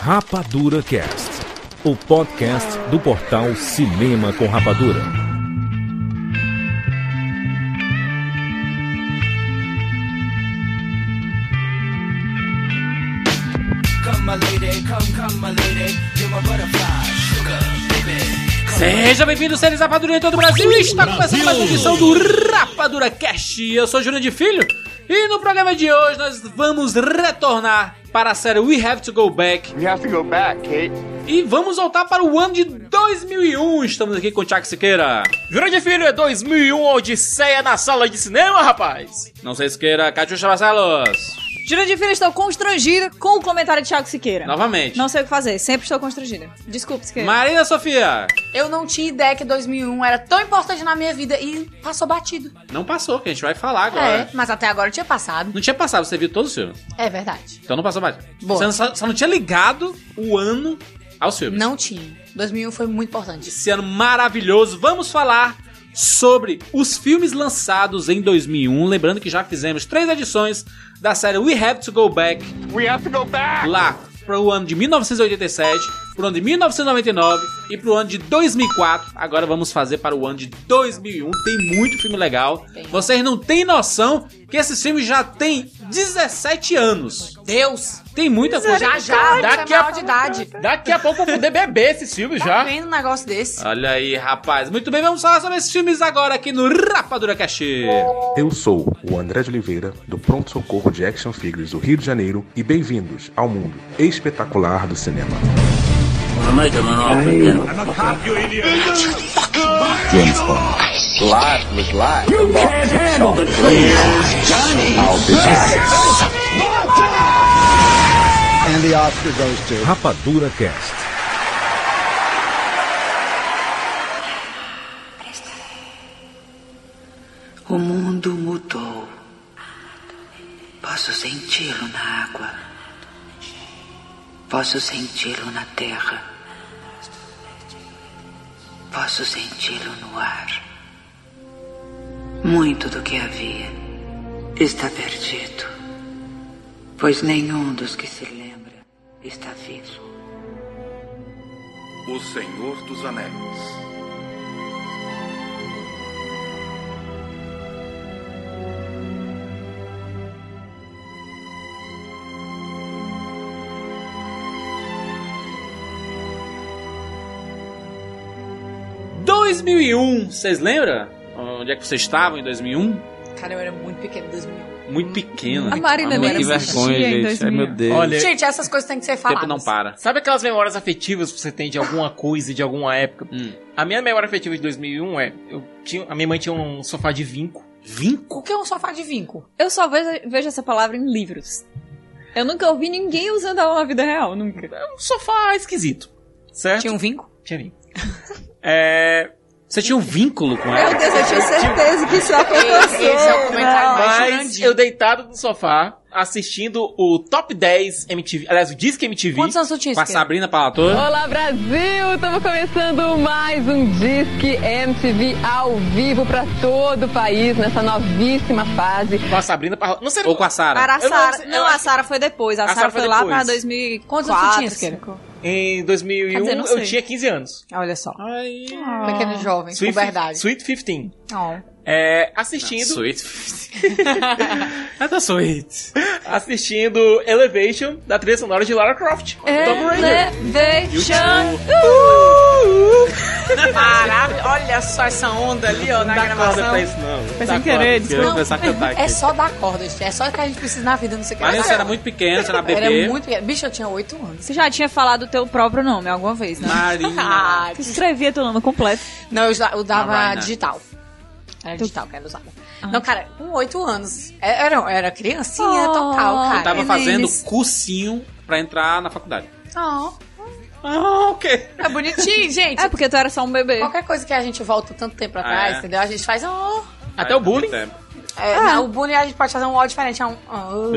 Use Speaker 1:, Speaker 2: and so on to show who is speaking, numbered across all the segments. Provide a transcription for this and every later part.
Speaker 1: Rapadura Cast, o podcast do portal Cinema com Rapadura.
Speaker 2: Seja bem-vindo, seres Rapadura em todo o Brasil. Está começando mais uma edição do Rapadura Cast. Eu sou Júnior de Filho e no programa de hoje nós vamos retornar para a série We Have to Go Back
Speaker 3: You have to go back, Kate.
Speaker 2: e vamos voltar para o ano de 2001. Estamos aqui com o Tiago Siqueira.
Speaker 4: Jurandir Filho é 2001 Odisseia na sala de cinema, rapaz!
Speaker 2: Não sei Siqueira, Catiuxa Barcelos.
Speaker 5: Jurandir Filho, estou constrangida com o comentário de Thiago Siqueira.
Speaker 2: Novamente.
Speaker 5: Não sei o que fazer, sempre estou constrangida. Desculpa, Siqueira.
Speaker 2: Marina Sofia.
Speaker 6: Eu não tinha ideia que 2001 era tão importante na minha vida e passou batido.
Speaker 2: Não passou, que a gente vai falar agora.
Speaker 6: É, mas até agora eu tinha passado.
Speaker 2: Não tinha passado, você viu todos os filmes.
Speaker 6: É verdade.
Speaker 2: Então não passou mais.
Speaker 6: Boa.
Speaker 2: Você não- só, só não tinha ligado o ano aos filmes.
Speaker 6: Não tinha. 2001 foi muito importante.
Speaker 2: esse ano maravilhoso. Vamos falar sobre os filmes lançados em 2001. Lembrando que já fizemos três edições da série We Have to Go Back
Speaker 3: We have to go back.
Speaker 2: lá para o ano de 1987, para o ano de 1999 e para o ano de 2004. Agora vamos fazer para o ano de 2001. Tem muito filme legal.
Speaker 6: Tem.
Speaker 2: Vocês não têm noção que esses filmes já têm 17 anos.
Speaker 6: Deus!
Speaker 2: Tem muita coisa.
Speaker 6: Já, já,
Speaker 4: Daqui
Speaker 6: daqui
Speaker 5: é
Speaker 4: a
Speaker 6: a de idade.
Speaker 4: Daqui a pouco eu vou poder beber esses filmes
Speaker 6: Tá
Speaker 4: já.
Speaker 6: vendo um negócio desse?
Speaker 2: Olha aí, rapaz. Muito bem, vamos falar sobre esses filmes agora aqui no Rapadura Cachê.
Speaker 7: Eu sou o André de Oliveira, do Pronto Socorro de Action Figures do Rio de Janeiro, e bem-vindos ao mundo espetacular do cinema.
Speaker 1: Rapadura Cast.
Speaker 8: O mundo mudou. Posso senti-lo na água. Posso senti-lo na terra. Posso senti-lo no ar. Muito do que havia está perdido, pois nenhum dos que se lembra está vivo.
Speaker 9: O Senhor dos Anéis.
Speaker 2: Hum. 2001, vocês lembram? Onde é que vocês estavam em 2001?
Speaker 6: Cara, eu era muito pequeno em 2001.
Speaker 2: Muito pequena.
Speaker 5: A Marina
Speaker 2: Amor,
Speaker 5: nem
Speaker 2: que
Speaker 5: existia
Speaker 2: vergonha,
Speaker 5: em
Speaker 2: gente. Ai,
Speaker 5: 2000.
Speaker 2: meu Deus.
Speaker 4: Olha,
Speaker 6: Gente, essas coisas têm que ser
Speaker 2: o
Speaker 6: faladas.
Speaker 2: tempo não para.
Speaker 4: sabe aquelas memórias afetivas que você tem de alguma coisa, de alguma época?
Speaker 2: Hum.
Speaker 4: A minha memória afetiva de 2001 é... Eu tinha, a minha mãe tinha um sofá de vinco.
Speaker 2: Vinco?
Speaker 6: O que é um sofá de vinco?
Speaker 5: Eu só vejo, vejo essa palavra em livros. Eu nunca ouvi ninguém usando ela na vida real, nunca.
Speaker 4: Um sofá esquisito, certo?
Speaker 6: Tinha um vinco?
Speaker 4: Tinha vinco. é...
Speaker 2: Você tinha um vínculo com ela?
Speaker 5: Meu Deus, eu tinha certeza que isso aconteceu.
Speaker 6: Tipo, Esse é o comentário mais
Speaker 4: Mas
Speaker 6: Jurandir.
Speaker 4: um eu deitado no sofá, assistindo o Top 10 MTV... Aliás, o Disque MTV.
Speaker 6: Quantos anos tu tinha,
Speaker 2: Com a
Speaker 6: Siqueira?
Speaker 2: Sabrina Palator?
Speaker 10: Olá Brasil, estamos começando mais um Disque MTV ao vivo para todo o país nessa novíssima fase.
Speaker 4: Com a Sabrina... Parra- Não sei...
Speaker 2: Ou com a
Speaker 5: Para
Speaker 2: Sara?
Speaker 5: a
Speaker 4: Eu não
Speaker 5: Sara.
Speaker 4: sei, eu
Speaker 5: Não, a
Speaker 4: acho-
Speaker 5: Sara foi depois. A,
Speaker 4: A
Speaker 5: Sara
Speaker 4: Sara
Speaker 5: foi
Speaker 4: foi
Speaker 5: lá
Speaker 4: depois.
Speaker 5: pra 2004.
Speaker 6: Quantos anos tu tinha, Siqueira?
Speaker 5: cinco.
Speaker 4: Em 2001,
Speaker 5: Quer dizer, não
Speaker 4: eu
Speaker 5: sei. Ah,
Speaker 4: tinha 15 anos.
Speaker 6: Olha só.
Speaker 2: Ai,
Speaker 6: Pequeno jovem,
Speaker 4: Sweet,
Speaker 6: verdade.
Speaker 4: Sweet 15.
Speaker 6: Ó.
Speaker 4: É, assistindo,
Speaker 2: Sweet. Ah, tá sweet.
Speaker 4: assistindo Elevation da trilha sonora de Lara Croft.
Speaker 5: É, né? Elevation.
Speaker 6: Maravilha. Olha só essa onda ali, ó, na gravação.
Speaker 4: isso não.
Speaker 5: Foi sem
Speaker 2: Quero
Speaker 5: querer, desculpa.
Speaker 2: começar a cantar aqui.
Speaker 6: É só dar corda, gente. é só que a gente precisa na vida, não sei o que.
Speaker 2: Marina,
Speaker 6: Mas
Speaker 2: você era muito pequena, você era
Speaker 6: Era
Speaker 2: bebê.
Speaker 6: muito pequeno. Bicho, eu tinha 8 anos.
Speaker 5: Você já tinha falado o teu próprio nome alguma vez, né?
Speaker 2: Marina.
Speaker 6: Ah,
Speaker 5: Tu escrevia teu nome completo.
Speaker 6: não, eu, usa- eu dava
Speaker 2: Marina.
Speaker 6: digital. Era digital que era usada. Não, cara, com 8 anos. é, Era, era criancinha
Speaker 5: Oh,
Speaker 6: total, cara.
Speaker 2: Eu tava
Speaker 5: Meninas.
Speaker 2: fazendo cursinho pra entrar na faculdade.
Speaker 6: Não,
Speaker 2: Ah, ok.
Speaker 6: Oh, é bonitinho, gente.
Speaker 5: É porque tu era só um bebê.
Speaker 6: Qualquer coisa que a gente volta tanto tempo atrás,
Speaker 2: é.
Speaker 6: entendeu? A gente faz um. ó.
Speaker 4: Até o bullying.
Speaker 6: É, ah. não, o bullying a gente pode fazer um ó diferente. É um. ó.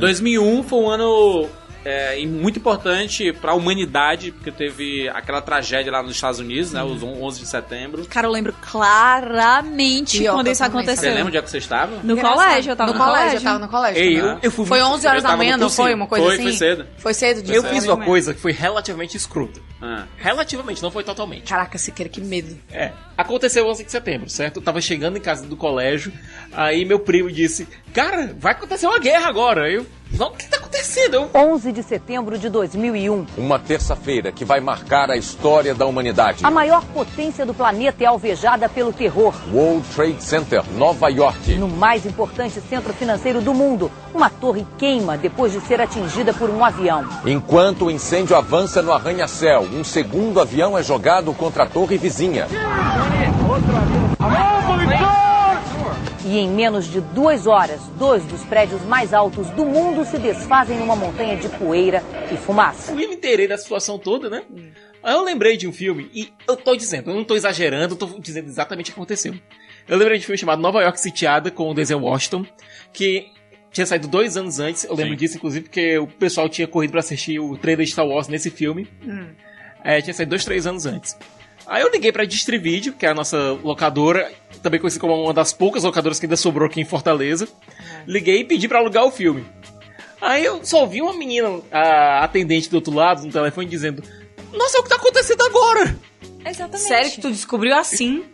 Speaker 2: 2001 foi um ano é, e muito importante pra humanidade, porque teve aquela tragédia lá nos Estados Unidos, né? Os on- 11 de setembro.
Speaker 5: Cara, eu lembro claramente
Speaker 6: E, ó,
Speaker 5: quando isso
Speaker 6: também,
Speaker 5: aconteceu.
Speaker 2: Você lembra onde é que você estava?
Speaker 5: No colégio, eu tava
Speaker 6: no, colégio, eu tava no colégio.
Speaker 2: Ei,
Speaker 6: também.
Speaker 2: eu- eu fui
Speaker 6: foi
Speaker 2: muito-
Speaker 6: 11 horas
Speaker 2: eu
Speaker 6: da
Speaker 2: tava
Speaker 6: manhã,
Speaker 2: muito
Speaker 6: não foi?
Speaker 2: cedo.
Speaker 6: Uma coisa
Speaker 2: Foi,
Speaker 6: assim?
Speaker 2: foi cedo.
Speaker 6: Foi cedo disso.
Speaker 4: Eu fiz uma
Speaker 5: lembro.
Speaker 4: coisa que foi relativamente escrota.
Speaker 2: Ah.
Speaker 4: Relativamente, não foi totalmente.
Speaker 6: Caraca, Siqueira, que medo.
Speaker 4: É. Aconteceu 11 de setembro, certo? Eu tava chegando em casa do colégio, aí meu primo disse: Cara, vai acontecer uma guerra agora. Aí Eu, não, o que tá acontecendo? Eu,
Speaker 11: 11 de setembro de 2001.
Speaker 9: Uma terça-feira que vai marcar a história da humanidade.
Speaker 11: A maior potência do planeta é alvejada pelo terror.
Speaker 9: World Trade Center, Nova York.
Speaker 11: No mais importante centro financeiro do mundo, uma torre queima depois de ser atingida por um avião.
Speaker 9: Enquanto o incêndio avança no arranha-céu, um segundo avião é jogado contra a torre vizinha.
Speaker 11: E em menos de duas horas, dois dos prédios mais altos do mundo se desfazem numa montanha de poeira e fumaça.
Speaker 4: fui me inteirei da situação toda, né? Aí eu lembrei de um filme, e eu tô dizendo, eu não tô exagerando, eu tô dizendo exatamente o que aconteceu. Eu lembrei de um filme chamado Nova York Sitiada, com o Denzel Washington, que tinha saído dois anos antes, eu lembro
Speaker 2: Sim.
Speaker 4: disso, inclusive, porque o pessoal tinha corrido pra assistir o trailer de Star Wars nesse filme. É, tinha saído dois, três anos antes. Aí eu liguei pra Distrivídeo, que é a nossa locadora, também conhecida como uma das poucas locadoras que ainda sobrou aqui em Fortaleza. Liguei e pedi pra alugar o filme. Aí eu só ouvi uma menina, a atendente do outro lado, no telefone, dizendo: Nossa, é o que tá acontecendo agora?
Speaker 5: Exatamente.
Speaker 6: Sério que tu descobriu assim?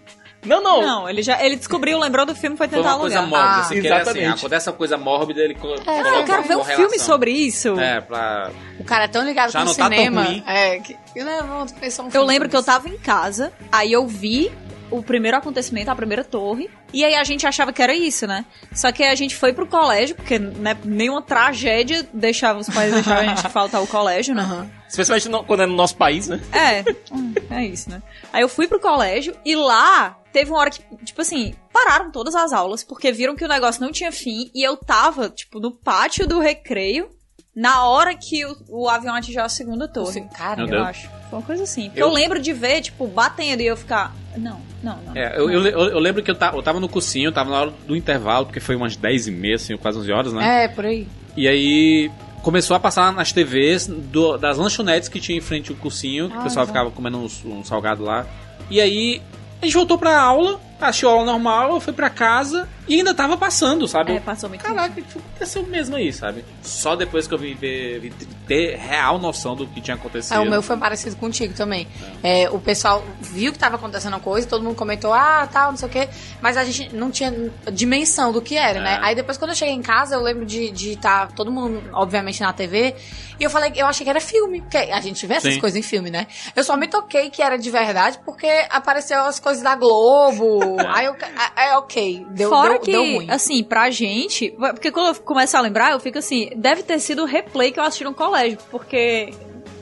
Speaker 4: Não, não.
Speaker 5: Não, ele já ele descobriu, lembrou do filme, foi
Speaker 2: Foi
Speaker 5: tentar
Speaker 2: uma coisa
Speaker 5: alugar.
Speaker 2: mórbida,
Speaker 6: Ah,
Speaker 2: assim, que ele é assim,
Speaker 4: exatamente.
Speaker 2: acontece uma coisa mórbida, ele co- coloca
Speaker 5: Cara, eu quero ver um
Speaker 2: uma
Speaker 5: filme
Speaker 2: correlação.
Speaker 5: sobre isso.
Speaker 2: É, pra...
Speaker 6: O cara é tão ligado
Speaker 2: Já
Speaker 6: com o
Speaker 2: não tá tão
Speaker 6: cinema.
Speaker 2: ruim.
Speaker 6: É, que, que não é bom pensar um
Speaker 5: Eu
Speaker 6: filme
Speaker 5: lembro que eu
Speaker 6: sobre
Speaker 5: tava em casa, aí eu vi o primeiro acontecimento, a primeira torre, e aí a gente achava que era isso, né? Só que aí a gente foi pro colégio, porque né, nenhuma tragédia deixava os pais deixavam a gente faltar o colégio, né?
Speaker 4: Especialmente no- quando é no nosso país, né?
Speaker 5: É, hum, é isso, né? Aí eu fui pro colégio e lá teve uma hora que, tipo assim, pararam todas as aulas porque viram que o negócio não tinha fim e eu tava, tipo, no pátio do recreio na hora que o, o avião atingiu a segunda torre.
Speaker 6: isso. Cara,
Speaker 2: Meu
Speaker 5: eu
Speaker 2: Deus.
Speaker 5: acho. Foi uma coisa assim. Porque eu...
Speaker 2: Eu-
Speaker 5: lembro de ver, tipo, batendo e eu ficar. Não, não, não.
Speaker 2: É, eu, eu, le- eu- eu lembro que eu, ta- eu tava no cursinho, eu tava na hora do intervalo, porque foi umas 10 e meia, assim, quase 11 horas, né?
Speaker 6: É, por aí.
Speaker 2: E aí começou a passar nas TVs do- das lanchonetes que tinha em frente ao cursinho,
Speaker 6: Ah,
Speaker 2: que o pessoal ficava comendo uns- um, salgado lá. E aí a gente voltou pra aula, achou a aula normal, eu fui pra casa e ainda tava passando, sabe?
Speaker 5: É,
Speaker 2: Eu,
Speaker 5: passou muito.
Speaker 2: Caraca, tipo, aconteceu mesmo aí, sabe? Só depois que eu vim ver, vim ter real noção do que tinha acontecido.
Speaker 6: É, o meu foi parecido contigo também. É, o pessoal viu que tava acontecendo uma coisa, todo mundo comentou, ah, tal, não sei o quê. Mas a gente não tinha dimensão do que era, né?
Speaker 2: É.
Speaker 6: Aí depois, quando eu cheguei em casa, eu lembro de estar todo mundo, obviamente, na TV. E eu falei, eu achei que era filme, porque a gente vê essas
Speaker 2: Sim.
Speaker 6: coisas em filme, né? Eu só me toquei que era de verdade porque apareceu as coisas da Globo. aí eu. ah, É, ok. Deu,
Speaker 5: Fora
Speaker 6: deu,
Speaker 5: que,
Speaker 6: deu ruim.
Speaker 5: assim, pra gente, porque quando eu começo a lembrar, eu fico assim, deve ter sido o replay que eu assisti no colégio, porque,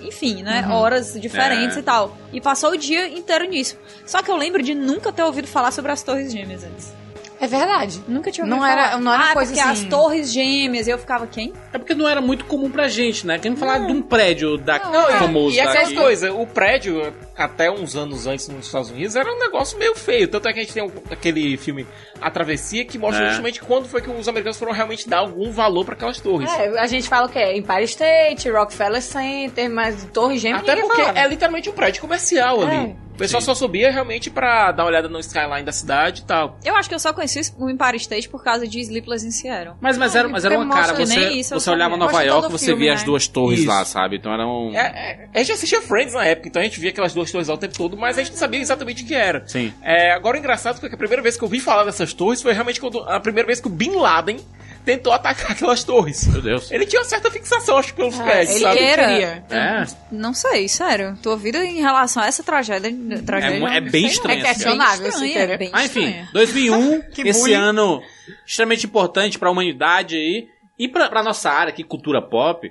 Speaker 5: enfim, né, horas diferentes
Speaker 2: É.
Speaker 5: e tal. E passou o dia inteiro nisso. Só que eu lembro de nunca ter ouvido falar sobre as Torres Gêmeas antes.
Speaker 6: É verdade.
Speaker 5: Nunca tinha ouvido
Speaker 6: Não
Speaker 5: falar.
Speaker 6: era, não era
Speaker 5: ah,
Speaker 6: coisa
Speaker 5: porque
Speaker 6: assim.
Speaker 5: as Torres Gêmeas, e eu ficava, quem?
Speaker 2: É porque não era muito comum pra gente, né? Quem falar de um prédio da
Speaker 6: Não, é.
Speaker 2: famoso
Speaker 4: E aquela
Speaker 2: daqui.
Speaker 4: coisa, o prédio, até uns anos antes nos Estados Unidos, era um negócio meio feio. Tanto é que a gente tem um- aquele filme A Travessia, que mostra
Speaker 2: É.
Speaker 4: justamente quando foi que os americanos foram realmente dar algum valor pra aquelas torres.
Speaker 6: É, a gente fala o quê? Empire State, Rockefeller Center, mas Torre Gêmea
Speaker 4: Até
Speaker 6: ninguém
Speaker 4: porque
Speaker 6: falava.
Speaker 4: é literalmente um prédio comercial
Speaker 6: É.
Speaker 4: ali. O pessoal só subia realmente pra dar uma olhada no skyline da cidade e tal.
Speaker 5: Eu acho que eu só conheci o Empire State por causa de Sleepless in Seattle.
Speaker 2: Mas, mas, era, mas era uma cara,
Speaker 6: Demonstra
Speaker 2: você,
Speaker 5: nem isso, eu
Speaker 2: você olhava
Speaker 5: sabia.
Speaker 2: Nova
Speaker 6: Mostra todo
Speaker 2: York,
Speaker 6: o
Speaker 2: você
Speaker 6: filme,
Speaker 2: via
Speaker 6: né?
Speaker 2: as duas torres
Speaker 4: Isso.
Speaker 2: lá, sabe? Então era um...
Speaker 4: É, é, a gente assistia Friends na época, então a gente via aquelas duas torres ao tempo todo, mas a gente não sabia exatamente o que era.
Speaker 2: Sim.
Speaker 4: É, agora o engraçado foi que a primeira vez que eu vi falar dessas torres foi realmente quando a primeira vez que o Bin Laden tentou atacar aquelas torres.
Speaker 2: Meu Deus.
Speaker 4: Ele tinha uma certa fixação, acho, pelos prédios,
Speaker 6: ele
Speaker 4: sabe?
Speaker 6: queira. É
Speaker 2: É.
Speaker 5: Não sei, sério. Tua vida em relação a essa tragédia. tragédia
Speaker 2: É mu-
Speaker 5: não
Speaker 2: é bem
Speaker 5: sei,
Speaker 2: estranho,
Speaker 5: não. É
Speaker 2: assim.
Speaker 5: questionável,
Speaker 6: Bem
Speaker 5: assim,
Speaker 6: estranho.
Speaker 5: é bem
Speaker 2: Ah, enfim,
Speaker 5: estranho.
Speaker 2: 2001, esse
Speaker 6: bullying.
Speaker 2: ano extremamente importante pra humanidade aí e pra, pra nossa área aqui, cultura pop.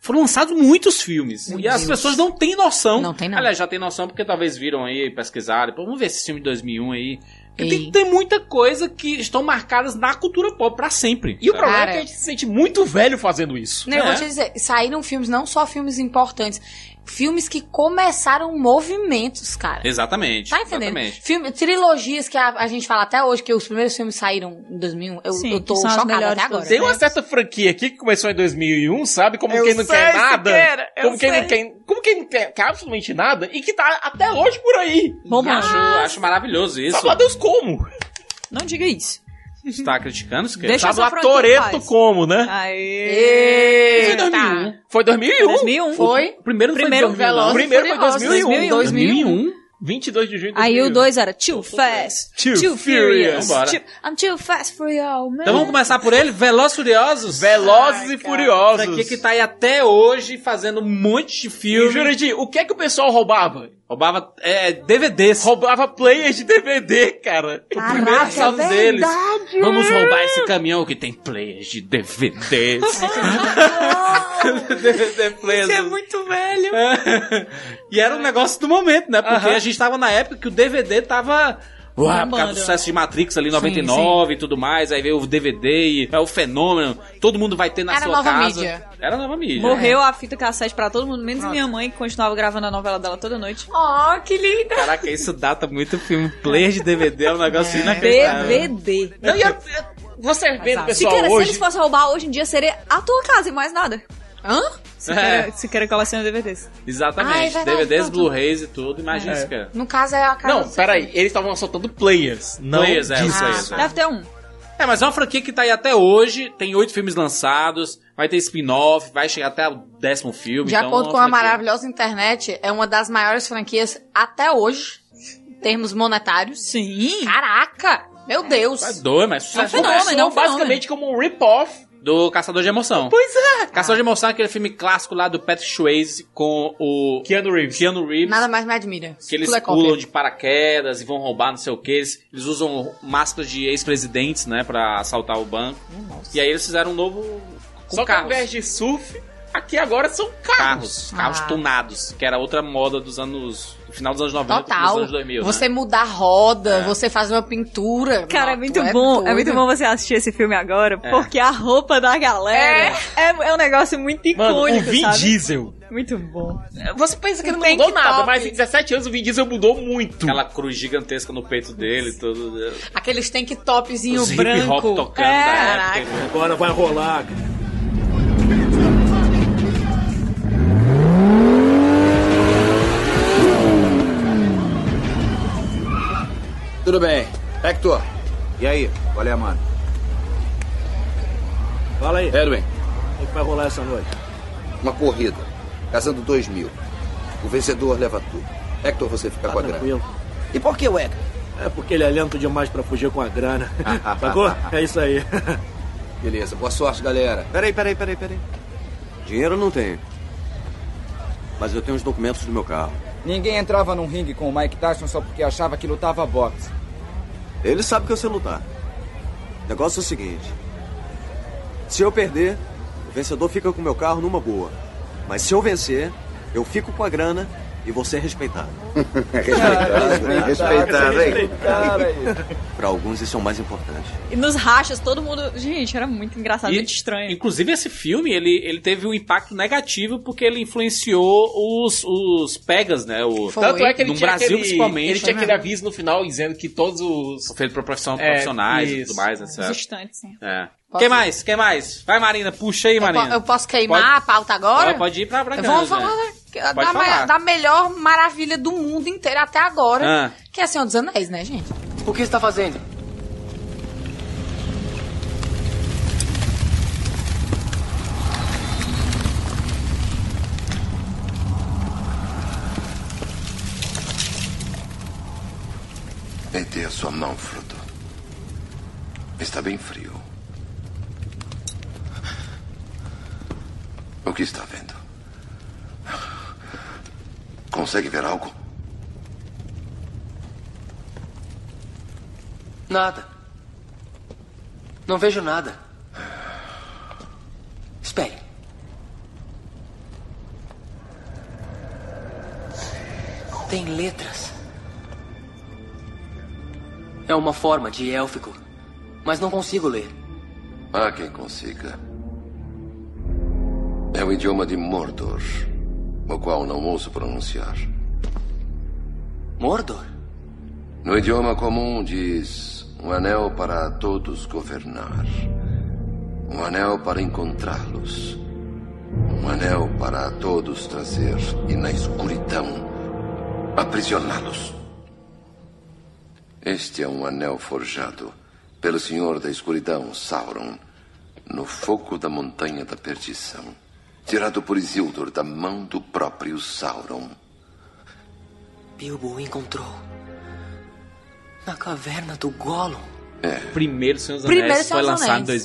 Speaker 2: Foram lançados muitos filmes.
Speaker 6: Meu
Speaker 2: e as
Speaker 6: Deus.
Speaker 2: pessoas não têm noção.
Speaker 6: Não tem não.
Speaker 2: então, Aliás, já tem noção porque talvez viram aí, pesquisaram. Pô, vamos ver esse filme de 2001 aí. Porque
Speaker 6: Ei.
Speaker 2: tem, tem muita coisa que estão marcadas na cultura pop pra sempre.
Speaker 4: E o problema
Speaker 6: Cara.
Speaker 4: é que a gente se sente muito velho fazendo isso.
Speaker 6: Não, eu
Speaker 2: É.
Speaker 6: vou te dizer, saíram filmes, não só filmes importantes. filmes que começaram movimentos, cara.
Speaker 2: Exatamente.
Speaker 6: Tá entendendo?
Speaker 2: Exatamente.
Speaker 6: Filme- trilogias que a, a gente fala até hoje, que os primeiros filmes saíram em 2001. Eu,
Speaker 5: Sim,
Speaker 6: eu tô
Speaker 5: que são as
Speaker 6: chocada
Speaker 5: melhores
Speaker 6: até agora.
Speaker 4: Tem uma certa franquia aqui que começou em 2001, sabe? Como quem não quer
Speaker 6: sei,
Speaker 4: nada.
Speaker 6: Siqueira, eu
Speaker 4: como quem não
Speaker 6: sei.
Speaker 4: quer, como quem não quer, quer absolutamente nada e que tá até hoje por aí.
Speaker 2: Acho, acho maravilhoso isso.
Speaker 4: Sabe
Speaker 6: Tá
Speaker 4: lá Deus como?
Speaker 5: Não diga isso.
Speaker 2: Você tá criticando, Siqueira?
Speaker 5: Deixa
Speaker 4: sabe
Speaker 5: essa
Speaker 4: lá
Speaker 5: franquia em
Speaker 4: Toreto
Speaker 5: paz.
Speaker 4: como, né?
Speaker 5: Aê! Tá.
Speaker 4: Foi 2001. Foi 2001.
Speaker 5: 2001.
Speaker 6: tá. Foi.
Speaker 2: O primeiro não
Speaker 5: Primeiro
Speaker 2: foi de 2000, não.
Speaker 6: Velozes e
Speaker 4: Primeiro foi 2001.
Speaker 6: Furiosos,
Speaker 2: 2001?
Speaker 4: 22 de junho de 2001.
Speaker 5: Aí o dois um. era Too Fast,
Speaker 4: Too
Speaker 5: Too,
Speaker 4: Furious.
Speaker 5: Furious,
Speaker 2: Vambora.
Speaker 5: too- I'm Too Fast for you, man.
Speaker 2: Então vamos começar por ele, Velozes e Furiosos.
Speaker 4: Velozes e Furiosos.
Speaker 2: Daqui que tá aí até hoje fazendo um monte de
Speaker 4: E,
Speaker 2: filme.
Speaker 4: Jurandir, o que é que o pessoal roubava?
Speaker 2: Roubava é, DVDs.
Speaker 4: Roubava players de DVD, cara.
Speaker 2: O
Speaker 5: é
Speaker 2: primeiro saldo deles. Vamos roubar esse caminhão que tem players de DVDs. DVD players.
Speaker 5: é muito velho.
Speaker 2: e era um negócio do momento, né? Porque
Speaker 4: Aham.
Speaker 2: a gente tava na época que o DVD tava. né? Uau, por causa do
Speaker 5: Bombando.
Speaker 2: sucesso de Matrix ali em 99 e tudo mais, aí veio o DVD e é o fenômeno, todo mundo vai ter na
Speaker 6: Era
Speaker 2: sua
Speaker 6: nova
Speaker 2: casa.
Speaker 6: mídia.
Speaker 2: Era nova mídia.
Speaker 5: Morreu a fita cassete pra todo mundo, menos minha mãe, que continuava gravando a novela dela toda noite.
Speaker 6: Oh, que linda.
Speaker 2: Caraca, isso data muito filme. Player de DVD é um negócio inacreditável.
Speaker 5: DVD.
Speaker 4: Não, e a- você vendo o
Speaker 5: Se
Speaker 4: pessoal
Speaker 5: queira, se
Speaker 4: ah, hoje...
Speaker 5: eles fossem roubar hoje em dia, seria a tua casa e mais nada.
Speaker 6: Hã?
Speaker 5: É, Se queira, se queira que ela seja DVDs.
Speaker 2: Exatamente.
Speaker 6: Ah, é verdade,
Speaker 2: DVDs,
Speaker 6: pronto.
Speaker 2: Blu-rays e tudo. Imagina
Speaker 4: É.
Speaker 2: isso, cara.
Speaker 6: No caso é a casa
Speaker 4: Não, tá
Speaker 6: do-
Speaker 4: peraí. Eles estavam soltando players. Não
Speaker 2: Players, é,
Speaker 4: discos.
Speaker 2: players, é.
Speaker 5: Deve ter um.
Speaker 2: É, mas é uma franquia que tá aí até hoje, tem oito filmes lançados, vai ter spin-off, vai chegar até o décimo filme.
Speaker 6: De
Speaker 2: então é
Speaker 6: acordo
Speaker 2: uma
Speaker 6: com a
Speaker 2: franquia.
Speaker 6: maravilhosa internet, é uma das maiores franquias até hoje, em termos monetários.
Speaker 5: Sim.
Speaker 6: Caraca! Meu Deus!
Speaker 2: Tá doido, mas
Speaker 5: É um
Speaker 2: sucesso
Speaker 5: fenômeno,
Speaker 4: Começou
Speaker 5: é um fenômeno.
Speaker 4: basicamente como um rip-off.
Speaker 2: do Caçador de Emoção.
Speaker 4: Pois é.
Speaker 2: Caçador de Emoção é aquele filme clássico lá do Patrick Swayze com o
Speaker 4: Keanu Reeves.
Speaker 2: Keanu Reeves.
Speaker 6: Nada mais me admira.
Speaker 2: Que eles
Speaker 6: Tudo é cópia.
Speaker 2: pulam de paraquedas e vão roubar não sei o que. Eles, eles usam máscaras de ex-presidentes, né, pra assaltar o banco. E aí eles fizeram um novo... Com
Speaker 4: Só que ao
Speaker 2: carros.
Speaker 4: invés de surf, aqui agora são carros.
Speaker 2: carros, carros
Speaker 6: Ah.
Speaker 2: tunados, que era outra moda dos anos, do final dos anos 90 dos
Speaker 6: Total.
Speaker 2: um anos 2000, né? É.
Speaker 6: Você mudar roda, você fazer uma pintura.
Speaker 5: Cara, é
Speaker 6: Não,
Speaker 5: muito
Speaker 6: tu
Speaker 5: bom.
Speaker 6: doido.
Speaker 5: É muito bom você assistir esse filme agora,
Speaker 4: É.
Speaker 5: porque a roupa da galera é, é um negócio muito
Speaker 4: Mano, o
Speaker 5: icônico,
Speaker 4: Vin
Speaker 5: sabe?
Speaker 4: Diesel.
Speaker 5: Muito bom.
Speaker 4: Você pensa que ele não
Speaker 5: Tank
Speaker 4: mudou nada,
Speaker 5: top.
Speaker 4: mas em 17 anos o Vin Diesel mudou muito.
Speaker 2: Aquela cruz gigantesca no peito dele, todo eh,
Speaker 6: Aqueles tank topzinho
Speaker 2: os hip hop
Speaker 6: branco.
Speaker 2: tocando
Speaker 5: É,
Speaker 2: da
Speaker 5: caraca.
Speaker 2: época. né?
Speaker 1: Agora vai rolar.
Speaker 12: Tudo bem. Hector, e aí? Qual é a mano?
Speaker 1: Fala aí,
Speaker 12: Edwin,
Speaker 1: o que vai rolar essa noite?
Speaker 12: uma corrida. Casando dois mil. O vencedor leva tudo. Hector, você fica com a grana.
Speaker 1: Tá Tranquilo.
Speaker 12: E por que o Hector?
Speaker 1: É porque ele é lento demais pra fugir com a grana. Sacou? É isso aí.
Speaker 12: Beleza, boa sorte, galera.
Speaker 13: Peraí, peraí, peraí, peraí. Dinheiro eu não tenho. Mas eu tenho os documentos do meu carro.
Speaker 14: Ninguém entrava num ringue com o Mike Tyson só porque achava que lutava boxe.
Speaker 13: Ele sabe que eu sei lutar. O negócio é o seguinte: se eu perder, o vencedor fica com o meu carro numa boa. Mas se eu vencer, eu fico com a grana e você é respeitado.
Speaker 12: Respeitado, respeitado, hein?
Speaker 13: Para alguns, isso é o mais importante.
Speaker 5: E nos rachas, todo mundo. Gente, era muito
Speaker 6: tá
Speaker 5: engraçado,
Speaker 2: E,
Speaker 5: muito estranho.
Speaker 2: Inclusive, esse filme, ele, ele teve um impacto negativo porque ele influenciou os, os pegas, né? O,
Speaker 6: Foi.
Speaker 4: Tanto é que ele
Speaker 2: no
Speaker 4: tinha
Speaker 2: Brasil,
Speaker 4: aquele,
Speaker 2: principalmente,
Speaker 4: Ele tinha
Speaker 2: né?
Speaker 4: aquele aviso no final dizendo que todos os...
Speaker 2: feito por profissão-
Speaker 4: É,
Speaker 2: profissionais e
Speaker 4: isso.
Speaker 2: tudo mais, né?
Speaker 5: Os
Speaker 2: certo?
Speaker 5: instantes, sim.
Speaker 2: É.
Speaker 6: Posso-
Speaker 2: Quem mais? Quem mais? Vai, Marina, puxa aí,
Speaker 6: Eu, po-
Speaker 2: Marina.
Speaker 6: eu posso queimar
Speaker 2: Pode-
Speaker 6: a pauta agora?
Speaker 2: Ela pode ir pra, pra grande,
Speaker 6: Vamos falar
Speaker 2: né?
Speaker 6: da,
Speaker 2: Pode
Speaker 6: da ma-
Speaker 2: falar.
Speaker 6: da melhor maravilha do mundo inteiro até agora,
Speaker 2: Ah.
Speaker 6: que é Senhor dos Anéis, né, gente?
Speaker 12: O que está fazendo?
Speaker 15: Deitei a sua mão, Frodo. Está bem frio. O que está vendo? Consegue ver algo?
Speaker 12: Nada. Não vejo nada. Espere. Tem letras. É uma forma de élfico, mas não consigo ler.
Speaker 15: Há quem consiga. É o idioma de um Mordor. o qual não ouso pronunciar.
Speaker 13: Mordor?
Speaker 15: No idioma comum diz um anel para todos governar, um anel para encontrá-los, um anel para todos trazer e na escuridão aprisioná-los. Este é um anel forjado pelo Senhor da Escuridão, Sauron, no fogo da Montanha da Perdição, tirado por Isildur da mão do próprio Sauron.
Speaker 16: Bilbo o encontrou. Na caverna do Gollum.
Speaker 2: Primeiro Senhor dos
Speaker 6: Primeiro
Speaker 2: Anéis
Speaker 6: Senhor
Speaker 2: foi
Speaker 6: dos
Speaker 2: lançado em
Speaker 6: Anéis.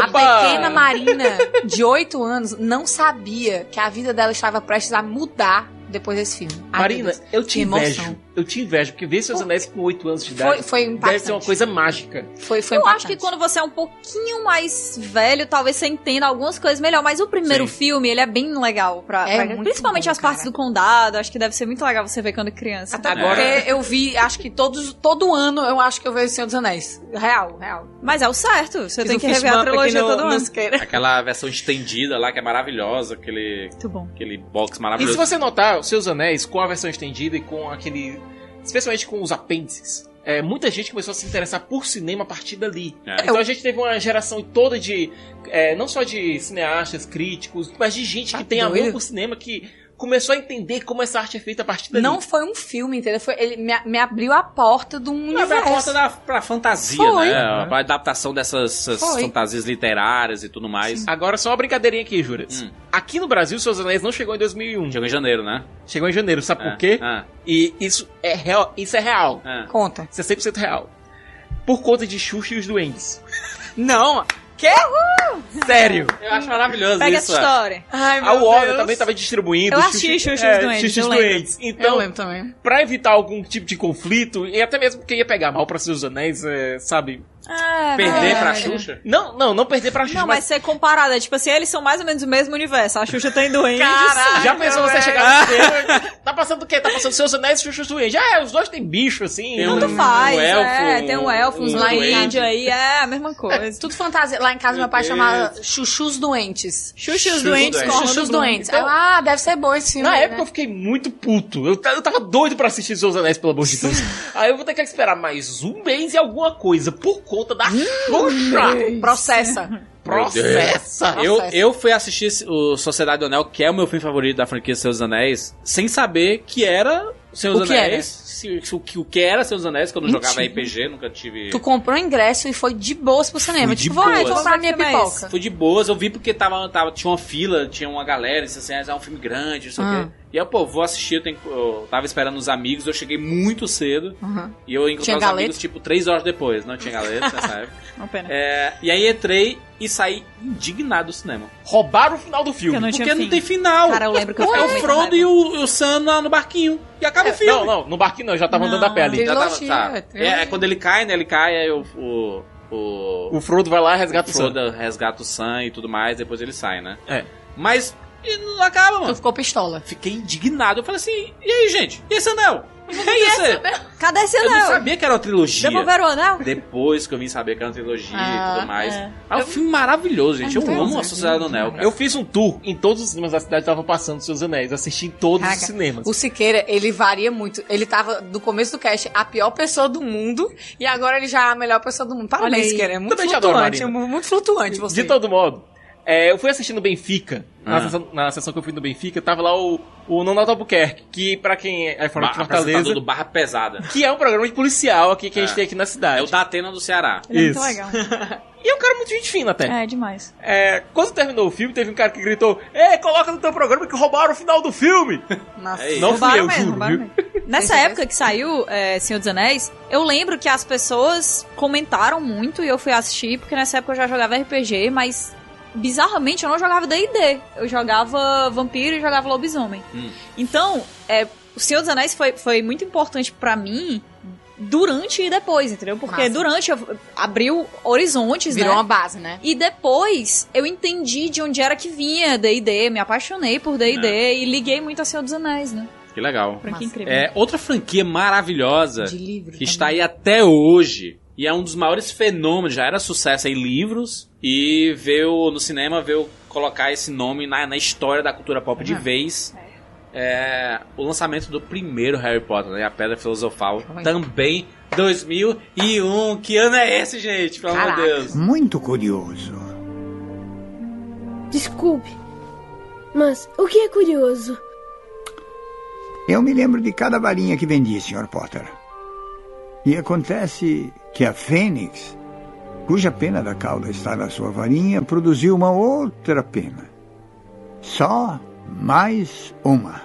Speaker 2: 2001.
Speaker 6: A pequena Marina, de 8 anos, não sabia que a vida dela estava prestes a mudar depois desse filme. Ai,
Speaker 4: Marina,
Speaker 6: meu Deus,
Speaker 4: eu
Speaker 6: que
Speaker 4: te
Speaker 6: emoção.
Speaker 4: invejo. Eu te invejo, porque ver seus anéis com 8 anos de idade
Speaker 6: Foi- foi
Speaker 4: deve
Speaker 6: impactante.
Speaker 4: ser uma coisa mágica.
Speaker 6: Foi, foi
Speaker 5: eu
Speaker 6: impactante.
Speaker 5: acho que quando você é um pouquinho mais velho, talvez você entenda algumas coisas melhor. Mas o primeiro
Speaker 4: Sim.
Speaker 5: filme, ele é bem legal. Pra,
Speaker 6: É
Speaker 5: pra-
Speaker 6: muito
Speaker 5: principalmente as partes do condado. Acho que deve ser muito legal você ver quando criança.
Speaker 6: Até agora eu vi, acho que todos, todo ano eu acho que eu vejo Senhor dos Anéis. Real, real.
Speaker 5: Mas é o certo. Você
Speaker 6: Fiz
Speaker 5: tem
Speaker 6: um
Speaker 5: que rever
Speaker 6: fistbump
Speaker 5: a
Speaker 6: aqui
Speaker 5: trilogia
Speaker 6: no-
Speaker 5: todo
Speaker 6: no
Speaker 5: ano.
Speaker 6: isqueiro.
Speaker 2: Aquela versão estendida lá que é maravilhosa, aquele. Aquele box
Speaker 4: E se
Speaker 2: maravilhoso.
Speaker 4: você notar os seus anéis com a versão estendida e com aquele. Especialmente com os apêndices. É, muita gente começou a se interessar por cinema a partir dali.
Speaker 2: É.
Speaker 4: Então a gente teve uma geração toda de. é, não só de cineastas, críticos, mas de gente que tem amor
Speaker 6: Tá doido?
Speaker 4: por cinema que começou a entender como essa arte é feita a partir dali.
Speaker 6: Não foi um filme, entendeu? Foi, ele me, me abriu a porta do universo.
Speaker 2: Abre a porta da, pra fantasia,
Speaker 6: Foi.
Speaker 2: né? Pra adaptação dessas essas
Speaker 6: Foi.
Speaker 2: fantasias literárias e tudo mais.
Speaker 4: Agora só uma brincadeirinha aqui, Juras. Aqui no Brasil, Seus Anéis não chegou em 2001.
Speaker 2: Hum. Chegou em janeiro, né?
Speaker 4: Chegou em janeiro, sabe
Speaker 2: Ah,
Speaker 4: por quê?
Speaker 2: ah.
Speaker 4: E isso é real. Isso é real.
Speaker 6: Conta.
Speaker 4: Isso é 100% real. Por conta de Xuxa e os Duendes.
Speaker 6: Não! Que?
Speaker 4: Sério!
Speaker 2: Eu acho maravilhoso
Speaker 5: Pega
Speaker 4: isso.
Speaker 5: essa história.
Speaker 6: Ai,
Speaker 4: a Warner Ah, também tá- tava distribuindo
Speaker 5: Eu assisti Xuxa e os Duendes,
Speaker 4: Xuxa e os
Speaker 5: eu lembro.
Speaker 4: Duendes. Então,
Speaker 6: eu lembro também.
Speaker 4: pra evitar algum tipo de conflito, e até mesmo porque ia pegar mal pra seus anéis, é, sabe?
Speaker 5: Ah,
Speaker 4: Perder
Speaker 5: é.
Speaker 4: pra Xuxa? Não, não, não perder pra Xuxa.
Speaker 5: Não, mas ser comparada. Tipo assim, eles são mais ou menos o mesmo universo. A Xuxa tá tem doentes.
Speaker 4: Já pensou
Speaker 5: é.
Speaker 4: você chegar no cinema? Tá passando o quê? Tá passando seus anéis e Xuxa e os Duendes. Ah, os dois têm bicho, assim.
Speaker 2: Tem
Speaker 5: Tanto
Speaker 4: um-
Speaker 5: faz,
Speaker 4: um
Speaker 5: é.
Speaker 4: elfo,
Speaker 5: Tem um elfo, uns
Speaker 4: um
Speaker 5: lá
Speaker 4: duende.
Speaker 5: em Índia aí, é a mesma coisa.
Speaker 6: Tudo fantasia. Lá em casa, meu pai
Speaker 5: Meu
Speaker 6: chamava Chuchus Doentes.
Speaker 5: Chuchus Doentes com Orlando
Speaker 6: Chuchus
Speaker 5: Bloom.
Speaker 6: Doentes.
Speaker 5: Então-
Speaker 6: ah, deve ser bom esse filme.
Speaker 4: Na
Speaker 6: aí,
Speaker 4: época eu
Speaker 6: né?
Speaker 4: fiquei muito puto. Eu, ta- eu tava doido pra assistir Seus Anéis, pelo amor de Deus. Aí eu vou ter que esperar mais um mês e alguma coisa por conta
Speaker 6: Hum,
Speaker 4: da Xuxa.
Speaker 6: Processa.
Speaker 4: Processa.
Speaker 2: Eu, eu fui assistir esse- o Sociedade do Anel, que é o meu filme favorito da franquia Seus Anéis, sem saber que era Seus
Speaker 6: O que era?
Speaker 2: Anéis. se- se- o, que, o que era Seus Anéis, quando eu
Speaker 6: Mentira.
Speaker 2: jogava RPG, nunca tive.
Speaker 6: Tu comprou ingresso e foi de boas pro cinema.
Speaker 2: Fui de
Speaker 6: tipo, vou,
Speaker 2: boas.
Speaker 6: ah, vou comprar minha
Speaker 5: Mas que mais?
Speaker 6: pipoca.
Speaker 2: Fui de boas, eu vi porque tava, tava, tinha uma fila, tinha uma galera, disse assim, ah, é um filme grande, não sei
Speaker 6: Ah.
Speaker 2: o quê. E eu, pô, vou assistir, eu, tenho que- eu tava esperando os amigos, eu cheguei muito cedo.
Speaker 6: Uhum.
Speaker 2: E eu encontrei
Speaker 6: Tinha
Speaker 2: os
Speaker 6: galeta?
Speaker 2: amigos, tipo, três horas depois. Não tinha galeta nessa época.
Speaker 5: Uma pena.
Speaker 2: É, e aí entrei e saí indignado do cinema.
Speaker 4: Roubaram o final do filme.
Speaker 2: Porque
Speaker 5: tinha
Speaker 2: não
Speaker 5: fim.
Speaker 2: tem final.
Speaker 5: Cara, eu lembro que eu É,
Speaker 2: Ou
Speaker 5: fiquei
Speaker 2: é o
Speaker 5: muito
Speaker 2: Frodo e o, e o Sam lá no barquinho. E acaba o filme.
Speaker 4: Não, não, no barquinho não, eu já tava andando a pé ali.
Speaker 2: Já tava-
Speaker 6: Trilogia,
Speaker 2: tá.
Speaker 6: trilogia.
Speaker 2: é, é quando ele cai, né? Ele cai, aí o. O, o,
Speaker 4: O Frodo vai lá e resgata o Sam.
Speaker 2: Frodo resgata o Sam e tudo mais, depois ele sai, né?
Speaker 4: É.
Speaker 2: Mas e não acaba,
Speaker 6: Tu
Speaker 2: mano.
Speaker 6: ficou pistola.
Speaker 2: Fiquei indignado. Eu falei assim, e aí, gente? E esse anel? E esse
Speaker 5: Cadê esse
Speaker 2: Eu
Speaker 5: anel?
Speaker 2: não sabia que era uma trilogia.
Speaker 5: Devolveram o anel?
Speaker 2: Depois que eu vim saber que era uma trilogia
Speaker 5: Ah,
Speaker 2: e tudo mais.
Speaker 5: é.
Speaker 2: É um filme maravilhoso, gente.
Speaker 5: É
Speaker 2: eu
Speaker 5: muito
Speaker 2: amo
Speaker 5: bom,
Speaker 2: a Sociedade do Anel, cara.
Speaker 4: Eu fiz um tour em todos os cinemas da cidade que estavam passando Seus Anéis. Eu assisti em todos os
Speaker 6: Caraca,
Speaker 4: cinemas.
Speaker 6: O Siqueira, ele varia muito. Ele tava, do começo do cast, a pior pessoa do mundo. E agora ele já é a melhor pessoa do mundo.
Speaker 4: Olha aí.
Speaker 6: Parabéns, Siqueira. É muito
Speaker 4: Também te adoro,
Speaker 6: flutuante.
Speaker 4: Marina.
Speaker 6: mu- muito flutuante você.
Speaker 4: De todo modo, é, eu fui assistindo Benfica. Na,
Speaker 2: Ah.
Speaker 4: sessão, na sessão que eu fui no Benfica, tava lá o, o Nonato Albuquerque, que pra quem é fora de
Speaker 2: Ba- apresentador
Speaker 4: Fortaleza,
Speaker 2: do Barra Pesada.
Speaker 4: que é um programa de policial aqui que a
Speaker 2: É.
Speaker 4: gente tem aqui na cidade.
Speaker 2: É o da Atena do Ceará.
Speaker 5: Ele
Speaker 4: Isso.
Speaker 5: é muito legal.
Speaker 4: E é um cara muito gente fina até.
Speaker 5: É, demais.
Speaker 4: É, quando terminou o filme, teve um cara que gritou: Ei, coloca no teu programa que roubaram o final do filme!
Speaker 6: Nossa.
Speaker 2: É
Speaker 4: Não fui
Speaker 5: Roubaram
Speaker 4: eu,
Speaker 5: mesmo,
Speaker 4: juro.
Speaker 5: roubaram
Speaker 4: viu?
Speaker 5: Nessa época que saiu é, Senhor dos Anéis, eu lembro que as pessoas comentaram muito e eu fui assistir, porque nessa época eu já jogava RPG, mas bizarramente eu não jogava D&D. Eu jogava vampiro e jogava lobisomem.
Speaker 2: Hum.
Speaker 5: Então, é, o Senhor dos Anéis foi, foi muito importante pra mim durante e depois, entendeu? Porque
Speaker 6: Massa.
Speaker 5: durante eu- abriu horizontes,
Speaker 6: Virou
Speaker 5: né?
Speaker 6: uma base, né?
Speaker 5: E depois eu entendi de onde era que vinha D&D, me apaixonei por D&D
Speaker 4: É.
Speaker 5: e liguei muito a Senhor dos Anéis, né?
Speaker 2: Que legal.
Speaker 5: Pra que incrível.
Speaker 2: É, outra franquia maravilhosa
Speaker 6: De livro.
Speaker 2: que está aí até hoje. E é um dos maiores fenômenos. Já era sucesso em livros. E
Speaker 5: Ah.
Speaker 2: veio no cinema, veio colocar esse nome na, na história da cultura pop de vez. é, o lançamento do primeiro Harry Potter, né? A Pedra Filosofal,
Speaker 5: é
Speaker 2: também 2001. Que ano é esse, gente? Pelo amor de Deus.
Speaker 17: Muito curioso.
Speaker 18: Desculpe, mas o que é curioso?
Speaker 17: Eu me lembro de cada varinha que vendi, Sr. Potter. E acontece que a fênix, cuja pena da cauda está na sua varinha, produziu uma outra pena. Só mais uma.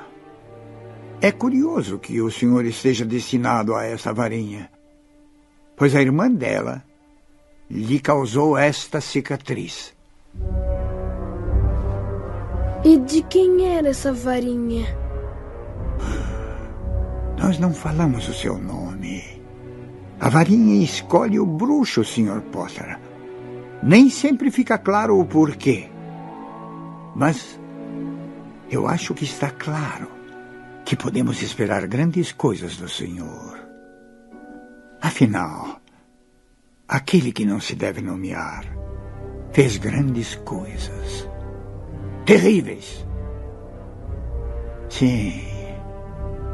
Speaker 17: É curioso que o senhor esteja destinado a essa varinha, pois a irmã dela lhe causou esta cicatriz.
Speaker 18: E de quem era essa varinha?
Speaker 17: Nós não falamos o seu nome. A varinha escolhe o bruxo, Sr. Potter. Nem sempre fica claro o porquê. Mas eu acho que está claro que podemos esperar grandes coisas do Senhor. Afinal, aquele que não se deve nomear fez grandes coisas. Terríveis. Sim,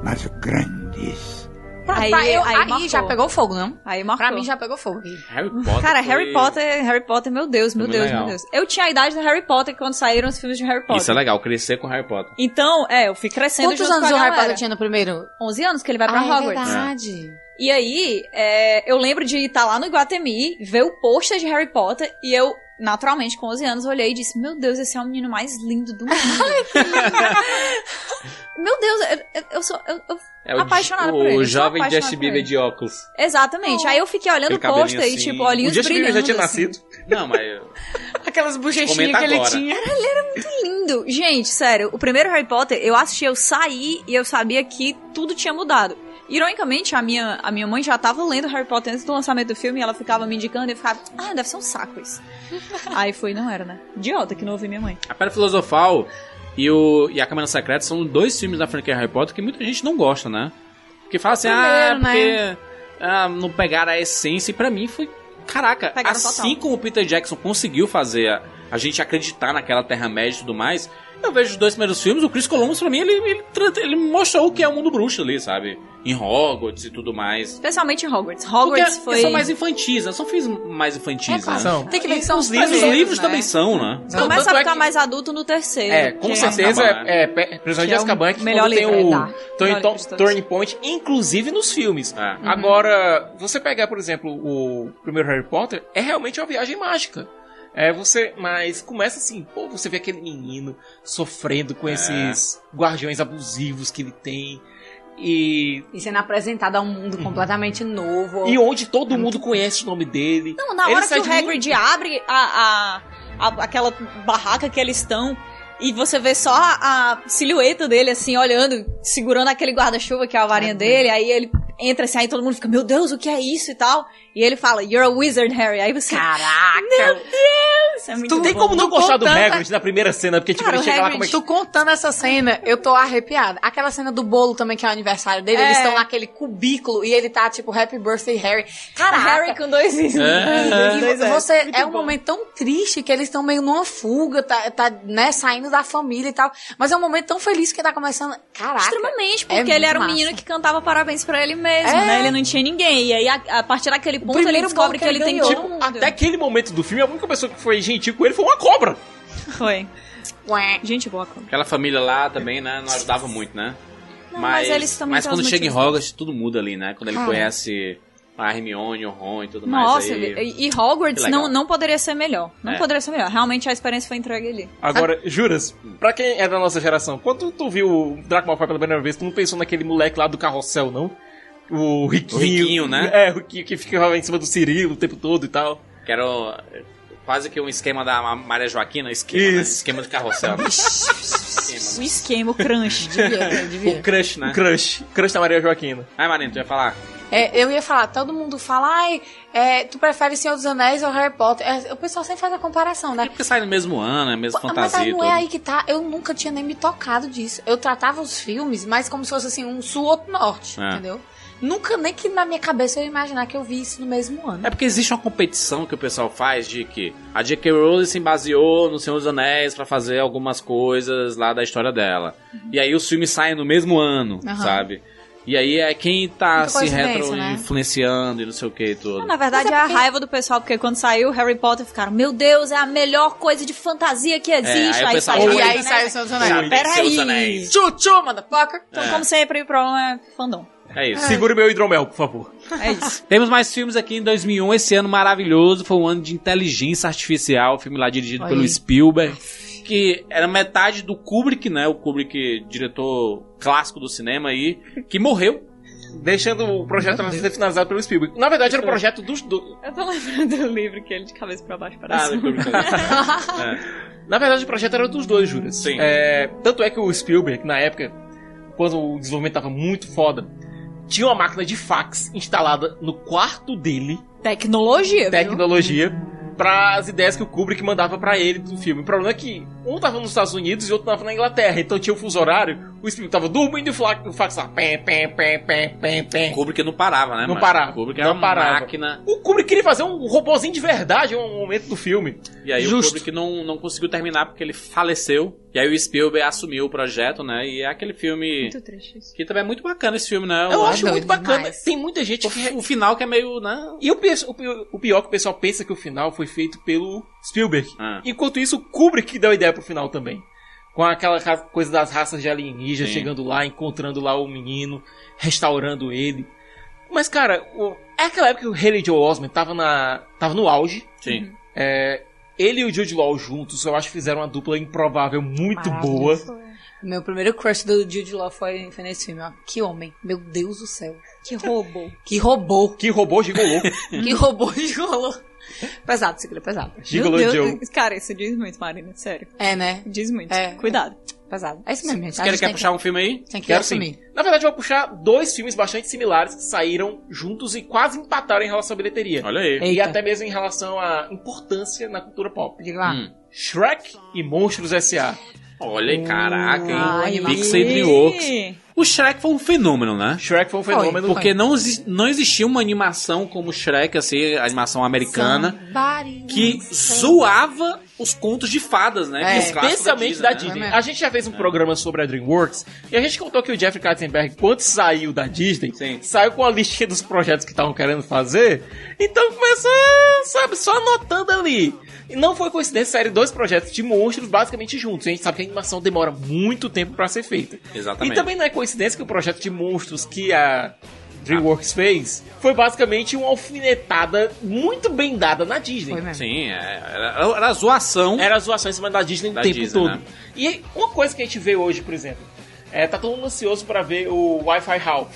Speaker 17: mas grandes.
Speaker 6: Pra-
Speaker 5: Aí-
Speaker 6: pra- eu-
Speaker 5: aí
Speaker 6: aí
Speaker 5: marcou.
Speaker 6: já pegou fogo, não?
Speaker 5: Aí marcou.
Speaker 6: Pra mim já pegou fogo.
Speaker 2: Harry Potter.
Speaker 5: Cara, Harry
Speaker 2: foi-
Speaker 5: Potter, Harry Potter, meu Deus, meu
Speaker 2: Foi
Speaker 5: Deus,
Speaker 2: legal.
Speaker 5: meu Deus. Eu tinha a idade do Harry Potter quando saíram os filmes de Harry Potter.
Speaker 2: Isso é legal, crescer com Harry Potter.
Speaker 5: Então, é, eu fui crescendo
Speaker 6: Quantos
Speaker 5: junto
Speaker 6: anos
Speaker 5: com
Speaker 6: o
Speaker 5: a
Speaker 6: Harry
Speaker 5: galera.
Speaker 6: Potter tinha no primeiro?
Speaker 5: 11 anos que ele vai pra
Speaker 6: Ah, é
Speaker 5: Hogwarts.
Speaker 6: verdade.
Speaker 5: E aí, é, eu lembro de estar lá no Iguatemi, ver o pôster de Harry Potter, e eu, naturalmente, com 11 anos, olhei e disse, meu Deus, esse é o menino mais lindo do mundo. meu Deus, eu, eu- eu sou eu- eu-
Speaker 2: É o,
Speaker 5: apaixonada
Speaker 2: o,
Speaker 5: por ele.
Speaker 2: o
Speaker 5: eu sou
Speaker 2: jovem
Speaker 5: apaixonada
Speaker 2: Justin
Speaker 5: por
Speaker 2: Bieber
Speaker 5: ele.
Speaker 2: de óculos.
Speaker 5: Exatamente. Aí eu fiquei olhando o
Speaker 2: Aquele cabelinho
Speaker 5: pôster e,
Speaker 2: assim.
Speaker 5: tipo, olhinhos
Speaker 2: O Justin Bieber
Speaker 5: brilhando.
Speaker 2: já tinha
Speaker 5: assim.
Speaker 2: nascido. Não, mas... eu-
Speaker 6: Aquelas
Speaker 2: Comenta agora.
Speaker 5: Cara, ele era muito lindo. Gente, sério, o primeiro Harry Potter, eu assisti, eu saí e eu sabia que tudo tinha mudado. Ironicamente, a minha, a minha mãe já tava lendo Harry Potter antes do lançamento do filme e ela ficava me indicando e eu ficava, ah, deve ser um saco isso. Aí foi, não era, né? Idiota que não ouvi minha mãe.
Speaker 2: A Pedra Filosofal e, o, e a Câmara Secreta são dois filmes da franquia Harry Potter que muita gente não gosta, né? Porque fala assim, ah, é
Speaker 6: Primeiro, né?
Speaker 2: porque ah, não pegaram a essência. E pra mim foi, caraca,
Speaker 6: Pegaram
Speaker 2: assim
Speaker 6: total.
Speaker 2: como o Peter Jackson conseguiu fazer a, a gente acreditar naquela Terra-média e tudo mais, eu vejo os dois primeiros filmes, o Chris Columbus pra mim, ele, ele, tra- ele mostrou o que é o mundo bruxo ali, sabe? Em Hogwarts e tudo mais.
Speaker 5: Especialmente em Hogwarts. Hogwarts
Speaker 2: Porque
Speaker 5: foi.
Speaker 2: são mais infantis, né? são filmes mais infantis, né?
Speaker 5: Tem que ver que são os
Speaker 2: Mas os livros também são, né?
Speaker 5: Começa a
Speaker 4: Tanto é
Speaker 5: ficar
Speaker 4: que-
Speaker 5: mais adulto no terceiro.
Speaker 4: É, com
Speaker 5: que-
Speaker 4: certeza
Speaker 2: Azkaban.
Speaker 4: é, é Pe- Prisioneiro
Speaker 5: Que é
Speaker 4: de
Speaker 5: o
Speaker 4: Azkaban que
Speaker 5: melhor
Speaker 4: quando tem
Speaker 5: livro,
Speaker 4: o
Speaker 5: é, tá.
Speaker 4: turning,
Speaker 5: Melhor livro de todos.
Speaker 4: turning Point, inclusive nos filmes.
Speaker 2: Uhum.
Speaker 4: Agora, você pegar, por exemplo, o primeiro Harry Potter, é realmente uma viagem mágica. É, você, mas começa assim, pô, você vê aquele menino sofrendo com
Speaker 6: É.
Speaker 4: esses guardiões abusivos que ele tem. E,
Speaker 6: E sendo apresentado a um mundo completamente novo.
Speaker 4: e onde todo mundo conhece o nome dele.
Speaker 5: Não, na
Speaker 4: Ele
Speaker 5: hora que
Speaker 4: sai
Speaker 5: o
Speaker 4: de
Speaker 5: Hagrid abre a, a- a- aquela barraca que eles estão e você vê só a, a silhueta dele, assim, olhando, segurando aquele guarda-chuva que é a varinha dele, aí ele entra assim, aí todo mundo fica, meu Deus, o que é isso e tal. E ele fala, you're a wizard, Harry. Aí você...
Speaker 6: Caraca!
Speaker 5: Meu Deus! É muito
Speaker 4: Não tem
Speaker 5: bom.
Speaker 4: como não
Speaker 6: Tu
Speaker 4: gostar do
Speaker 6: contando-
Speaker 4: Hagrid na primeira cena, porque tipo,
Speaker 6: Cara, o
Speaker 4: ele chega lá como é
Speaker 6: Hagrid,
Speaker 4: que
Speaker 6: tu contando essa cena, eu tô arrepiada. Aquela cena do bolo também, que é o aniversário dele,
Speaker 5: É.
Speaker 6: eles estão naquele cubículo e ele tá tipo Happy Birthday Harry. Caraca!
Speaker 5: Harry com dois is.
Speaker 6: E
Speaker 5: Dois is.
Speaker 6: você
Speaker 5: Muito
Speaker 6: é um
Speaker 5: bom.
Speaker 6: momento tão triste que eles estão meio numa fuga, tá, tá, né, saindo da família e tal. Mas é um momento tão feliz que tá começando. Caraca.
Speaker 5: Extremamente,
Speaker 6: é
Speaker 5: porque ele
Speaker 6: muito
Speaker 5: era um
Speaker 6: massa.
Speaker 5: menino que cantava parabéns pra ele mesmo,
Speaker 6: É.
Speaker 5: né? Ele não tinha ninguém. E aí, a, a partir daquele ponto, ele
Speaker 6: primeiro
Speaker 5: descobre
Speaker 6: bolo
Speaker 5: que,
Speaker 6: que
Speaker 5: ele,
Speaker 6: ele
Speaker 5: tem
Speaker 6: ganhou.
Speaker 5: tipo...
Speaker 4: Até aquele momento do filme, a única pessoa que foi gentil com ele foi uma cobra.
Speaker 5: Foi.
Speaker 6: Ué.
Speaker 5: Gente boa, como.
Speaker 2: Aquela família lá também, né? Não ajudava muito, né?
Speaker 5: Não, mas eles também
Speaker 2: mas
Speaker 5: têm
Speaker 2: quando
Speaker 5: os
Speaker 2: chega em
Speaker 5: motivos deles.
Speaker 2: Hogwarts, tudo muda ali, né? Quando ele
Speaker 5: Cara.
Speaker 2: conhece a Hermione, o Ron e tudo mais.
Speaker 5: Nossa,
Speaker 2: Aí...
Speaker 5: e e
Speaker 2: Que
Speaker 5: Hogwarts
Speaker 2: legal.
Speaker 5: não, não poderia ser melhor. Não
Speaker 4: É.
Speaker 5: poderia ser melhor. Realmente a experiência foi entregue ali.
Speaker 4: Agora,
Speaker 2: Ah.
Speaker 4: juras, pra quem é da nossa geração, quando tu viu o Draco Malfoy pela primeira vez, tu não pensou naquele moleque lá do carrossel, não? O riquinho.
Speaker 2: riquinho, né?
Speaker 4: É, o riquinho que ficava em cima do Cirilo o tempo todo e tal.
Speaker 2: Que era o- quase que um esquema da Maria Joaquina, esquema, né? esquema de carrossel.
Speaker 5: O Um esquema, o crunch.
Speaker 6: Devia, devia.
Speaker 2: o crush, né?
Speaker 4: O crush. Crush da Maria Joaquina.
Speaker 2: Ai, Marina, tu ia falar?
Speaker 6: É, eu ia falar, todo mundo fala, ai, é, tu prefere Senhor dos Anéis ou Harry Potter? É, o pessoal sempre faz a comparação, né?
Speaker 2: Porque sai no mesmo ano, é a mesma
Speaker 6: Mas
Speaker 2: fantasia.
Speaker 6: aí
Speaker 2: e
Speaker 6: não
Speaker 2: tudo.
Speaker 6: é aí que tá. Eu nunca tinha nem me tocado disso. Eu tratava os filmes mais como se fosse assim um sul outro norte,
Speaker 2: É.
Speaker 6: entendeu? Nunca, nem que na minha cabeça eu ia imaginar que eu vi isso no mesmo ano.
Speaker 2: É porque existe uma competição que o pessoal faz de que a J.K. Rowling se baseou no Senhor dos Anéis pra fazer algumas coisas lá da história dela. E aí os filmes saem no mesmo ano,
Speaker 5: Uhum. Aham.
Speaker 2: sabe? E aí é quem tá
Speaker 5: Muita
Speaker 2: se
Speaker 5: coincidência, né?
Speaker 2: retro-influenciando e não sei o que e tudo.
Speaker 5: Na verdade, é, a raiva do pessoal, porque quando saiu Harry Potter, ficaram, meu Deus, é a melhor coisa de fantasia que existe.
Speaker 2: É, aí o pessoal
Speaker 5: saiu
Speaker 2: já-
Speaker 5: o
Speaker 2: E aí
Speaker 5: Senhor dos
Speaker 6: saiu
Speaker 5: Anéis.
Speaker 6: o Senhor dos
Speaker 2: Anéis.
Speaker 5: Ah, Peraí.
Speaker 2: Senhor dos Anéis.
Speaker 6: Chuchu, motherfucker.
Speaker 5: Então,
Speaker 2: É.
Speaker 5: como sempre, o problema é fandom.
Speaker 2: É isso.
Speaker 5: Segura
Speaker 2: o meu hidromel, por favor.
Speaker 5: É isso.
Speaker 2: Temos mais filmes aqui em 2001. Esse ano maravilhoso foi um ano de inteligência artificial. Filme lá dirigido
Speaker 19: Olha
Speaker 2: pelo
Speaker 19: aí.
Speaker 2: Spielberg. Que era metade do Kubrick, né? O Kubrick, diretor clássico do cinema aí, que morreu.
Speaker 4: Deixando o projeto pra ser finalizado pelo Spielberg. Na verdade, era o projeto dos. Do...
Speaker 5: Eu tô lembrando do livro que ele de cabeça pra baixo
Speaker 4: Ah,
Speaker 5: parece. um
Speaker 4: do Kubrick.
Speaker 2: né?
Speaker 4: Na verdade, o projeto era dos dois, Júlia. Sim. tanto é que o Spielberg, na época, quando o desenvolvimento tava muito foda, tinha uma máquina de fax instalada no quarto dele.
Speaker 5: Tecnologia.
Speaker 4: Tecnologia. Para as ideias que o Kubrick mandava pra ele do filme. O problema é que um tava nos Estados Unidos e outro tava na Inglaterra. Então tinha o fuso horário, o Spielberg tava dormindo e o fla- o fax lá. Pem, pem, pem, pem, pem, pem.
Speaker 2: Kubrick não parava, né?
Speaker 4: Não
Speaker 2: mano?
Speaker 4: parava.
Speaker 2: Kubrick
Speaker 4: não
Speaker 2: era uma
Speaker 4: parava.
Speaker 2: máquina.
Speaker 4: O Kubrick queria fazer um robozinho de verdade em um momento do filme.
Speaker 2: E aí
Speaker 4: Justo.
Speaker 2: o Kubrick não, não conseguiu terminar porque ele faleceu. E aí o Spielberg assumiu o projeto, né? E é aquele filme.
Speaker 4: Muito
Speaker 5: triste isso.
Speaker 2: Que também é muito bacana esse filme, né?
Speaker 4: Eu acho muito bacana. Tem muita gente que.
Speaker 2: O final que é meio. Né?
Speaker 4: E o, pe- o pi- o pior é que o pessoal pensa que o final foi feito pelo Spielberg. Enquanto isso, o Kubrick que deu a ideia pro final também. Com aquela ca- coisa das raças de alienígenas
Speaker 2: Sim.
Speaker 4: chegando lá, encontrando lá o menino, restaurando ele. Mas, cara, o- é aquela época que o Haley Joel Osment tava, na... tava no auge.
Speaker 2: Sim.
Speaker 4: É, Ele e o Jude Law juntos, eu acho que fizeram uma dupla improvável muito boa.
Speaker 6: Meu primeiro crush do Jude Law foi, foi nesse filme, ó. Que homem. Meu Deus do céu.
Speaker 5: Que robô.
Speaker 6: Que robô.
Speaker 4: Que robô gigolô.
Speaker 6: que robô gigolô. Pesado, isso aqui é pesado.
Speaker 4: Gigolô
Speaker 5: Meu
Speaker 4: Joe.
Speaker 5: Deus, Cara, isso diz muito, Marina, sério.
Speaker 6: É, né?
Speaker 5: Diz muito.
Speaker 6: É.
Speaker 5: Cuidado.
Speaker 6: Pesado. É isso mesmo, gente.
Speaker 4: Você
Speaker 6: A
Speaker 4: quer-
Speaker 6: gente
Speaker 4: quer
Speaker 6: tem
Speaker 4: puxar
Speaker 2: um filme aí?
Speaker 6: Tem que
Speaker 4: Quero
Speaker 6: assumir.
Speaker 4: sim. Na verdade, eu vou puxar dois filmes bastante similares que saíram juntos e quase empataram em relação à bilheteria.
Speaker 2: Olha aí.
Speaker 4: E
Speaker 2: Eita.
Speaker 4: até mesmo em relação à importância na cultura pop.
Speaker 6: Diga
Speaker 2: lá. Hum.
Speaker 4: Shrek e Monstros S.A.
Speaker 2: Olha aí, caraca,
Speaker 4: Ai,
Speaker 2: hein?
Speaker 4: lá.
Speaker 2: Pixar e Dreamworks. O Shrek foi um fenômeno, né?
Speaker 4: Shrek foi um fenômeno.
Speaker 2: Porque
Speaker 4: Foi.
Speaker 2: Não, exi- não existia uma animação como Shrek, assim, animação americana, que zoava os contos de fadas, né?
Speaker 5: É,
Speaker 2: Que os clássicos
Speaker 4: É, especialmente da Disney.
Speaker 2: né?
Speaker 4: A gente já fez um programa sobre a DreamWorks e a gente contou que o Jeffrey Katzenberg, quando saiu da Disney, saiu com a listinha dos projetos que estavam querendo fazer. Então começou, sabe, só anotando ali. E não foi coincidência saírem dois projetos de monstros basicamente juntos. A gente sabe que a animação demora muito tempo pra ser feita.
Speaker 2: Exatamente.
Speaker 4: E também não é coincidência que o projeto de monstros que a DreamWorks fez foi basicamente uma alfinetada muito bem dada na Disney.
Speaker 2: Sim, é, era, era zoação.
Speaker 5: É.
Speaker 4: Era zoação em cima da Disney o
Speaker 2: Um? Da
Speaker 4: tempo
Speaker 2: Disney,
Speaker 4: todo.
Speaker 2: né?
Speaker 4: E uma coisa que a gente vê hoje, por exemplo, é, tá todo mundo ansioso pra ver o Wi-Fi Hall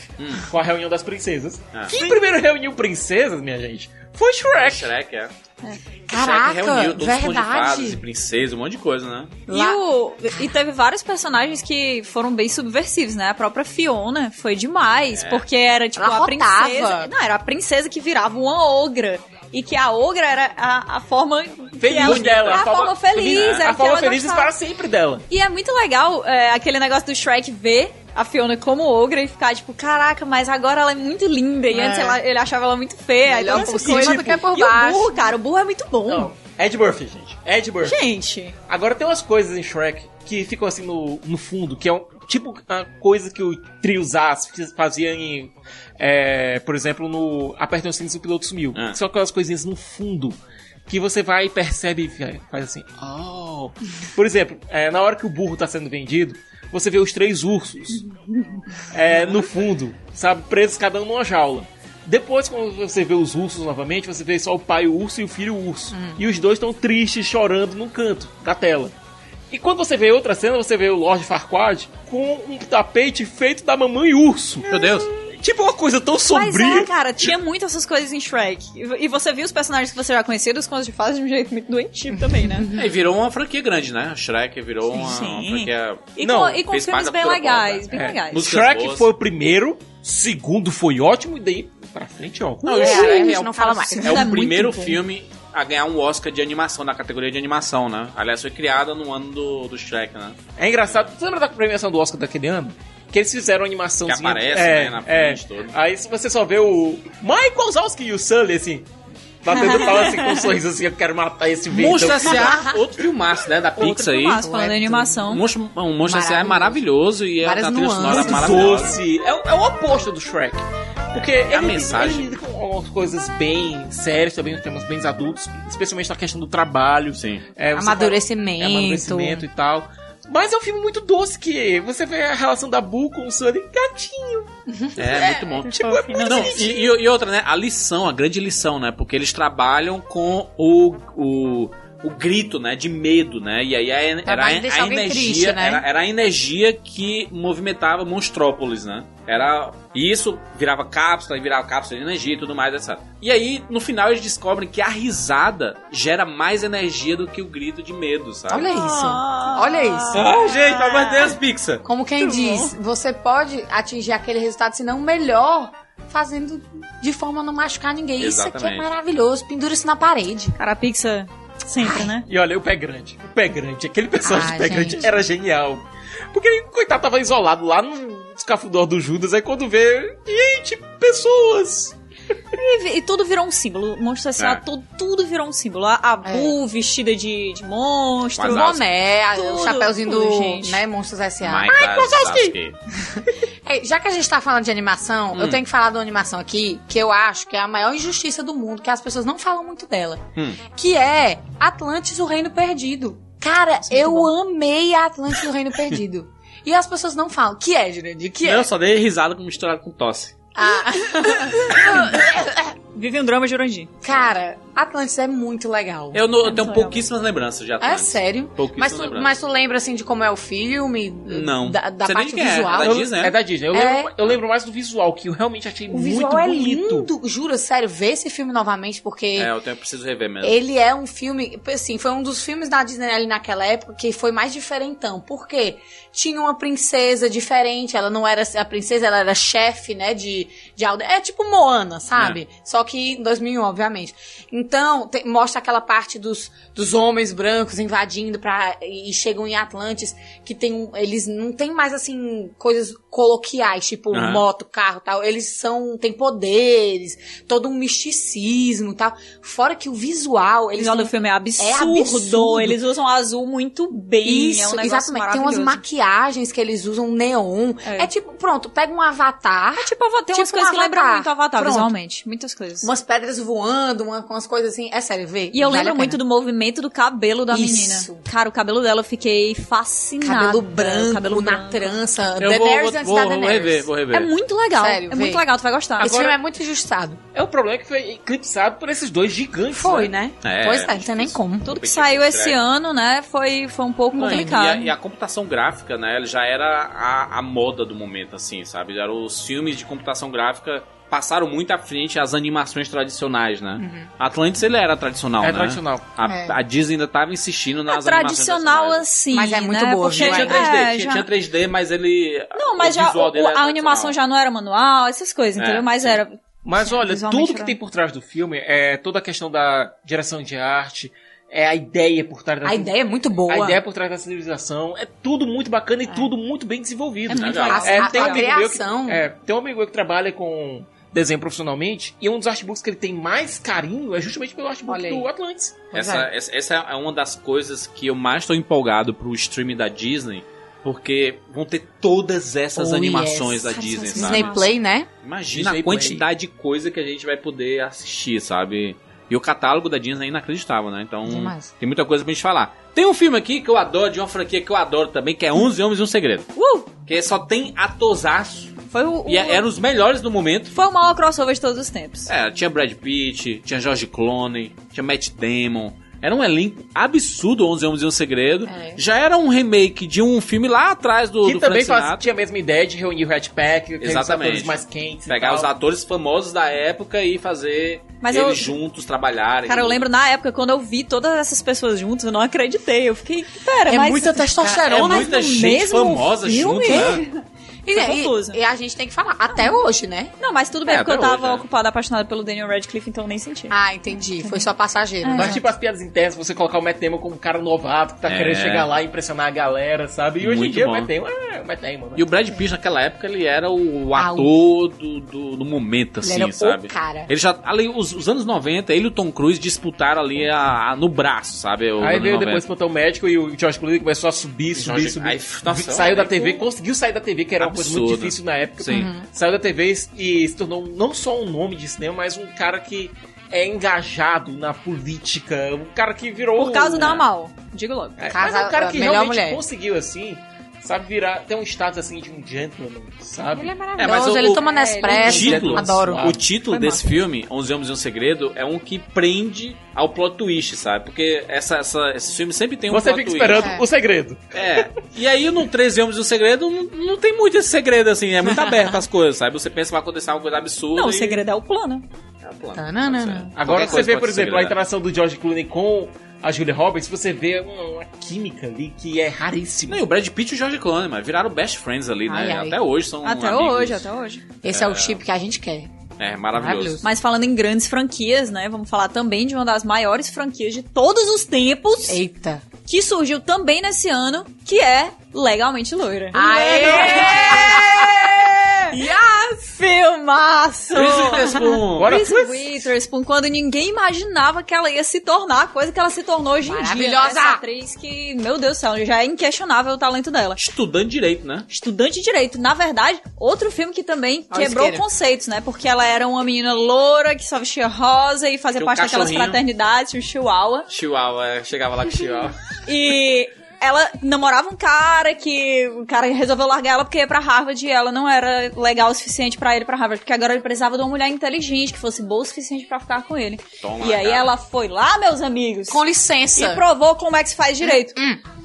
Speaker 4: com a reunião das princesas.
Speaker 2: Hum. Ah.
Speaker 4: Quem primeiro reuniu princesas, minha gente, foi Shrek.
Speaker 2: Shrek, é.
Speaker 5: Caraca,
Speaker 2: Shrek reuniu todos os contos de
Speaker 5: verdade.
Speaker 2: fadas e princesas, um monte de coisa, né?
Speaker 5: E, o- e teve vários personagens que foram bem subversivos, né? A própria Fiona foi demais,
Speaker 2: É.
Speaker 5: porque era tipo
Speaker 6: Ela
Speaker 5: a
Speaker 6: rotava.
Speaker 5: princesa. Não, era a princesa que virava uma ogra. E que a ogra era a, a forma que
Speaker 4: Feliz
Speaker 5: ela-
Speaker 4: dela.
Speaker 5: A, forma, feliz, era
Speaker 4: A
Speaker 5: o que ela
Speaker 4: forma feliz
Speaker 5: gostava.
Speaker 4: para sempre dela.
Speaker 5: E é muito legal é, aquele negócio do Shrek ver a Fiona como ogra e ficar tipo, caraca, mas agora ela é muito linda. E
Speaker 4: É.
Speaker 5: antes ela- ele achava ela muito feia. Então, assim, aí
Speaker 4: Melhor
Speaker 5: toda essa
Speaker 4: por cima
Speaker 5: coisa.
Speaker 4: do que por
Speaker 5: e o
Speaker 4: baixo.
Speaker 5: burro, cara, o burro é muito
Speaker 2: Hum.
Speaker 5: bom.
Speaker 4: Não, Ed Murphy, gente. Ed Murphy.
Speaker 5: Gente.
Speaker 4: Agora tem umas coisas em Shrek que ficam assim no, no fundo, que é um tipo a coisa que o trio Zaz fazia em. é, por exemplo, no Apertem os Cintos e o Piloto Sumiu. Que São aquelas coisinhas no fundo que você vai e percebe e fica- faz assim. Oh. Por exemplo, é, na hora que o burro tá sendo vendido, você vê os três ursos é, no fundo, sabe? Presos cada um numa jaula. Depois, quando você vê os ursos novamente, você vê só o pai o urso e o filho o urso. E os dois estão tristes, chorando num canto da tela. E quando você vê outra cena, você vê o Lord Farquaad com um tapete feito da mamãe urso.
Speaker 2: Meu Deus.
Speaker 4: Tipo uma coisa tão
Speaker 5: Mas
Speaker 4: sombria.
Speaker 5: é, cara, tinha muito essas coisas em Shrek. E- E você viu os personagens que você já conhecia dos contos de fadas de um jeito muito doentio também, né?
Speaker 2: E virou uma franquia grande, né? Shrek virou uma, uma franquia.
Speaker 5: E com- e com
Speaker 2: fez parte
Speaker 5: filmes
Speaker 2: da
Speaker 5: bem
Speaker 2: cultura pop,
Speaker 5: legais,
Speaker 2: né?
Speaker 5: bem
Speaker 2: É.
Speaker 5: legais.
Speaker 2: Músicas
Speaker 4: Shrek
Speaker 2: boas.
Speaker 4: foi o primeiro, segundo foi ótimo, e daí pra frente, ó.
Speaker 2: Não, o Shrek é o, é o
Speaker 4: muito
Speaker 2: primeiro
Speaker 4: bom.
Speaker 2: filme a ganhar um Oscar de animação, na categoria de animação, né? Aliás, foi criada no ano do, do Shrek, né?
Speaker 4: É engraçado. Você lembra da premiação do Oscar daquele ano? Que eles fizeram a animaçãozinha.
Speaker 2: Que aparece,
Speaker 4: é,
Speaker 2: né, na
Speaker 4: é.
Speaker 2: frente toda.
Speaker 4: Aí se você só vê o Michael Zalski e o Sully, assim, batendo palma assim, com um sorriso assim, eu quero matar esse vídeo.
Speaker 2: Monstro S.A., outro filmaço, né, da
Speaker 5: então, Outro
Speaker 2: Pixar aí.
Speaker 5: filmaço, falando em animação.
Speaker 2: Um Monstro, um Monstro S.A. é maravilhoso e é uma
Speaker 5: Várias
Speaker 2: trilha sonora
Speaker 5: nuances.
Speaker 2: maravilhosa.
Speaker 4: Doce. É, o- é o oposto do Shrek. Porque ele,
Speaker 2: É a mensagem.
Speaker 4: ele lida com algumas coisas bem sérias, também com temas bem adultos, especialmente na questão do trabalho.
Speaker 2: Sim.
Speaker 4: É, você
Speaker 6: Amadurecimento.
Speaker 4: fala- é, amadurecimento e tal. Mas é um filme muito doce que você vê a relação da Boo com o Sully gatinho.
Speaker 2: É, muito bom.
Speaker 4: Tipo, é muito
Speaker 2: Não,
Speaker 4: bonitinho.
Speaker 2: e, e- e outra, né? A lição, a grande lição, né? Porque eles trabalham com o, o, o grito, né? De medo, né? E aí a, en- era a,
Speaker 6: Trabalho em deixar
Speaker 2: a
Speaker 6: alguém
Speaker 2: energia,
Speaker 6: triste, né?
Speaker 2: era, era a energia que movimentava Monstrópolis, né? Era e isso virava cápsula, e virava cápsula de energia e tudo mais, etc. E aí no final eles descobrem que a risada gera mais energia do que o grito de medo, sabe?
Speaker 6: Olha isso. Olha isso.
Speaker 2: Ah, gente, pelo amor de Deus, Pixar.
Speaker 6: Como quem
Speaker 2: Muito
Speaker 6: diz, você pode atingir aquele resultado, se não melhor, fazendo de forma a não machucar ninguém. Isso aqui é
Speaker 4: Exatamente.
Speaker 6: maravilhoso. Pendura isso na parede.
Speaker 5: Cara, a Pixar sempre, né?
Speaker 4: E olha, o pé grande. O pé grande. Aquele personagem
Speaker 6: Ah,
Speaker 4: do pé
Speaker 6: gente.
Speaker 4: grande era genial. Porque ele, coitado, tava isolado lá no escafudor do Judas. Aí quando vê. Gente, pessoas!
Speaker 5: E, e tudo virou um símbolo. O Monstro S.A.
Speaker 4: É.
Speaker 5: Tudo, tudo virou um símbolo. A, a
Speaker 6: É.
Speaker 5: Boo vestida de, de monstro.
Speaker 6: O boné, Né, a- o
Speaker 5: Tudo,
Speaker 6: chapéuzinho
Speaker 5: tudo,
Speaker 6: do
Speaker 5: gente.
Speaker 6: né, Monstros S.A.
Speaker 2: Kozlowski!
Speaker 6: É, já que a gente tá falando de animação,
Speaker 2: Hum.
Speaker 6: eu tenho que falar de uma animação aqui que eu acho que é a maior injustiça do mundo, que as pessoas não falam muito dela.
Speaker 2: Hum.
Speaker 6: Que é Atlantis, o Reino Perdido. Cara, eu amei a Atlantis, o Reino Perdido. E as pessoas não falam. Que é, Jurandir? Que é?
Speaker 2: Eu só dei risada com misturado com tosse. Ah,
Speaker 5: Vive um drama Jurandir.
Speaker 6: Cara, Atlantis é muito legal.
Speaker 2: Eu, não- eu tenho pouquíssimas lembranças já. tá?
Speaker 6: É sério?
Speaker 2: Pouquíssimas
Speaker 6: Mas tu,
Speaker 2: lembranças.
Speaker 6: mas tu lembra, assim, de como é o filme?
Speaker 2: Não.
Speaker 6: Da, da
Speaker 2: Sei nem de
Speaker 6: parte
Speaker 2: quem é,
Speaker 6: visual?
Speaker 2: é da Disney, né?
Speaker 4: É da Disney. Eu,
Speaker 6: É.
Speaker 4: Lembro, eu lembro mais do visual, que eu realmente achei
Speaker 6: O
Speaker 4: muito
Speaker 6: visual é
Speaker 4: bonito.
Speaker 6: lindo. Juro, sério, vê esse filme novamente, porque...
Speaker 2: É, eu tenho, eu preciso rever mesmo.
Speaker 6: Ele é um filme, assim, foi um dos filmes da Disney ali naquela época que foi mais diferentão. Por quê? Tinha uma princesa diferente, ela não era a princesa, ela era chefe, né, de, de aldeia. É tipo Moana, sabe?
Speaker 2: É.
Speaker 6: Só que em 2001, obviamente. Então, te- mostra aquela parte dos, dos homens brancos invadindo pra, e e chegam em Atlantis, que tem um, eles não tem mais, assim, coisas coloquiais, tipo
Speaker 19: Aham.
Speaker 6: moto moto, carro e tal, eles são, tem poderes, todo um misticismo e tal. Fora que o visual, eles
Speaker 5: Eles olham o
Speaker 6: são-
Speaker 5: filme é absurdo. Eles usam azul muito bem. é um
Speaker 6: Isso,
Speaker 5: negócio
Speaker 6: exatamente. Tem umas
Speaker 5: maravilhoso.
Speaker 6: maquiagens que eles usam neon. É, tipo, pronto, pega um avatar. É
Speaker 5: tipo, tem umas coisas que lembram muito Avatar visualmente. Muitas coisas.
Speaker 6: Umas pedras voando, uma- umas coisas assim. É sério, vê.
Speaker 5: E eu
Speaker 6: vale a
Speaker 5: lembro muito
Speaker 6: pena.
Speaker 5: do movimento do cabelo da
Speaker 6: Isso.
Speaker 5: menina. Cara, o cabelo dela eu fiquei fascinada.
Speaker 6: Cabelo branco,
Speaker 5: cabelo
Speaker 6: na trança.
Speaker 5: Eu
Speaker 6: The
Speaker 5: vou-
Speaker 6: Bears
Speaker 5: vou-
Speaker 6: antes
Speaker 5: vou-
Speaker 6: da
Speaker 5: vou
Speaker 6: Daenerys.
Speaker 2: rever, vou rever.
Speaker 5: É muito legal.
Speaker 6: Sério,
Speaker 5: é
Speaker 6: vê.
Speaker 5: muito legal, tu vai gostar.
Speaker 6: Esse filme é muito injustiçado.
Speaker 4: É, o problema é que foi eclipsado por esses dois gigantes.
Speaker 6: Foi,
Speaker 4: né?
Speaker 2: É.
Speaker 6: pois é, não tem nem como.
Speaker 5: Tudo que
Speaker 2: Bem
Speaker 5: saiu
Speaker 2: difícil,
Speaker 5: esse
Speaker 2: né?
Speaker 5: ano, né, foi, foi um pouco
Speaker 2: Não, e-
Speaker 5: complicado.
Speaker 2: E, a, e a computação gráfica, né? ela Já era a, a moda do momento, assim, sabe? Eram os filmes de computação gráfica passaram muito à frente as animações tradicionais, né? Atlantis ele era tradicional,
Speaker 4: É
Speaker 2: né?
Speaker 4: tradicional.
Speaker 2: A,
Speaker 5: É.
Speaker 2: a Disney ainda tava insistindo nas
Speaker 5: Tradicional
Speaker 2: animações
Speaker 5: assim,
Speaker 6: Mas é muito
Speaker 5: né,
Speaker 6: boa,
Speaker 5: porque-
Speaker 2: tradicionais. Tinha, tinha 3D,
Speaker 5: é,
Speaker 2: tinha,
Speaker 5: já-
Speaker 2: tinha 3D, mas ele
Speaker 5: Não, mas
Speaker 2: o
Speaker 5: já
Speaker 2: visual
Speaker 5: o-
Speaker 2: dele era
Speaker 5: a animação já não era manual, essas coisas,
Speaker 4: É,
Speaker 5: entendeu? Mas era
Speaker 4: Mas olha,
Speaker 5: Visualmente
Speaker 4: tudo que
Speaker 5: era-
Speaker 4: tem por trás do filme é toda a questão da direção de arte, é a ideia por trás da
Speaker 6: A ideia é muito boa.
Speaker 4: A ideia por trás da civilização é tudo muito bacana e tudo muito bem desenvolvido.
Speaker 6: É muito
Speaker 4: Legal.
Speaker 6: legal. A- a
Speaker 4: um amigo meu que-
Speaker 6: criação.
Speaker 4: é, tem um amigo meu que trabalha com desenho profissionalmente e um dos artbooks que ele tem mais carinho é justamente pelo artbook do Atlantis.
Speaker 2: Essa, essa, essa é uma das coisas que eu mais estou empolgado pro stream da Disney, porque vão ter todas essas
Speaker 6: Oh,
Speaker 2: animações
Speaker 6: yes.
Speaker 2: da
Speaker 6: Cara,
Speaker 2: Disney,
Speaker 6: essas
Speaker 2: sabe?
Speaker 6: Disney Play, né?
Speaker 2: Imagina
Speaker 6: Disney
Speaker 2: a quantidade de coisa que a gente vai poder assistir, sabe? E o catálogo da Disney é inacreditável, né? Então,
Speaker 6: Demais.
Speaker 2: tem muita coisa pra gente falar. Tem um filme aqui que eu adoro, de uma franquia que eu adoro também, que é 11 Homens e um Segredo.
Speaker 5: Uh!
Speaker 2: Que só tem atorzaço.
Speaker 5: Foi o,
Speaker 2: E
Speaker 6: Uh!
Speaker 2: é- eram os melhores do momento.
Speaker 5: foi o maior crossover de todos os tempos.
Speaker 2: É, tinha Brad Pitt, tinha George Clooney, tinha Matt Damon. Era um elenco absurdo, 11 Homens e um Segredo. Já era um remake de um filme lá atrás do,
Speaker 4: que
Speaker 2: do
Speaker 4: também
Speaker 2: Frank
Speaker 4: faz-
Speaker 2: Sinatra.
Speaker 4: tinha a mesma ideia de reunir o Red Pack, que eram os
Speaker 2: Exatamente.
Speaker 4: atores mais quentes. e
Speaker 2: Pegar
Speaker 4: tal.
Speaker 2: os atores famosos da época e fazer
Speaker 5: Mas
Speaker 2: eles
Speaker 5: eu-
Speaker 2: juntos trabalharem.
Speaker 5: Cara, eu lembro na época, quando eu vi todas essas pessoas juntas, eu não acreditei. Eu fiquei, pera,
Speaker 6: É
Speaker 5: mas...
Speaker 6: muita testosterona né?
Speaker 5: Cara,
Speaker 2: muita
Speaker 5: no
Speaker 2: gente
Speaker 5: mesmo
Speaker 2: famosa
Speaker 5: filme?
Speaker 2: junto, né?
Speaker 6: E,
Speaker 5: Fica
Speaker 6: e-
Speaker 5: confusa.
Speaker 6: e a gente tem que falar, até hoje, né?
Speaker 5: Não, mas tudo bem,
Speaker 6: É,
Speaker 5: porque eu
Speaker 6: até
Speaker 5: tava
Speaker 6: hoje, né?
Speaker 5: ocupada, apaixonada pelo Daniel Radcliffe, então eu nem senti.
Speaker 6: Ah, entendi. Foi só passageiro. né?
Speaker 4: Mas, tipo, as piadas internas, você colocar o Matt Damon como um cara novato que tá
Speaker 2: É.
Speaker 4: querendo chegar lá e impressionar a galera, sabe? E hoje em
Speaker 2: Muito
Speaker 4: dia
Speaker 2: bom.
Speaker 4: o Matt Damon é o Matt Damon, né?
Speaker 2: E o Brad Pitt naquela época ele era o ator do, do, do momento,
Speaker 4: Ele
Speaker 2: assim,
Speaker 4: era o
Speaker 2: sabe?
Speaker 4: cara.
Speaker 2: Ele já. Ali, os, os anos 90, ele e o Tom Cruise disputaram ali a, a- no braço, sabe? Os
Speaker 4: Aí
Speaker 2: anos
Speaker 4: veio
Speaker 2: 90.
Speaker 4: depois botar o médico e o George Clooney começou a subir, subir,
Speaker 2: George-
Speaker 4: subir.
Speaker 2: aí, nossa,
Speaker 4: saiu da
Speaker 2: aí,
Speaker 4: TV,
Speaker 2: pô.
Speaker 4: conseguiu sair da TV, que era uma coisa
Speaker 2: Absurdo.
Speaker 4: muito difícil na época.
Speaker 2: Sim. Uhum.
Speaker 4: Saiu da TV e se tornou não só um nome de cinema, mas um cara que é engajado na política, um cara que virou...
Speaker 5: Por causa
Speaker 4: um-
Speaker 5: da Mal, digo logo.
Speaker 4: É, mas é um cara que
Speaker 5: melhor
Speaker 4: realmente
Speaker 5: mulher.
Speaker 4: conseguiu, assim, sabe, virar, ter um status, assim, de um gentleman, sabe?
Speaker 6: Ele é maravilhoso, ele toma Nespresso,
Speaker 2: o título,
Speaker 6: adoro.
Speaker 2: O título desse filme, 11 Homens e um Segredo, é um que prende ao plot twist, sabe? Porque essa, essa- esse filme sempre tem um
Speaker 4: Você
Speaker 2: plot
Speaker 4: fica
Speaker 2: twist.
Speaker 4: esperando o segredo.
Speaker 2: É. E aí no 13 Homens e um Segredo não, não tem muito esse segredo, assim. É muito aberto as coisas, sabe? Você pensa que vai acontecer alguma coisa absurda.
Speaker 5: Não, o
Speaker 2: e-
Speaker 5: segredo tá, é o plano.
Speaker 2: É o plano.
Speaker 4: Agora
Speaker 2: Qualquer
Speaker 4: você vê,
Speaker 2: coisa pode
Speaker 4: por
Speaker 2: ser
Speaker 4: exemplo, a
Speaker 2: segredada.
Speaker 4: interação do George Clooney com a Julia Roberts, você vê uma, uma química ali que é raríssima.
Speaker 2: Não, e o Brad Pitt e o George Clooney, mas viraram best friends ali, né?
Speaker 5: Ai, ai.
Speaker 2: Até hoje são
Speaker 5: Até
Speaker 2: amigos.
Speaker 5: hoje, até hoje.
Speaker 6: Esse é, o chip que a gente quer.
Speaker 2: É, maravilhoso.
Speaker 5: Mas falando em grandes franquias, né? Vamos falar também de uma das maiores franquias de todos os tempos.
Speaker 6: Eita.
Speaker 5: Que surgiu também nesse ano, que é Legalmente Loira.
Speaker 6: é,
Speaker 5: Yes! Filmaço!
Speaker 2: Reese Witherspoon. Agora
Speaker 5: Reese
Speaker 2: foi-
Speaker 5: Witherspoon, quando ninguém imaginava que ela ia se tornar a coisa que ela se tornou hoje em dia.
Speaker 6: Maravilhosa!
Speaker 5: Essa atriz que, meu Deus do céu, já é inquestionável o talento dela.
Speaker 2: Estudando direito, né?
Speaker 5: Estudante de Direito, na verdade, outro filme que também
Speaker 2: Olha a
Speaker 5: quebrou
Speaker 2: isqueira.
Speaker 5: conceitos, né? Porque ela era uma menina loura que só vestia rosa e fazia
Speaker 2: Tinha um
Speaker 5: parte daquelas
Speaker 2: cachorrinho.
Speaker 5: fraternidades, o Chihuahua.
Speaker 2: Chihuahua, é, chegava lá com Chihuahua.
Speaker 5: E ela namorava um cara que o cara resolveu largar ela porque ia pra Harvard e ela não era legal o suficiente pra ele pra Harvard, porque agora ele precisava de uma mulher inteligente que fosse boa o suficiente pra ficar com ele.
Speaker 6: Toma,
Speaker 5: e aí
Speaker 6: cara.
Speaker 5: ela foi lá, meus amigos.
Speaker 6: Com licença. Hum,
Speaker 5: E provou como é que se faz direito.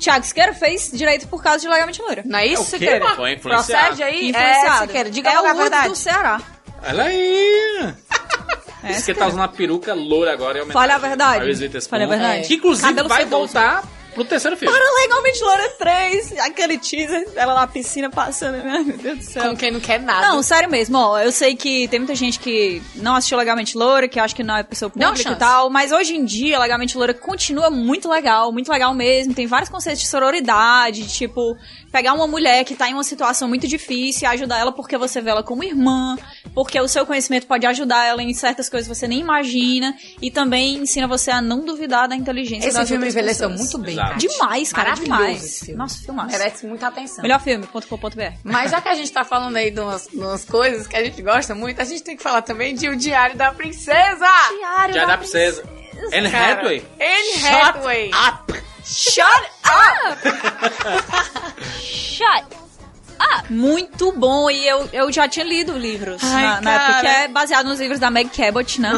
Speaker 5: Tiago Siqueira fez direito por causa de legalmente loira. Não
Speaker 6: é isso, É o quê? Siqueira? Foi influenciado. Procede aí?
Speaker 5: Influenciado.
Speaker 6: É, Siqueira, diga
Speaker 5: é
Speaker 6: logo a
Speaker 5: o Woods
Speaker 6: verdade.
Speaker 5: do Ceará.
Speaker 2: Olha aí!
Speaker 5: É,
Speaker 2: Diz que
Speaker 5: Siqueira.
Speaker 2: tá usando a peruca loura agora. é
Speaker 5: Fale a verdade.
Speaker 2: Ao Reese Witherspoon,
Speaker 5: Fale a verdade.
Speaker 2: É. Que inclusive
Speaker 5: Cabelo
Speaker 2: vai
Speaker 5: sedoso.
Speaker 2: voltar pro terceiro filme.
Speaker 5: Para Legalmente Loura 3, aquele teaser, ela na piscina passando, né? Meu Deus do céu.
Speaker 6: Com quem não quer nada.
Speaker 5: Não, sério mesmo, ó, eu sei que tem muita gente que não assistiu Legalmente Loura, que acha que não é pessoa
Speaker 6: Dá uma
Speaker 5: pública e
Speaker 6: chance.
Speaker 5: tal, mas hoje em dia Legalmente Loura continua muito legal, muito legal mesmo, tem vários conceitos de sororidade, tipo, pegar uma mulher que tá em uma situação muito difícil e ajudar ela porque você vê ela como irmã, porque o seu conhecimento pode ajudar ela em certas coisas que você nem imagina, e também ensina você a não duvidar da inteligência
Speaker 6: Esse
Speaker 5: das
Speaker 6: filme
Speaker 5: outras
Speaker 6: envelheceu
Speaker 5: pessoas.
Speaker 6: muito bem,
Speaker 5: Exato.
Speaker 6: Tati.
Speaker 5: Demais, cara,
Speaker 6: Maravilhoso
Speaker 5: demais.
Speaker 6: esse filme.
Speaker 5: Nossa, filmaço.
Speaker 6: Merece muita atenção.
Speaker 5: Melhorfilme.com.br
Speaker 6: Mas já que a gente tá falando aí de umas, de umas coisas que a gente gosta muito, a gente tem que falar também de O Diário da Princesa. Diário
Speaker 2: Já dá pra vocês. Anne
Speaker 6: cara.
Speaker 2: Hathaway.
Speaker 6: Anne
Speaker 2: Shut
Speaker 6: Hathaway.
Speaker 5: Shut up! Shut up! Muito bom, e eu, eu já tinha lido livros
Speaker 6: Ai,
Speaker 5: na, na
Speaker 6: cara.
Speaker 5: época, que é baseado nos livros da Meg Cabot, né?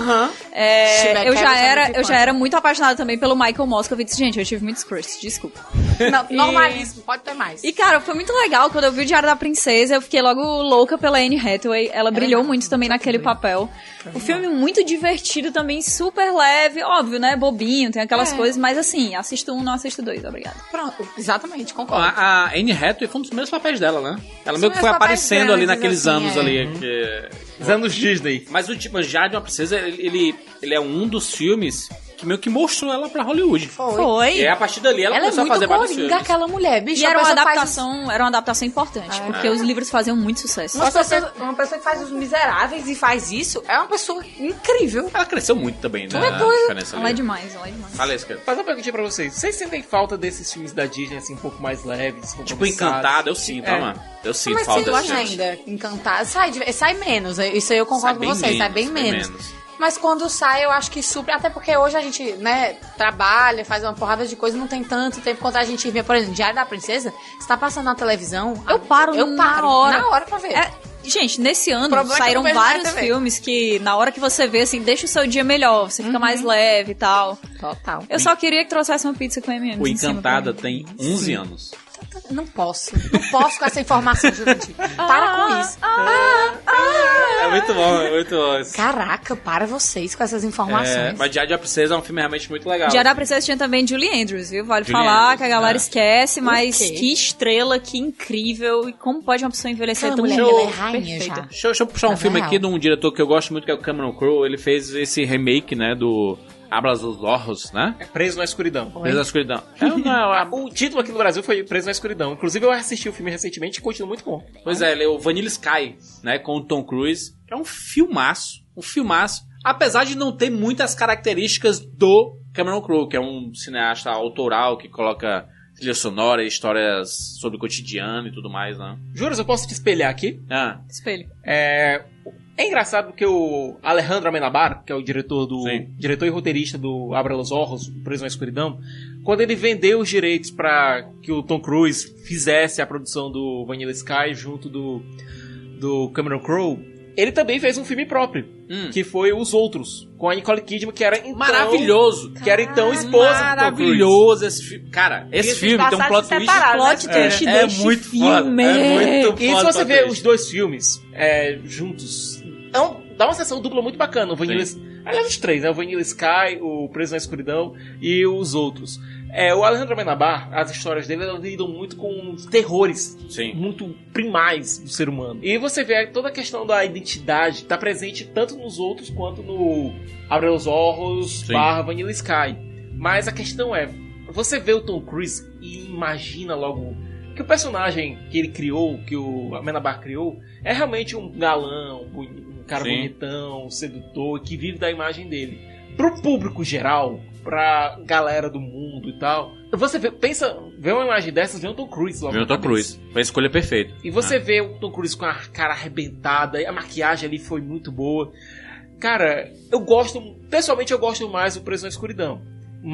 Speaker 5: É,
Speaker 6: Ixi, Meg
Speaker 5: eu, já
Speaker 6: Cabot é
Speaker 5: era,
Speaker 6: muito
Speaker 5: eu
Speaker 6: icônica.
Speaker 5: já era muito apaixonada também pelo Michael Moscovitz. Gente, eu tive muitos crushes, desculpa.
Speaker 6: Ah, Não,
Speaker 5: E-
Speaker 6: Normalismo, pode ter mais.
Speaker 5: E, cara, foi muito legal. Quando eu vi o Diário da Princesa, eu fiquei logo louca pela Anne Hathaway. Ela brilhou muito também naquele papel. O filme muito divertido também, super leve. Óbvio, né? Bobinho, tem aquelas
Speaker 6: É.
Speaker 5: coisas. Mas, assim, assisto um, não assisto dois. Obrigada.
Speaker 6: Pronto, exatamente,
Speaker 2: Ó,
Speaker 6: concordo.
Speaker 2: A, a Anne Hathaway foi um dos primeiros papéis dela, né? Ela meio que
Speaker 6: primeiros
Speaker 2: foi
Speaker 6: papéis
Speaker 2: aparecendo
Speaker 6: dela,
Speaker 2: ali naqueles
Speaker 6: diz assim,
Speaker 2: anos
Speaker 6: é.
Speaker 2: ali.
Speaker 6: Uhum.
Speaker 2: que-
Speaker 4: Os anos Disney.
Speaker 2: Mas o tipo, Jade uma Princesa, ele, ele, ele é um dos filmes que meio que mostrou ela pra Hollywood.
Speaker 6: Foi.
Speaker 5: Foi.
Speaker 2: E aí, a partir dali ela,
Speaker 5: Ela é
Speaker 2: começou a fazer vários
Speaker 6: Coringa,
Speaker 2: filmes.
Speaker 6: aquela mulher, bicho.
Speaker 5: E
Speaker 6: a
Speaker 5: era uma
Speaker 6: pessoa faz
Speaker 5: adaptação, era uma adaptação importante, porque
Speaker 6: É.
Speaker 5: os livros faziam muito sucesso.
Speaker 6: Uma pessoa, uma pessoa que faz os miseráveis e faz isso é uma pessoa incrível.
Speaker 2: Ela cresceu muito também, né?
Speaker 4: Ela é
Speaker 2: na
Speaker 4: doida.
Speaker 2: diferença ali.
Speaker 5: demais, ela é demais.
Speaker 2: Fala isso, cara.
Speaker 4: Faz uma perguntinha pra vocês. Vocês sentem falta desses filmes da Disney, assim, um pouco mais leves?
Speaker 2: Tipo, encantado, eu sinto,
Speaker 4: É.
Speaker 2: tá, mano? Eu sinto
Speaker 6: Mas você
Speaker 2: falta
Speaker 6: gosta
Speaker 2: desse filme.
Speaker 6: ainda, encantado. Sai, de- sai menos, isso aí
Speaker 2: Sai
Speaker 6: eu concordo
Speaker 2: bem
Speaker 6: com vocês, sai bem
Speaker 2: sai
Speaker 6: menos. Mas quando sai, eu acho que super. Até porque hoje a gente, né, trabalha, faz uma porrada de coisa, não tem tanto tempo quanto a gente via, por exemplo, Diário da Princesa, você tá passando na televisão. Eu
Speaker 5: paro
Speaker 6: eu
Speaker 5: na
Speaker 6: paro,
Speaker 5: hora.
Speaker 6: Na hora pra ver.
Speaker 5: É, Gente, nesse
Speaker 6: O
Speaker 5: ano
Speaker 6: problema é que eu
Speaker 5: saíram
Speaker 6: não vejo
Speaker 5: vários
Speaker 6: mais TV.
Speaker 5: filmes que, na hora que você vê, assim, deixa o seu dia melhor, você fica
Speaker 6: Uhum.
Speaker 5: mais leve e tal.
Speaker 6: Total.
Speaker 5: Eu só queria que trouxesse uma pizza com M&M's
Speaker 2: O
Speaker 5: em cima.
Speaker 2: Encantada tem 11 anos.
Speaker 6: Ah,
Speaker 5: Ah.
Speaker 6: Não posso. Não posso com essa informação, Jurandir. Para com isso.
Speaker 2: É muito bom, é muito bom. esse.
Speaker 6: Caraca, para vocês com essas
Speaker 2: É,
Speaker 6: informações.
Speaker 2: mas Diário da Princesa é um filme realmente muito legal.
Speaker 5: um Diário da Princesa tinha também Julie Andrews, viu? Vale
Speaker 2: Julie
Speaker 5: falar
Speaker 2: Andrews,
Speaker 5: que a galera
Speaker 2: é.
Speaker 5: esquece, mas
Speaker 6: Ok.
Speaker 5: que estrela, que incrível. E como pode uma pessoa envelhecer
Speaker 6: Aquela
Speaker 5: tão
Speaker 6: mulher,
Speaker 5: jovem?
Speaker 6: ela é rainha
Speaker 5: Perfeita.
Speaker 6: já.
Speaker 2: Deixa, deixa eu puxar um
Speaker 5: Mas
Speaker 2: filme
Speaker 5: é
Speaker 2: aqui de um diretor que eu gosto muito, que é o Cameron Crowe. Ele fez esse remake, né, do Abras os Orros, né?
Speaker 4: É Preso na Escuridão.
Speaker 2: Preso na escuridão.
Speaker 4: É, não, a- o título aqui no Brasil foi Preso na Escuridão. Inclusive, eu assisti o filme recentemente e continua muito bom.
Speaker 2: Pois é, ele é o Vanilla Sky, né, com o Tom Cruise. É um filmaço, um filmaço. Apesar de não ter muitas características do Cameron Crowe, que é um cineasta autoral que coloca trilha sonora e histórias sobre o cotidiano e tudo mais, né?
Speaker 4: Juras, eu posso te espelhar aqui?
Speaker 2: Ah,
Speaker 5: Espelho.
Speaker 4: É, é engraçado porque o Alejandro Amenabar, que é o diretor do diretor e roteirista do Abra los Orros, Preso na Escuridão, quando ele vendeu os direitos para que o Tom Cruise fizesse a produção do Vanilla Sky junto do do Cameron Crowe, ele também fez um filme próprio,
Speaker 2: hum.
Speaker 4: que foi Os Outros, com a Nicole Kidman, que era então,
Speaker 2: Maravilhoso.
Speaker 4: que era então esposa do Tom Cruise.
Speaker 2: maravilhoso esse filme. Cara, esse
Speaker 4: Esses
Speaker 2: filme tem um
Speaker 4: passagens
Speaker 2: plot
Speaker 6: Tá
Speaker 2: twist.
Speaker 4: separadas, né?
Speaker 2: é,
Speaker 4: Plot
Speaker 2: é
Speaker 4: deste
Speaker 2: muito
Speaker 4: filme.
Speaker 2: foda. É muito
Speaker 4: E se
Speaker 2: foda
Speaker 4: você
Speaker 2: o plot
Speaker 4: ver
Speaker 2: twist.
Speaker 4: os dois filmes é, juntos, é um- dá uma sessão dupla muito bacana. O Vanilla, aliás, os três, né? O Vanilla Sky, o Preso na Escuridão e os outros. É, o Alejandro Amenabar, as histórias dele, elas lidam muito com terrores muito primais do ser humano. E você vê toda a questão da identidade tá presente tanto nos outros quanto no Abre os Orros,
Speaker 2: Sim.
Speaker 4: barra Vanilla Sky. Mas a questão é, você vê o Tom Cruise e imagina logo que o personagem que ele criou, que o Amenabar criou, é realmente um galão, um boni- um cara
Speaker 2: Sim.
Speaker 4: bonitão, um sedutor, que vive da imagem dele. Pro público geral, pra galera do mundo e tal, você vê, pensa, vê uma imagem dessas, vê o Tom Cruise logo.
Speaker 2: Viu
Speaker 4: na
Speaker 2: um Tom
Speaker 4: cabeça.
Speaker 2: Cruise. Foi a escolha perfeita.
Speaker 4: E você vê o Tom Cruise com a cara arrebentada, a maquiagem ali foi muito boa. Cara, eu gosto, pessoalmente eu gosto mais do Preso na Escuridão.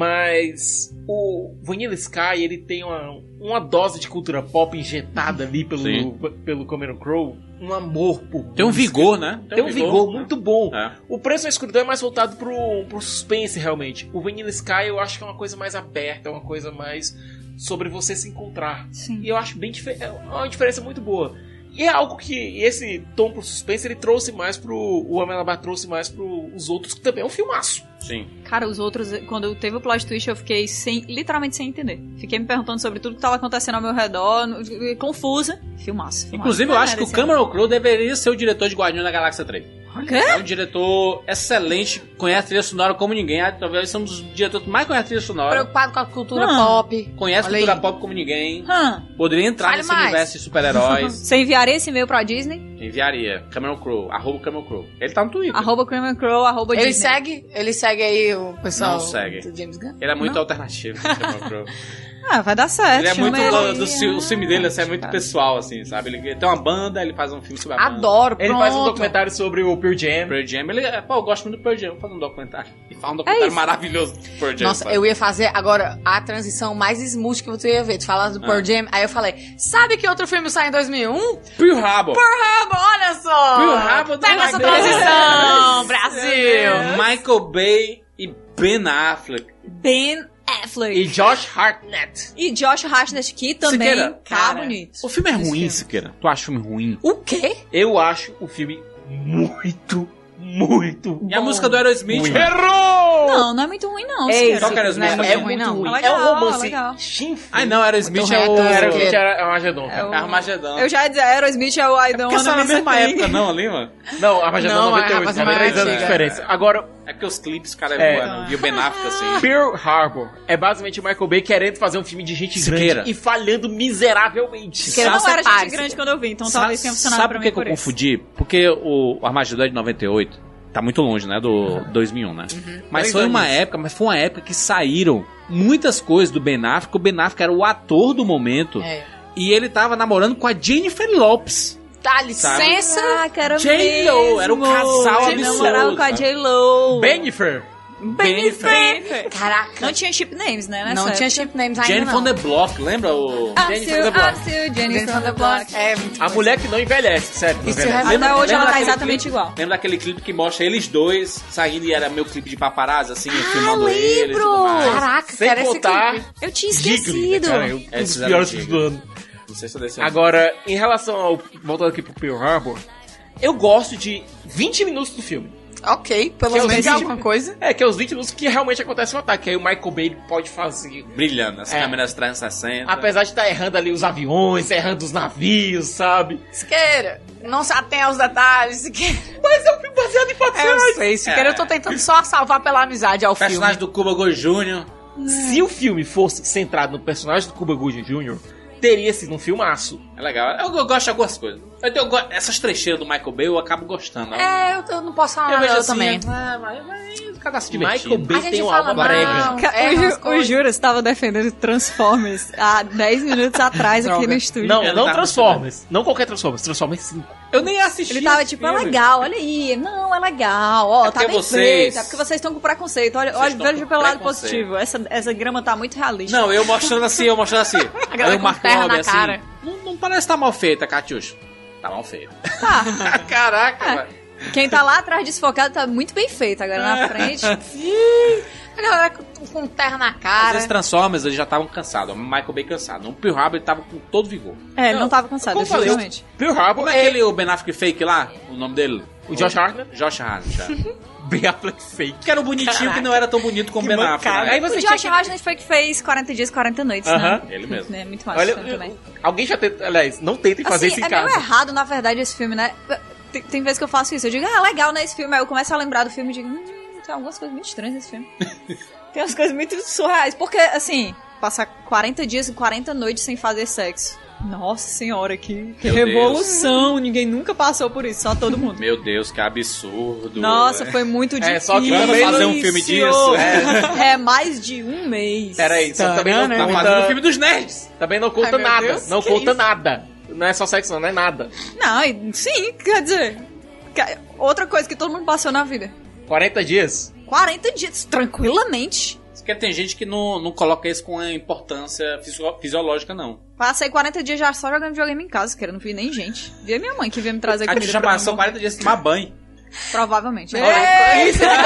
Speaker 4: Mas o Vanilla Sky, ele tem uma, uma dose de cultura pop injetada ali pelo,
Speaker 2: Sim.
Speaker 4: pelo Cameron Crowe. Um amor por
Speaker 2: Tem um
Speaker 4: música.
Speaker 2: vigor, né?
Speaker 4: Tem um vigor muito bom.
Speaker 2: É.
Speaker 4: O Preço na Escuridão é mais voltado pro, pro suspense, realmente. O Vanilla Sky eu acho que é uma coisa mais aberta, é uma coisa mais sobre você se encontrar. E eu acho bem dife- é uma diferença muito boa. E é algo que esse tom pro suspense ele trouxe mais pro. O Amelabá trouxe mais pro os outros, que também é um filmaço.
Speaker 2: Sim.
Speaker 5: Cara, os outros, quando teve o plot twist, eu fiquei sem, literalmente sem entender. Fiquei me perguntando sobre tudo que tava acontecendo ao meu redor, no- confusa. Filmaço. filmaço.
Speaker 2: Inclusive, eu
Speaker 5: Não é
Speaker 2: acho que
Speaker 5: era
Speaker 2: o
Speaker 5: esse
Speaker 2: Cameron Crowe deveria ser o diretor de Guardião da Galáxia 3.
Speaker 5: ano.
Speaker 2: É um diretor excelente, conhece trilha sonora como ninguém. Ah, Talvez seja um dos diretores que mais conhece trilha sonora.
Speaker 6: Preocupado com a cultura
Speaker 5: Ah.
Speaker 6: pop.
Speaker 2: Conhece
Speaker 6: Olha
Speaker 2: cultura
Speaker 6: aí.
Speaker 2: pop como ninguém.
Speaker 5: Hã?
Speaker 2: Poderia entrar
Speaker 5: Fale
Speaker 2: nesse
Speaker 5: mais.
Speaker 2: universo de super-heróis.
Speaker 5: Você enviaria esse e-mail pra Disney?
Speaker 2: Enviaria. Cameron Crowe. Arroba Cameron Crowe. Ele tá no Twitter.
Speaker 5: Arroba Cameron Crowe, arroba
Speaker 6: Ele
Speaker 5: Disney.
Speaker 6: segue, ele segue aí o pessoal
Speaker 2: Não segue.
Speaker 6: do James Gunn.
Speaker 2: Ele é muito
Speaker 6: Não?
Speaker 2: alternativo, Cameron Crowe.
Speaker 5: Ah, vai dar certo.
Speaker 2: Ele é
Speaker 5: chama
Speaker 2: muito
Speaker 5: ele.
Speaker 2: lo- do ci- o filme dele assim, é muito pessoal assim, sabe? Ele ele tem uma banda, ele faz um filme sobre a banda.
Speaker 6: Adoro,
Speaker 4: Ele faz um documentário sobre o Pearl Jam.
Speaker 2: Pearl Jam, ele, é, pô, eu gosto muito do Pearl Jam, vou fazer um documentário. E faz um documentário
Speaker 6: É isso.
Speaker 2: maravilhoso do Pearl Jam.
Speaker 6: Nossa,
Speaker 2: sabe?
Speaker 6: eu ia fazer agora a transição mais smooth que você ia ver. Tu falava do Pearl
Speaker 2: Ah.
Speaker 6: Jam, aí eu falei, sabe que outro filme sai em 2001?
Speaker 2: Pearl Harbor.
Speaker 6: Pearl Harbor, olha só!
Speaker 2: Pearl Harbor do
Speaker 6: Pega essa
Speaker 2: Michael Bay.
Speaker 6: transição, Brasil!
Speaker 2: Michael Bay e Ben Affleck.
Speaker 5: Ben Affleck.
Speaker 2: E Josh Hartnett.
Speaker 5: E Josh Hartnett, que também
Speaker 2: Siqueira,
Speaker 5: tá bonito.
Speaker 2: O filme é ruim, Siqueira. Tu acha o filme ruim?
Speaker 5: O quê?
Speaker 4: Eu acho o filme muito, muito.
Speaker 2: E a música do Aerosmith?
Speaker 4: Ruim.
Speaker 2: Errou!
Speaker 5: Não, não é muito ruim, não.
Speaker 4: Ei,
Speaker 5: Siqueira.
Speaker 4: só que Aerosmith
Speaker 5: Não
Speaker 4: também é
Speaker 5: muito
Speaker 4: ruim, não.
Speaker 5: É,
Speaker 4: É um
Speaker 5: legal,
Speaker 4: romance
Speaker 5: legal.
Speaker 2: Ai, não, Aerosmith é o...
Speaker 4: Reto, Aerosmith era- é o Armagedon.
Speaker 5: É o-
Speaker 2: Armagedão.
Speaker 5: Eu já ia dizer, Aerosmith é o I
Speaker 2: Porque
Speaker 5: Don't Wanna
Speaker 2: só na
Speaker 5: Miss a
Speaker 2: mesma
Speaker 5: Thing.
Speaker 2: época, não, ali, mano?
Speaker 4: Não, Armagedon
Speaker 2: Não,
Speaker 4: 98,
Speaker 2: Armagedon
Speaker 4: 93 anos de
Speaker 2: antiga.
Speaker 4: diferença. Agora,
Speaker 2: É porque os clipes, cara,
Speaker 4: É.
Speaker 2: é, mano. E o Ben Affleck, assim.
Speaker 4: Pearl Harbor é basicamente o Michael Bay querendo fazer um filme de gente
Speaker 2: Siqueira.
Speaker 4: grande e falhando miseravelmente.
Speaker 5: Eu não era gente
Speaker 4: Sabe-
Speaker 5: grande quando eu vi, então
Speaker 2: Sa-
Speaker 5: talvez tenha funcionado
Speaker 2: Sabe
Speaker 5: pra
Speaker 2: por
Speaker 5: mim
Speaker 2: que, que
Speaker 5: por
Speaker 2: eu
Speaker 5: isso.
Speaker 2: confundi? Porque o o Armagedon é de 98. Tá muito longe, né? Do
Speaker 5: Uhum.
Speaker 2: 2001, né? Mas
Speaker 4: Dois
Speaker 2: foi uma
Speaker 4: anos.
Speaker 2: época, mas foi uma época que saíram muitas coisas do Ben Affleck. O Ben Affleck era o ator do momento.
Speaker 6: É.
Speaker 2: E ele tava namorando com a Jennifer Lopes.
Speaker 6: Dá
Speaker 2: Sabe?
Speaker 6: licença!
Speaker 5: Caraca, era
Speaker 2: J-Lo,
Speaker 5: mesmo.
Speaker 2: era um casal
Speaker 5: Ele
Speaker 2: absurdo,
Speaker 5: namorava com a
Speaker 2: sabe?
Speaker 5: J-Lo.
Speaker 4: Bennifer.
Speaker 2: Bennifer.
Speaker 6: Caraca.
Speaker 5: Não tinha chip names, né? nessa
Speaker 6: Não tinha
Speaker 5: época.
Speaker 6: chip names ainda
Speaker 2: Jennifer on
Speaker 6: não.
Speaker 2: the Block, lembra o...
Speaker 5: I'm
Speaker 2: Jennifer
Speaker 5: still,
Speaker 2: on the Block.
Speaker 5: I'm still Jennifer on the block.
Speaker 2: Ah,
Speaker 6: É,
Speaker 4: A mulher que não envelhece, sério.
Speaker 2: é
Speaker 4: não envelhece.
Speaker 5: Até
Speaker 2: Lembra-
Speaker 5: hoje
Speaker 2: lembra
Speaker 5: ela tá
Speaker 2: daquele
Speaker 5: exatamente
Speaker 2: clipe-
Speaker 5: igual.
Speaker 2: Lembra daquele clipe que mostra eles dois saindo e era meu clipe de paparazzi, assim,
Speaker 5: Ah,
Speaker 2: filmando eles e
Speaker 6: lembro!
Speaker 2: tudo mais.
Speaker 6: Caraca,
Speaker 4: Sem
Speaker 6: era esse
Speaker 4: contar-
Speaker 6: clipe.
Speaker 5: Eu tinha
Speaker 4: Jiggly,
Speaker 2: né,
Speaker 5: esquecido.
Speaker 4: né, cara, eu- um
Speaker 2: Esses
Speaker 4: dos
Speaker 2: eram
Speaker 4: piores
Speaker 2: Jiggly.
Speaker 4: do ano.
Speaker 2: Não sei se eu desse
Speaker 4: Agora, em relação ao. Voltando aqui pro Pearl Harbor, eu gosto de 20 minutos do filme.
Speaker 6: Ok, pelo menos alguma coisa.
Speaker 4: É, que é os 20 minutos que realmente acontece um ataque. que Aí o Michael Bay pode fazer.
Speaker 2: Brilhando, as
Speaker 4: É.
Speaker 2: câmeras 360.
Speaker 4: Apesar de estar errando ali os aviões, errando os navios, sabe?
Speaker 6: Siqueira, não se atenha aos detalhes, Siqueira.
Speaker 4: Mas eu fui baseado em
Speaker 5: É,
Speaker 4: fatos
Speaker 6: Eu
Speaker 4: reais.
Speaker 6: sei, Siqueira, eu tô tentando só salvar pela amizade ao filme.
Speaker 2: personagem do Cuba Go Jr.
Speaker 4: Se o filme fosse centrado no personagem do Cuba Gooding Jr., teria sido um filmaço.
Speaker 2: É legal. Eu, eu gosto de algumas coisas. Eu, tenho- eu go- essas trecheiras do Michael Bay eu acabo gostando.
Speaker 6: É, eu, eu não posso falar
Speaker 2: Eu
Speaker 6: nada,
Speaker 2: vejo
Speaker 6: eu
Speaker 2: assim,
Speaker 6: também.
Speaker 2: Ah, mas, mas o cara tá se divertindo.
Speaker 4: Michael Bay tem uma alma brega.
Speaker 5: Ca-
Speaker 6: é,
Speaker 5: o,
Speaker 6: umas
Speaker 5: Ju, o
Speaker 6: coisas.
Speaker 5: Juras estava defendendo Transformers há 10 minutos atrás aqui
Speaker 4: Droga.
Speaker 5: no estúdio.
Speaker 2: É,
Speaker 4: Não,
Speaker 2: tá,
Speaker 4: não Transformers. Não qualquer Transformers. Transformers 5.
Speaker 2: Eu nem assisti.
Speaker 5: Ele tava tipo, é legal, olha aí. Não, é legal. Ó, tá
Speaker 4: porque
Speaker 5: bem
Speaker 4: vocês-
Speaker 5: feito. É porque vocês estão com preconceito. Olha, olha
Speaker 2: estão
Speaker 5: veja
Speaker 2: com
Speaker 5: pelo lado
Speaker 2: preconceito.
Speaker 5: positivo. Essa, essa grama tá muito realista.
Speaker 2: Não, eu mostrando assim, eu mostrando assim. Aí
Speaker 5: galera
Speaker 2: o
Speaker 5: com
Speaker 2: Marco
Speaker 5: terra
Speaker 2: Robin
Speaker 5: na
Speaker 2: assim.
Speaker 5: cara.
Speaker 2: Não, não parece estar mal feita, Catiuxa. Tá mal feita.
Speaker 5: Ah. Caraca, Tá. Quem tá lá atrás desfocado tá muito bem feito. Agora na frente. ih,
Speaker 6: A galera com, com terra na
Speaker 2: né? Às
Speaker 6: cara.
Speaker 2: vezes Transformers eles já estavam cansados. O Michael Bay cansado. O Pearl Harbor ele tava com todo vigor.
Speaker 5: É, ele não tava cansado,
Speaker 2: Como eu falei,
Speaker 5: definitivamente.
Speaker 2: o Pearl Harbor. Como é aquele o Ben Affleck fake lá? O nome dele?
Speaker 4: O Josh Hartnett?
Speaker 2: Josh Hartnett. é.
Speaker 4: Ben Affleck fake.
Speaker 2: Que era o bonitinho que não era tão bonito como o Ben Affleck. né?
Speaker 5: o Josh Hartnett foi que fez 40 dias, 40 noites,
Speaker 4: Aham.
Speaker 5: né?
Speaker 2: Ele mesmo.
Speaker 5: É muito massa
Speaker 4: Olha,
Speaker 5: filme também.
Speaker 4: alguém já tenta. Aliás, não tentem fazer
Speaker 5: assim,
Speaker 4: isso em
Speaker 5: é meio
Speaker 4: casa.
Speaker 5: errado, na verdade, esse filme, né? Tem, tem vezes que eu faço isso. Eu digo, ah, legal, né, esse filme. Aí eu começo a lembrar do filme e digo, hum, tem algumas coisas muito estranhas nesse filme. tem umas coisas muito surreais. Porque, assim, passar 40 dias e 40 noites sem fazer sexo. Nossa senhora, que
Speaker 2: Meu
Speaker 5: revolução! Ninguém nunca passou por isso, só todo mundo.
Speaker 2: Meu Deus, que absurdo.
Speaker 5: Nossa, foi muito difícil.
Speaker 2: É, só que pra fazer um filme disso,
Speaker 5: É. mais de um mês.
Speaker 4: Peraí, só também não
Speaker 2: Tá
Speaker 4: conta...
Speaker 2: fazendo o filme dos nerds.
Speaker 4: Também não conta
Speaker 5: Ai, meu
Speaker 4: nada.
Speaker 5: Deus,
Speaker 4: não
Speaker 5: que
Speaker 4: conta
Speaker 5: isso?
Speaker 4: nada. Não é só sexo, não, não é nada.
Speaker 5: Não, e- sim, quer dizer. ca- Outra coisa que todo mundo passou na vida.
Speaker 4: 40 dias.
Speaker 5: 40 dias, tranquilamente.
Speaker 2: Porque tem gente que não, não coloca isso com a importância fisio- fisiológica, não.
Speaker 5: Passei 40 dias já só jogando videogame em casa, que eu não vi nem gente. Vi a minha mãe que veio me trazer
Speaker 2: A gente
Speaker 5: comida.
Speaker 2: já
Speaker 5: pra mim.
Speaker 2: passou 40 dias sem tomar banho.
Speaker 5: Provavelmente. É,
Speaker 4: Olha, é isso, aqui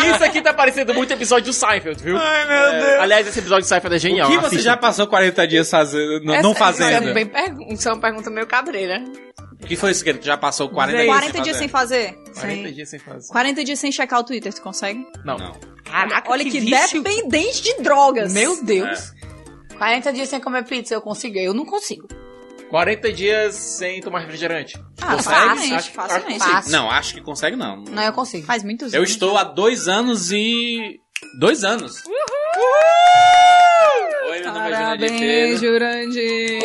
Speaker 4: tá, isso aqui tá parecendo muito episódio do Seinfeld, viu? Ai, meu Deus. Aliás, esse episódio do Seinfeld é genial.
Speaker 2: o que você
Speaker 4: assista.
Speaker 2: já passou 40 dias fazendo, tá não,
Speaker 6: Essa-
Speaker 2: não
Speaker 6: Isso é,
Speaker 2: fazendo?
Speaker 6: bem pergu- isso é uma pergunta meio cabreira.
Speaker 2: O que foi isso que tu já passou 40 dias
Speaker 5: 40 dias sem fazer?
Speaker 4: 40
Speaker 5: Sim.
Speaker 4: dias sem fazer.
Speaker 5: 40 dias sem checar o Twitter, tu consegue?
Speaker 4: Não. Ah,
Speaker 6: Caraca,
Speaker 5: Olha que,
Speaker 6: vício.
Speaker 5: dependente de drogas.
Speaker 6: Meu
Speaker 2: É.
Speaker 6: Deus. 40 dias sem comer pizza, eu consigo? Eu não consigo.
Speaker 4: 40 dias sem tomar refrigerante.
Speaker 6: Ah, facilmente, facilmente.
Speaker 4: que consigo.
Speaker 6: Fácil.
Speaker 2: Não, acho que consegue não.
Speaker 6: Não, eu consigo.
Speaker 5: Faz muitos
Speaker 2: Eu estou há dois anos e... Dois anos. Oi, meu nome é Jurandir
Speaker 5: Parabéns,
Speaker 2: Pedro.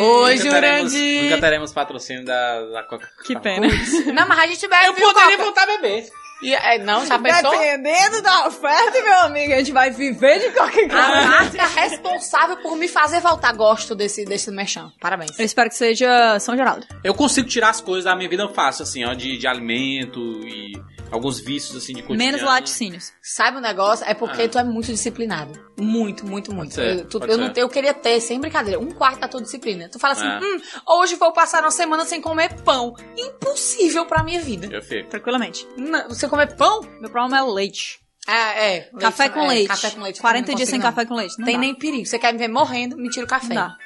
Speaker 5: Jurandir.
Speaker 2: Nunca teremos- Nunca teremos patrocínio da, da Coca.
Speaker 5: Que pena.
Speaker 6: Não, mas a gente bebe. Eu
Speaker 2: poderia voltar a beber.
Speaker 6: E, é, não, já pensou?
Speaker 5: Dependendo da oferta, meu amigo, a gente vai viver de qualquer
Speaker 6: A
Speaker 5: coisa.
Speaker 6: marca responsável por me fazer voltar. Gosto desse, desse merchan. Parabéns.
Speaker 5: Eu espero que seja São Geraldo.
Speaker 2: Eu consigo tirar as coisas da minha vida fácil, assim, ó, de, de alimento e alguns vícios, assim, de cotidiano.
Speaker 5: Menos laticínios.
Speaker 6: Sabe o negócio? É porque
Speaker 2: Ah.
Speaker 6: tu é muito disciplinado. Muito, muito, muito.
Speaker 2: ser,
Speaker 6: eu, tu-
Speaker 2: pode
Speaker 6: eu
Speaker 2: ser.
Speaker 6: não, tenho- eu queria ter, sem brincadeira, um quarto da tua disciplina. Tu fala assim,
Speaker 2: Ah.
Speaker 6: hum, hoje vou passar uma semana sem comer pão. Impossível pra minha vida.
Speaker 2: Eu fico.
Speaker 5: Tranquilamente.
Speaker 6: Não, você comer pão?
Speaker 5: Meu problema é o leite.
Speaker 6: É, é.
Speaker 5: Café
Speaker 6: leite,
Speaker 5: com
Speaker 6: é,
Speaker 5: leite.
Speaker 6: Café com leite.
Speaker 5: 40
Speaker 6: não
Speaker 5: dias sem
Speaker 6: consigo, não.
Speaker 5: café com leite. Não
Speaker 6: Tem
Speaker 5: dá.
Speaker 6: nem perigo. Você quer me ver morrendo, me tira o café.
Speaker 5: Não dá.
Speaker 2: Não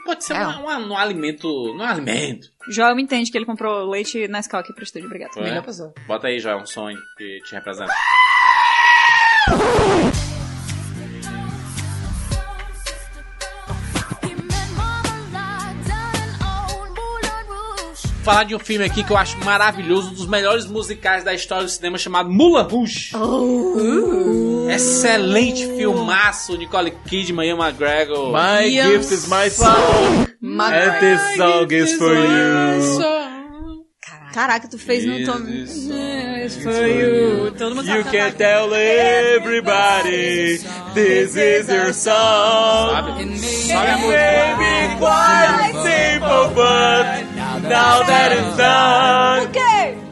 Speaker 2: Então pode ser
Speaker 6: É.
Speaker 2: uma- uma- um alimento. Não é alimento.
Speaker 5: Joel me entende que ele comprou leite na Nescau aqui pro estúdio. Obrigada.
Speaker 4: É
Speaker 2: Foi. Bota aí, Joel, um sonho que te representa. Falar de um filme aqui que eu acho maravilhoso, um dos melhores musicais da história do cinema, chamado Mula Rouge. Excelente filmaço, Nicole Kidman e McGregor.
Speaker 4: My gift is my song. And this song is for you.
Speaker 5: Caraca, tu fez no tom. Todo mundo
Speaker 4: You
Speaker 5: sabe
Speaker 4: can tell everybody this is your song.
Speaker 2: Sabe a
Speaker 4: It may be quite simple, but now that it's done,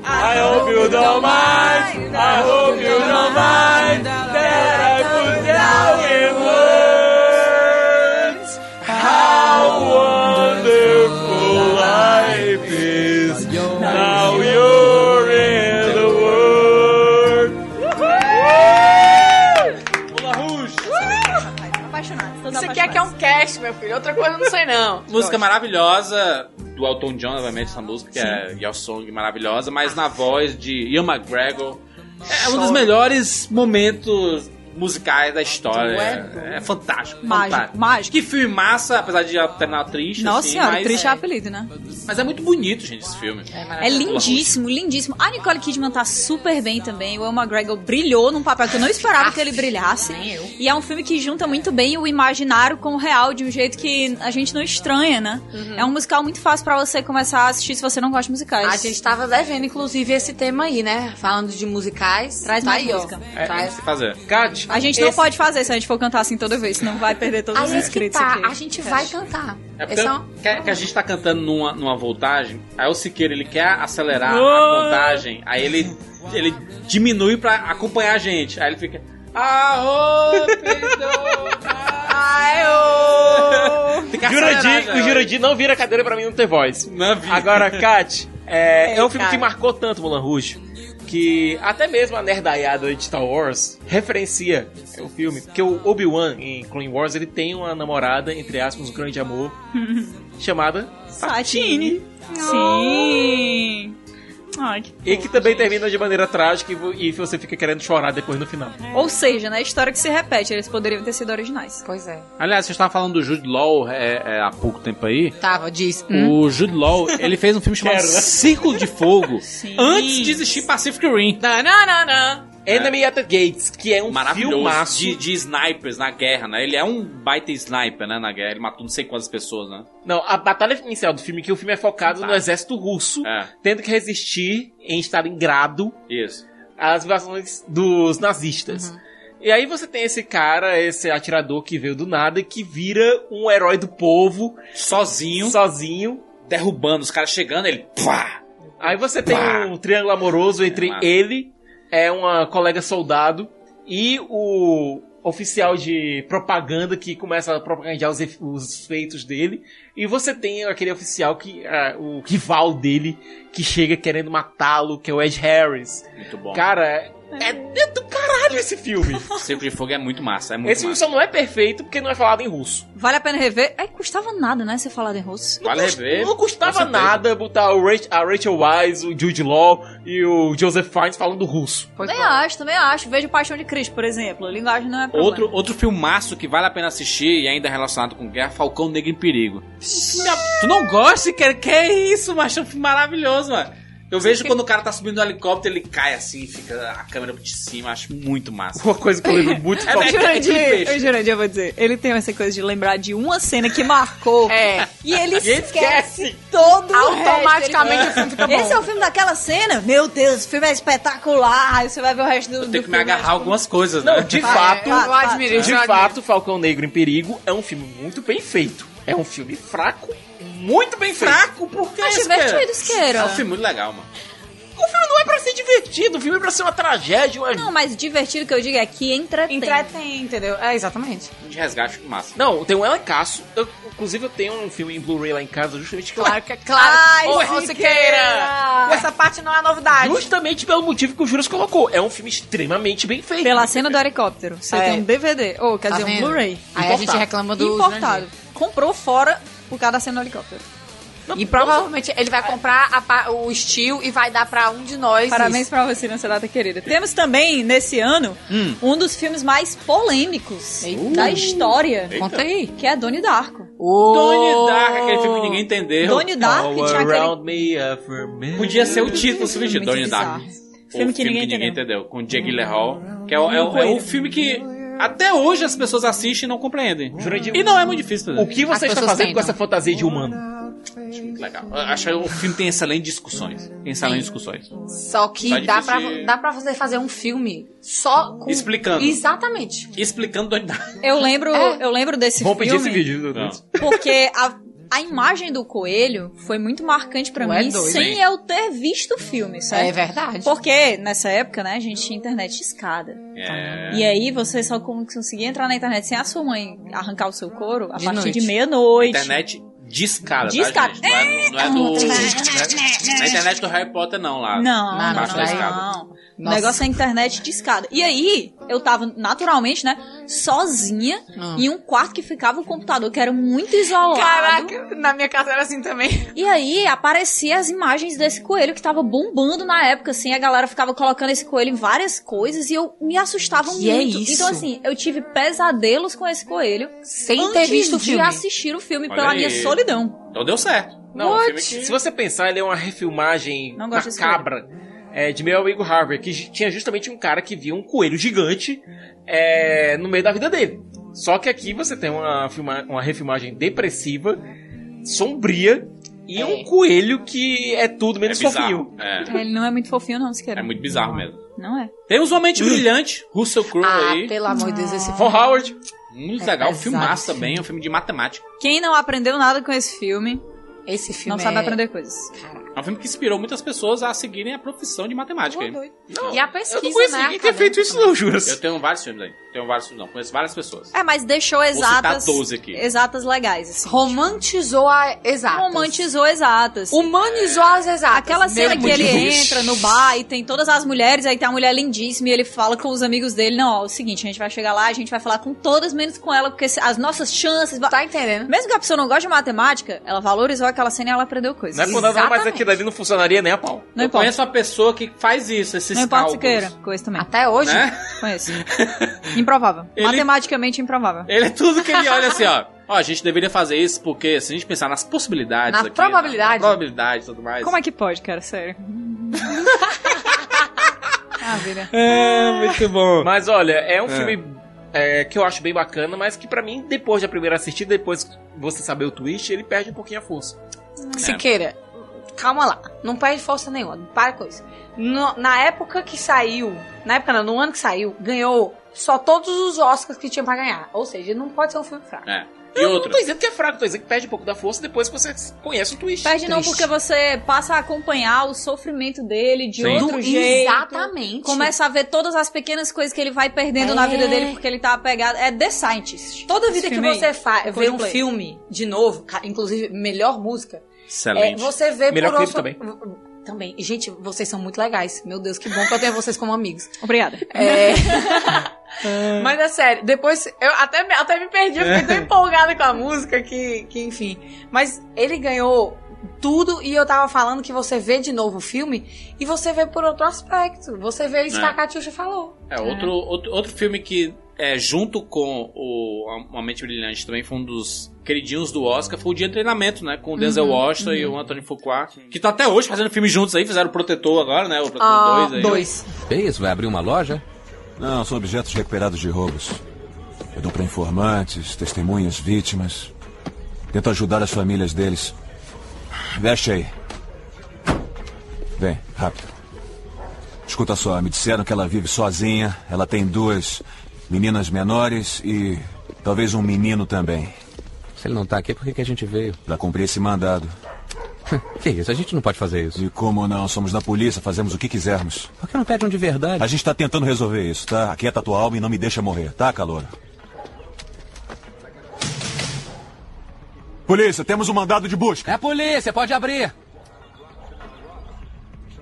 Speaker 4: I hope you don't mind. I hope you don't mind that I put down in words how wonderful life is. Now you're in the world.
Speaker 5: apaixonado.
Speaker 6: Isso aqui é que é um cast, é um meu filho. Outra coisa eu não sei, não.
Speaker 2: Música maravilhosa. do Elton John, obviamente, essa música, que é Your Song maravilhosa, mas na voz de Ian McGregor. É um dos melhores momentos musicais da história. É, fantástico,
Speaker 5: Mágico,
Speaker 2: fantástico. Que filme massa, apesar de já terminar triste.
Speaker 5: Nossa
Speaker 2: assim,
Speaker 5: senhora,
Speaker 2: mas,
Speaker 5: triste é apelido, né?
Speaker 2: mas é muito bonito, gente, esse filme.
Speaker 5: É lindíssimo, lindíssimo. A Nicole Kidman tá super bem também. O Will McGregor brilhou num papel que eu não esperava que ele brilhasse.
Speaker 6: Ah,
Speaker 5: E é um filme que junta muito bem o imaginário com o real de um jeito que a gente não estranha, né?
Speaker 6: Uhum.
Speaker 5: É um musical muito fácil pra você começar a assistir se você não gosta de musicais.
Speaker 6: A gente tá tava devendo, inclusive, esse tema aí, né? Falando de musicais.
Speaker 5: Traz
Speaker 6: tá
Speaker 5: mais
Speaker 6: aí, ó.
Speaker 5: música.
Speaker 2: É, tem
Speaker 6: Traz.
Speaker 2: que fazer. Kat,
Speaker 5: A gente não
Speaker 6: Esse-
Speaker 5: pode fazer se a gente for cantar assim toda vez, senão vai perder todos os
Speaker 6: Aí é que
Speaker 5: inscritos
Speaker 6: tá,
Speaker 5: aqui.
Speaker 6: a gente vai cantar.
Speaker 2: É porque
Speaker 6: Esse é um-
Speaker 2: que, que a gente tá cantando numa, numa voltagem, aí o Siqueira ele quer acelerar
Speaker 6: Ah!
Speaker 2: a contagem, aí ele, ele diminui pra acompanhar a gente. Aí ele fica.
Speaker 4: Jurandir, o Jurandir não vira cadeira pra mim não ter voz. Agora, Kat, é, é, um filme que marcou tanto Mulan Rouge que até mesmo a nerdaiada de Star Wars referencia o filme. Porque o Obi-Wan em Clone Wars ele tem uma namorada, entre aspas, um grande amor, chamada
Speaker 6: tá
Speaker 5: Satine. Sim. Ai, que
Speaker 4: E que também termina de maneira trágica e vo- e você fica querendo chorar depois no final.
Speaker 6: É.
Speaker 5: Ou seja, né? História que se repete, eles poderiam ter sido originais.
Speaker 6: Pois é.
Speaker 2: Aliás, vocês estavam falando do Jude Law é, é, há pouco tempo aí.
Speaker 6: Tava, diz. Hum.
Speaker 2: O Jude Law, ele fez um filme chamado
Speaker 4: Quero, né?
Speaker 2: Círculo de Fogo. Antes de existir Pacific Rim.
Speaker 4: Enemy at the Gates, que é um
Speaker 2: Maravilhoso
Speaker 4: filmaço.
Speaker 2: de, de snipers na guerra, né? Ele é um baita sniper, né? Na guerra. Ele matou não sei quantas pessoas, né?
Speaker 4: Não, a batalha inicial do filme, que o filme é focado no exército russo, tendo que resistir em Stalingrado
Speaker 2: É, Isso.
Speaker 4: às invasões dos nazistas. E aí você tem esse cara, esse atirador que veio do nada, que vira um herói do povo.
Speaker 2: Sozinho.
Speaker 4: Sozinho.
Speaker 2: Derrubando os caras chegando, ele. Pá!
Speaker 4: Aí você tem um triângulo amoroso entre
Speaker 2: massa.
Speaker 4: ele, é uma colega soldado, e o oficial de propaganda que começa a propagandear os, efe- os feitos dele. E você tem aquele oficial que. ah, o rival dele, que chega querendo matá-lo, que é o Ed Harris.
Speaker 2: Muito bom.
Speaker 4: Cara, é, é do caralho esse filme.
Speaker 2: Círculo de Fogo é muito massa, é muito
Speaker 4: Esse filme
Speaker 2: massa.
Speaker 4: só não é perfeito porque não é falado em russo.
Speaker 5: Vale a pena rever? Ai, custava nada, né? Você falar em russo.
Speaker 2: Vale rever.
Speaker 4: Não
Speaker 2: com
Speaker 4: custava
Speaker 2: certeza.
Speaker 4: nada botar o Rach- a Rachel Wise, o Jude Law e o Joseph Fiennes falando russo.
Speaker 5: Também acho, também acho. Vejo Paixão de Cristo, por exemplo. Linguagem não é problema.
Speaker 2: Outro, outro filmaço que vale a pena assistir e ainda relacionado com guerra, Falcão Negro em Perigo. Tu não gosta, cara? Que é isso, macho? É um filme maravilhoso, mano. Eu vejo quando o cara tá subindo no helicóptero, ele cai assim, fica a câmera de cima, acho muito massa.
Speaker 4: Uma coisa que eu lembro muito
Speaker 2: é, é, é,
Speaker 5: Jurandir,
Speaker 2: aquele peixe.
Speaker 5: o Jurandir, eu vou dizer, ele tem essa coisa de lembrar de uma cena que marcou. É. E ele
Speaker 6: E ele
Speaker 5: esquece todo o resto.
Speaker 6: Automaticamente
Speaker 5: Ele-
Speaker 6: o filme fica bom.
Speaker 5: Esse é o filme daquela cena? Meu Deus, o filme é espetacular. Aí você vai ver o resto do, do
Speaker 2: Tem que
Speaker 5: filme.
Speaker 2: me agarrar algumas coisas, né?
Speaker 4: Não, de fato,
Speaker 5: eu admiro, eu
Speaker 4: de
Speaker 5: admiro.
Speaker 4: fato, Falcão Negro em Perigo é um filme muito bem feito. É um filme fraco, muito bem feito.
Speaker 2: Fraco, por que
Speaker 5: Acho divertido, Isqueiro.
Speaker 2: É um filme muito legal, mano.
Speaker 4: O filme não é pra ser divertido, o filme é pra ser uma tragédia. Uma...
Speaker 5: Não, mas divertido que eu digo é que entretém.
Speaker 6: Entretém, entendeu? É, exatamente.
Speaker 2: Um De resgate, massa.
Speaker 4: Não, tem um elencaço. Eu, inclusive, eu tenho um filme em Blu-ray lá em casa, justamente que
Speaker 6: Claro que é claro.
Speaker 2: Ah,
Speaker 5: Ai,
Speaker 6: Ô,
Speaker 5: Siqueira!
Speaker 6: Siqueira! Essa parte não é novidade.
Speaker 4: Justamente pelo motivo que o Juras colocou. É um filme extremamente bem feito.
Speaker 5: Pela cena do helicóptero. Você
Speaker 6: É.
Speaker 5: tem um DVD, ou quer
Speaker 6: Tá
Speaker 5: dizer, um
Speaker 6: vendo?
Speaker 5: Blu-ray.
Speaker 6: Aí a gente reclama do
Speaker 5: Importado. Comprou fora por causa da cena do helicóptero.
Speaker 6: E provavelmente ele vai comprar a pa- o estilo e vai dar pra um de nós.
Speaker 5: Parabéns
Speaker 6: isso.
Speaker 5: pra você nessa data querida. Temos também, nesse ano, um dos filmes mais polêmicos da história.
Speaker 2: Eita. Conta
Speaker 5: aí. Que é Doni Darko.
Speaker 2: Donnie Darko, aquele filme que ninguém entendeu.
Speaker 5: Donnie Darko
Speaker 4: All
Speaker 5: tinha
Speaker 4: around
Speaker 5: aquele
Speaker 4: me uh, for me.
Speaker 2: Podia ser o título do filme de
Speaker 5: Muito
Speaker 2: Donnie
Speaker 5: bizarro.
Speaker 2: Darko. O
Speaker 5: Filme que ninguém
Speaker 2: entendeu. Hum. Com o Jake Hall, que é, o- é, o- é o filme que até hoje as pessoas assistem e não compreendem.
Speaker 4: Jurandir-
Speaker 2: E não é muito difícil, por
Speaker 4: O que você
Speaker 6: As
Speaker 4: está
Speaker 6: pessoas
Speaker 4: fazendo
Speaker 6: têm,
Speaker 4: com
Speaker 6: não.
Speaker 4: essa fantasia de humano?
Speaker 2: Legal. Eu Acho que o filme tem excelentes discussões. Tem excelentes discussões.
Speaker 6: Só que
Speaker 2: Só
Speaker 6: dá pra,
Speaker 2: difícil de-
Speaker 6: dá pra você fazer um filme só com.
Speaker 2: Explicando.
Speaker 6: Exatamente.
Speaker 2: Explicando Donnie Darko.
Speaker 5: Eu lembro,
Speaker 6: É.
Speaker 5: eu lembro desse
Speaker 4: Vamos pedir
Speaker 5: filme.
Speaker 4: esse vídeo. meu Deus.
Speaker 5: Porque a, a imagem do coelho foi muito marcante pra
Speaker 6: Tu é
Speaker 5: mim,
Speaker 6: doido,
Speaker 5: sem
Speaker 2: hein?
Speaker 5: eu ter visto o filme, sabe?
Speaker 6: É verdade.
Speaker 5: Porque nessa época, né, a gente tinha internet de escada.
Speaker 2: É.
Speaker 5: E aí você só con- conseguia entrar na internet sem a sua mãe arrancar o seu couro a
Speaker 6: De
Speaker 5: partir
Speaker 6: noite.
Speaker 5: de meia-noite.
Speaker 2: Internet discada,
Speaker 5: De escada.
Speaker 2: tá, gente? Não é, não é do... Não é na internet do Harry Potter, não, lá.
Speaker 5: Não, não,
Speaker 2: embaixo da
Speaker 5: não,
Speaker 2: escada.
Speaker 5: não. O negócio é internet de escada. E aí, eu tava, naturalmente, né, sozinha
Speaker 6: é
Speaker 2: Hum.
Speaker 6: Ah.
Speaker 5: em um quarto que ficava o computador, que era muito isolado.
Speaker 6: Caraca, na minha casa era assim também.
Speaker 5: E aí, aparecia as imagens desse coelho que tava bombando na época, assim, a galera ficava colocando esse coelho em várias coisas e eu me assustava muito.
Speaker 6: Que é isso?
Speaker 5: Então, assim, eu tive pesadelos com esse coelho
Speaker 6: Sem
Speaker 5: antes
Speaker 6: ter visto o
Speaker 5: de
Speaker 6: filme.
Speaker 5: assistir o filme
Speaker 4: Olha
Speaker 5: pela
Speaker 4: aí.
Speaker 5: minha solidão.
Speaker 2: Então deu certo.
Speaker 4: Não, o
Speaker 5: What?
Speaker 4: filme que- se você pensar, ele é uma refilmagem
Speaker 5: Não gosto desse
Speaker 4: macabra é, de meu amigo Harvey, que j- tinha justamente um cara que via um coelho gigante é, no meio da vida dele. Só que aqui você tem uma, filma- uma refilmagem depressiva, sombria, e
Speaker 5: É.
Speaker 4: um coelho que é tudo menos fofinho.
Speaker 2: É.
Speaker 5: Ele não é muito fofinho, não, sequer.
Speaker 2: é muito bizarro mesmo.
Speaker 5: Não é.
Speaker 2: Temos uma
Speaker 4: Hum.
Speaker 2: mente brilhante, Russell Crowe aí.
Speaker 6: Ah, Pelo amor de Deus, esse
Speaker 2: Von Howard. Muito
Speaker 5: Ah, É
Speaker 2: legal,
Speaker 5: pesado.
Speaker 2: filmaço também, é um filme de matemática.
Speaker 5: Quem não aprendeu nada com esse filme,
Speaker 6: esse filme
Speaker 5: não sabe
Speaker 6: é-
Speaker 5: aprender coisas.
Speaker 2: É um filme que inspirou muitas pessoas a seguirem a profissão de matemática. hein?
Speaker 6: e a pesquisa,
Speaker 4: eu não conheço
Speaker 6: né?
Speaker 4: ninguém que tenha feito isso não, juro.
Speaker 2: Eu tenho vários filmes aí. Tenho vários filmes, não. Conheço várias pessoas.
Speaker 5: É, mas deixou exatas.
Speaker 2: citar 12 aqui.
Speaker 5: Exatas legais. assim.
Speaker 6: Romantizou a exatas.
Speaker 5: Romantizou exatas.
Speaker 6: Humanizou as exatas.
Speaker 5: Aquela cena
Speaker 6: Meu
Speaker 5: que ele
Speaker 6: Deus.
Speaker 5: entra no bar e tem todas as mulheres, aí tem a mulher lindíssima e ele fala com os amigos dele: Não, ó, é o seguinte, a gente vai chegar lá, a gente vai falar com todas, menos com ela, porque se- as nossas chances. Tá
Speaker 6: entendendo?
Speaker 5: Mesmo que a pessoa não goste de matemática, ela valorizou aquela cena e ela aprendeu coisas.
Speaker 4: Não é por nada, não, mas aquilo ali não funcionaria nem a pau.
Speaker 5: Não
Speaker 2: eu
Speaker 5: importa.
Speaker 2: conheço uma pessoa que faz isso, esses
Speaker 5: Não importa se
Speaker 2: cálculos.
Speaker 5: queira, coisa também.
Speaker 6: Até hoje?
Speaker 2: Né?
Speaker 5: Conheço. Improvável.
Speaker 2: Ele-
Speaker 5: Matematicamente improvável.
Speaker 2: Ele é tudo que ele olha assim, ó. Ó, a gente deveria fazer isso porque se a gente pensar nas possibilidades
Speaker 5: Na
Speaker 2: aqui,
Speaker 5: probabilidade.
Speaker 2: na probabilidade e tudo mais.
Speaker 5: Como é que pode, cara? Sério. ah, vida.
Speaker 2: É, muito bom.
Speaker 4: Mas olha, é um
Speaker 2: É.
Speaker 4: filme é, que eu acho bem bacana, mas que pra mim, depois da primeira assistida, depois que você saber o twist, ele perde um pouquinho a força.
Speaker 5: É.
Speaker 6: Siqueira, calma lá. Não perde força nenhuma. Para com isso. No- na época que saiu, na época não, no ano que saiu, ganhou só todos os Oscars que tinha pra ganhar. Ou seja, não pode ser um filme fraco.
Speaker 2: É.
Speaker 4: Eu não tô dizendo que é fraco, tô dizendo que perde um pouco da força depois que você conhece o twist.
Speaker 5: Perde não,
Speaker 4: Triste.
Speaker 5: porque você passa a acompanhar o sofrimento dele de
Speaker 4: Sim.
Speaker 5: outro
Speaker 4: Do-
Speaker 5: jeito.
Speaker 6: Exatamente.
Speaker 5: Começa a ver todas as pequenas coisas que ele vai perdendo na
Speaker 6: É.
Speaker 5: vida dele porque ele tá apegado. É The Scientist.
Speaker 6: Toda
Speaker 5: Esse
Speaker 6: vida que
Speaker 5: filme aí,
Speaker 6: você fa-
Speaker 5: do
Speaker 6: vê um
Speaker 5: Coldplay.
Speaker 6: filme de novo, ca- inclusive melhor música,
Speaker 2: Excelente.
Speaker 6: é, você vê
Speaker 2: Melhor
Speaker 6: por
Speaker 2: clipe
Speaker 6: outro...
Speaker 2: também.
Speaker 6: Também. Gente, vocês são muito legais. Meu Deus, que bom que eu tenho vocês como amigos.
Speaker 5: Obrigada.
Speaker 6: É. Mas é sério, depois eu até, me- até me perdi, eu fiquei tão empolgada com a música que, que, enfim. Mas ele ganhou tudo e eu tava falando que você vê de novo o filme e você vê por outro aspecto. Você vê isso
Speaker 2: É.
Speaker 6: que a Catiuxa falou.
Speaker 2: É, outro, outro, outro filme que, é, junto com o A- Uma Mente Brilhante, também foi um dos queridinhos do Oscar, foi o Dia de Treinamento, né? Com o Denzel
Speaker 6: Uhum,
Speaker 2: Washington e
Speaker 6: uhum.
Speaker 2: o Anthony Fuqua, que tá até hoje fazendo filme juntos aí, fizeram o Protetor agora, né? O
Speaker 6: Ah,
Speaker 2: Protetor 2 aí.
Speaker 6: dois.
Speaker 19: Bem, isso vai abrir uma loja? Não, são objetos recuperados de roubos. Eu dou para informantes, testemunhas, vítimas. Tento ajudar as famílias deles. Veste aí. Vem, rápido. Escuta só, me disseram que ela vive sozinha. Ela tem duas meninas menores e talvez um menino também.
Speaker 20: Se ele não tá aqui, por que, que a gente veio?
Speaker 19: Pra cumprir esse mandado.
Speaker 20: Que isso? A gente não pode fazer isso.
Speaker 19: E como não? Somos da polícia, fazemos o que quisermos.
Speaker 20: Por que não pede um de verdade?
Speaker 19: A gente tá tentando resolver isso, tá? Aquieta tua alma e não me deixa morrer, tá, calor? Polícia, temos um mandado de busca. É a polícia, pode abrir.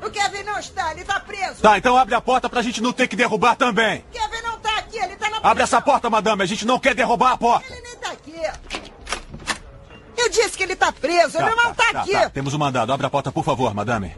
Speaker 21: O Kevin não está, ele tá preso.
Speaker 19: Tá, então abre a porta pra gente não ter que derrubar também.
Speaker 21: Kevin não tá aqui, ele tá na
Speaker 19: Abre essa porta, madame, a gente não quer derrubar a porta.
Speaker 21: nem tá aqui. Eu disse que ele tá preso, ele não tá, aqui.
Speaker 19: Temos um mandado, abre a porta, por favor, madame.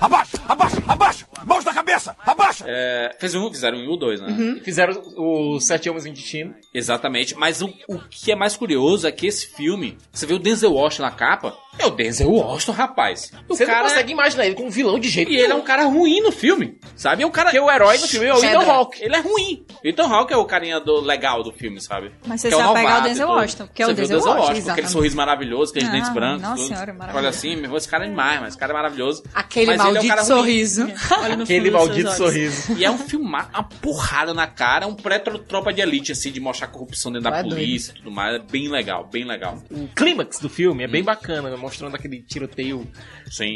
Speaker 19: Abaixa, abaixa, abaixa! Mãos na cabeça, abaixa!
Speaker 2: É, fez um, fizeram um e o dois, né?
Speaker 4: Uhum. Fizeram o Sete Homens em Destino.
Speaker 2: Exatamente, mas o, o que é mais curioso é que esse filme, você vê o Denzel Washington na capa, é o Denzel Washington, rapaz. O
Speaker 4: Você
Speaker 2: cara
Speaker 4: não consegue imaginar ele como um vilão de jeito
Speaker 2: E ele é um cara ruim no filme, sabe? É um cara...
Speaker 4: Porque o herói do filme é o
Speaker 2: Pedra.
Speaker 4: Ethan Hawke.
Speaker 2: Ele é ruim. Ethan Hawke é o carinha do, legal do filme, sabe?
Speaker 5: Mas você
Speaker 2: Que é
Speaker 5: se
Speaker 2: o
Speaker 5: apegar ao
Speaker 2: novato e
Speaker 5: Denzel
Speaker 2: tudo.
Speaker 5: Washington, porque é o
Speaker 2: Você vê
Speaker 5: Denzel
Speaker 2: Washington,
Speaker 5: Washington,
Speaker 2: aquele
Speaker 5: exatamente.
Speaker 2: sorriso maravilhoso, aqueles
Speaker 5: Ah,
Speaker 2: dentes brancos.
Speaker 5: nossa
Speaker 2: tudo.
Speaker 5: senhora, maravilhoso.
Speaker 2: Olha assim, meu irmão, esse cara é demais, mas esse cara é maravilhoso.
Speaker 6: Aquele
Speaker 2: Mas ele é um
Speaker 6: maldito
Speaker 2: cara ruim.
Speaker 6: sorriso.
Speaker 2: Olha
Speaker 4: Aquele
Speaker 2: no fundo dos seus
Speaker 4: maldito
Speaker 2: olhos.
Speaker 4: sorriso.
Speaker 2: E é um filmar uma porrada na cara, é um pré-tropa de elite, assim, de mostrar corrupção dentro da
Speaker 4: É doido.
Speaker 2: polícia e tudo mais. É bem legal, bem legal.
Speaker 4: O clímax do filme é bem bacana, né? mostrando aquele tiroteio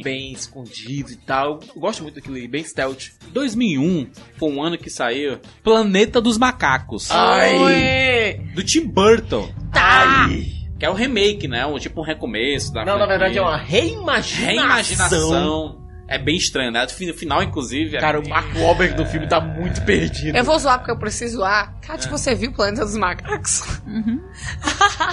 Speaker 4: bem escondido e tal. Eu gosto muito daquele, bem stealth.
Speaker 2: 2001 foi um ano que saiu Planeta dos Macacos.
Speaker 4: Ai!
Speaker 2: Do Tim Burton.
Speaker 6: Tá!
Speaker 2: Que é o remake, né? O, tipo um recomeço da
Speaker 4: Não, na
Speaker 2: franquia.
Speaker 4: verdade é uma reimaginação.
Speaker 2: reimaginação. É bem estranho, né? No final, inclusive. Cara, o Mark
Speaker 4: Wahlberg do filme tá muito perdido.
Speaker 6: Eu vou zoar porque eu preciso zoar. Kátia,
Speaker 2: É.
Speaker 6: você viu o Planeta dos Macacos?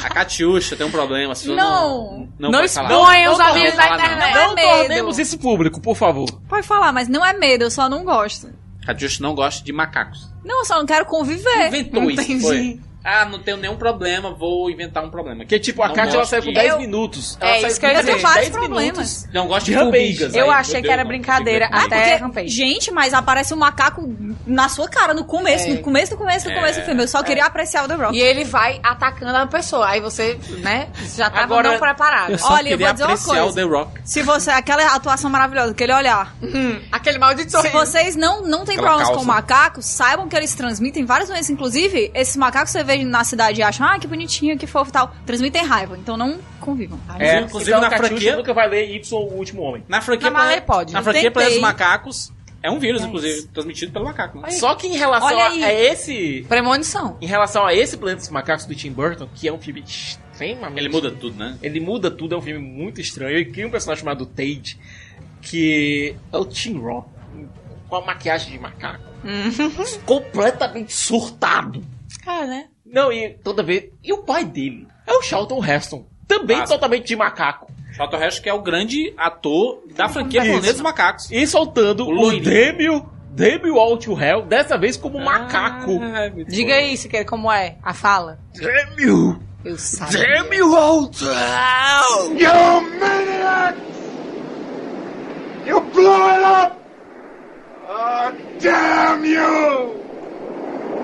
Speaker 2: A Catiuxa tem um problema. se eu
Speaker 6: Não.
Speaker 2: Não,
Speaker 6: Não
Speaker 2: pode falar.
Speaker 6: exponha os
Speaker 2: pode
Speaker 6: amigos
Speaker 2: falar,
Speaker 6: da internet.
Speaker 5: Não
Speaker 2: Não.
Speaker 5: é medo.
Speaker 4: Temos esse público, por favor.
Speaker 5: Pode falar, mas não é medo, eu só não gosto.
Speaker 2: Catiuxa não gosta de macacos.
Speaker 5: Não, eu só não quero conviver.
Speaker 2: Inventou isso. Foi. Ah, não tenho nenhum problema, vou inventar um problema.
Speaker 4: Que tipo, a
Speaker 2: Não
Speaker 4: Kátia ela
Speaker 2: gosto
Speaker 4: saiu com
Speaker 2: de-
Speaker 4: 10 minutos.
Speaker 6: É, isso que eu ia dizer. vários
Speaker 5: problemas.
Speaker 2: Não gosto de
Speaker 4: De rampeigas.
Speaker 2: formigas.
Speaker 6: Eu
Speaker 2: aí,
Speaker 6: achei
Speaker 2: meu
Speaker 6: que
Speaker 2: Deus,
Speaker 6: era
Speaker 2: não.
Speaker 6: brincadeira
Speaker 2: Tem que ver.
Speaker 6: até rampei.
Speaker 5: Gente, mas aparece um macaco na sua cara no começo, no começo, no começo, no começo
Speaker 6: É.
Speaker 5: do filme. Eu só queria apreciar o The Rock.
Speaker 6: E ele vai atacando a pessoa. Aí você, né, já tava
Speaker 5: Agora,
Speaker 6: não preparado.
Speaker 5: eu só Olha, eu vou queria dizer uma apreciar coisa. o The
Speaker 2: Rock.
Speaker 5: Se você. Aquela atuação maravilhosa, aquele olhar.
Speaker 6: aquele maldito
Speaker 5: Se
Speaker 6: sorriso.
Speaker 5: vocês não, não têm
Speaker 6: Aquela
Speaker 5: problemas
Speaker 6: calça.
Speaker 5: com macacos, saibam que eles transmitem várias doenças. Inclusive, esses macacos que você vê na cidade e acham, ah, que bonitinho, que fofo e tal. Transmitem raiva. Então não convivam.
Speaker 6: Ah,
Speaker 4: É,
Speaker 2: Inclusive,
Speaker 4: então,
Speaker 2: na
Speaker 4: Catiuxa
Speaker 2: franquia-
Speaker 4: nunca vai ler Y, o último homem.
Speaker 2: Na franquia,
Speaker 4: Na Malé
Speaker 6: é,
Speaker 2: pra-
Speaker 4: pode.
Speaker 2: Na
Speaker 4: Eu
Speaker 2: franquia Planeta
Speaker 4: tentei.
Speaker 2: dos Macacos, é um vírus, inclusive, transmitido pelo macaco. né?
Speaker 4: Só que em relação
Speaker 6: Olha
Speaker 4: a,
Speaker 6: aí.
Speaker 4: a esse.
Speaker 6: Premonição.
Speaker 4: Em relação a esse Planeta dos Macacos do Tim Burton, que é um filme extremamente.
Speaker 2: Ele muda tudo, né?
Speaker 4: Ele muda tudo, é um filme muito estranho. Ele cria um personagem chamado Tade, que é o Tim Roth, com a maquiagem de macaco.
Speaker 6: Hum.
Speaker 4: completamente surtado.
Speaker 6: Cara, né?
Speaker 4: Não, e toda vez. E o pai dele é o Charlton Heston, também totalmente de macaco.
Speaker 2: Charlton Heston que é o grande ator da franquia
Speaker 4: Isso.
Speaker 2: Planeta dos Macacos.
Speaker 4: E soltando o
Speaker 2: loirinho.
Speaker 4: Demiel, Demiel All to Hell, dessa vez como macaco.
Speaker 6: Diga aí, se quer, como é a fala.
Speaker 4: Demiel!
Speaker 6: Eu sabia.
Speaker 4: Demiel All to
Speaker 6: Hell!
Speaker 3: You maniacs! You blew it up! Oh, damn you!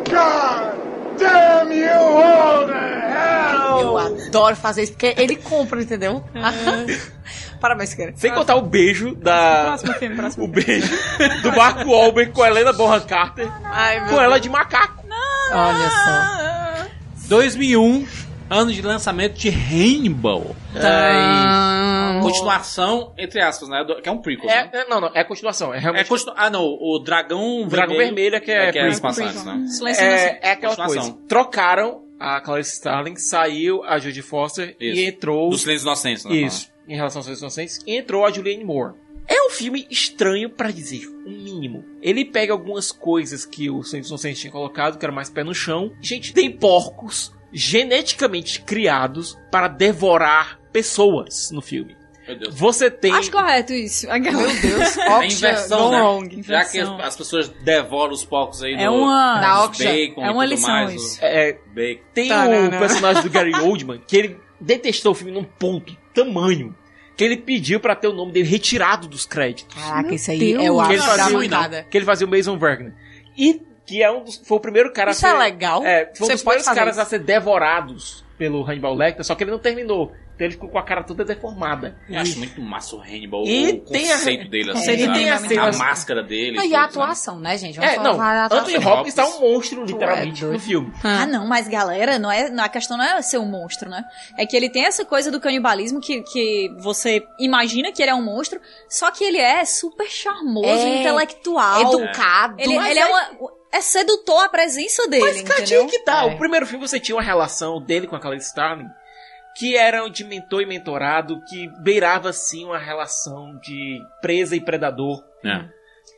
Speaker 3: God damn you all to hell!
Speaker 6: Eu adoro fazer isso, porque ele compra, entendeu? Parabéns, Siqueira.
Speaker 4: Sem contar o beijo da.
Speaker 6: Próximo filme, próximo
Speaker 4: o beijo do Marco Wahlberg com a Helena Bonham Carter.
Speaker 6: Ai, meu
Speaker 4: com ela
Speaker 6: Deus.
Speaker 4: de macaco.
Speaker 6: Olha só.
Speaker 2: 2001, ano de lançamento de Rainbow.
Speaker 4: Ai.
Speaker 2: Continuação, entre aspas, né? do- Que é um prequel, né?
Speaker 4: É, é- não, não, é a continuação. É realmente.
Speaker 2: É continu- Ah, não, o Dragão
Speaker 4: Dragão Vermelho é que é.
Speaker 2: que é as
Speaker 4: prequel.
Speaker 2: passagens, né?
Speaker 4: É, é aquela
Speaker 2: Continuação.
Speaker 4: coisa. Trocaram a Clarice Starling, saiu a Judy Foster
Speaker 2: Isso.
Speaker 4: e entrou.
Speaker 2: Do Silêncio dos Inocentes, né?
Speaker 4: Isso. Em relação aos Silêncio dos Inocentes, e entrou a Julianne Moore. É um filme estranho pra dizer, o mínimo. Ele pega algumas coisas que o Silêncio dos Inocentes tinha colocado, que era mais pé no chão. Gente, tem porcos geneticamente criados para devorar pessoas no filme.
Speaker 2: Meu Deus.
Speaker 4: Você tem.
Speaker 5: Acho correto isso. Meu Deus,
Speaker 2: É inversão, né? Já que as, as pessoas devoram os porcos aí
Speaker 5: É
Speaker 2: no,
Speaker 5: uma-
Speaker 2: nos
Speaker 5: Da Oxia.
Speaker 2: bacon
Speaker 5: É uma
Speaker 2: e tudo
Speaker 5: lição
Speaker 2: mais,
Speaker 5: isso.
Speaker 2: o-
Speaker 4: É,
Speaker 2: bacon.
Speaker 4: Tem
Speaker 2: Tarará.
Speaker 4: o personagem do Gary Oldman que ele detestou o filme num ponto tamanho que ele pediu pra ter o nome dele retirado dos créditos.
Speaker 6: Caraca, isso aí
Speaker 4: Deus.
Speaker 6: é o
Speaker 4: que
Speaker 6: ápice
Speaker 4: ele
Speaker 6: da
Speaker 4: fazia, um
Speaker 6: mancada.
Speaker 4: que ele fazia o Mason Wagner. E que é um dos, foi o primeiro cara
Speaker 6: Isso
Speaker 4: a
Speaker 6: é
Speaker 4: ser,
Speaker 6: legal?
Speaker 4: É, foi um
Speaker 6: Você
Speaker 4: dos
Speaker 6: pode
Speaker 4: primeiros
Speaker 6: fazer
Speaker 4: caras
Speaker 6: isso.
Speaker 4: a ser devorados pelo Hannibal Lecter, só que ele não terminou. Então ele ficou com a cara toda deformada.
Speaker 2: Eu acho muito massa o Hannibal,
Speaker 4: E
Speaker 2: o
Speaker 4: tem a-
Speaker 2: conceito dele, assim,
Speaker 4: É, e
Speaker 2: sabe?
Speaker 4: tem a
Speaker 2: a,
Speaker 4: cena-
Speaker 2: máscara dele.
Speaker 6: Não, e
Speaker 2: tudo,
Speaker 6: a
Speaker 2: sabe?
Speaker 6: atuação, né, gente? Vamos
Speaker 4: É,
Speaker 6: falar
Speaker 4: não.
Speaker 6: da atuação.
Speaker 4: Anthony Hopkins tá um
Speaker 6: é
Speaker 4: monstro, literalmente, no filme.
Speaker 5: Ah, não, mas galera, não é, não, a questão não é ser um monstro, né? É que ele tem essa coisa do canibalismo que, que você imagina que ele é um monstro, só que ele é super charmoso,
Speaker 6: É,
Speaker 5: intelectual,
Speaker 6: educado,
Speaker 5: Ele,
Speaker 6: mas
Speaker 5: ele né? é,
Speaker 6: é-
Speaker 5: uma, é sedutor a presença dele.
Speaker 4: Mas, Cadinho,
Speaker 5: entendeu?
Speaker 4: que tal?
Speaker 2: É.
Speaker 4: O primeiro filme você tinha uma relação dele com a Clarice Starling que era de mentor e mentorado, que beirava, assim, uma relação de presa e predador.
Speaker 2: É.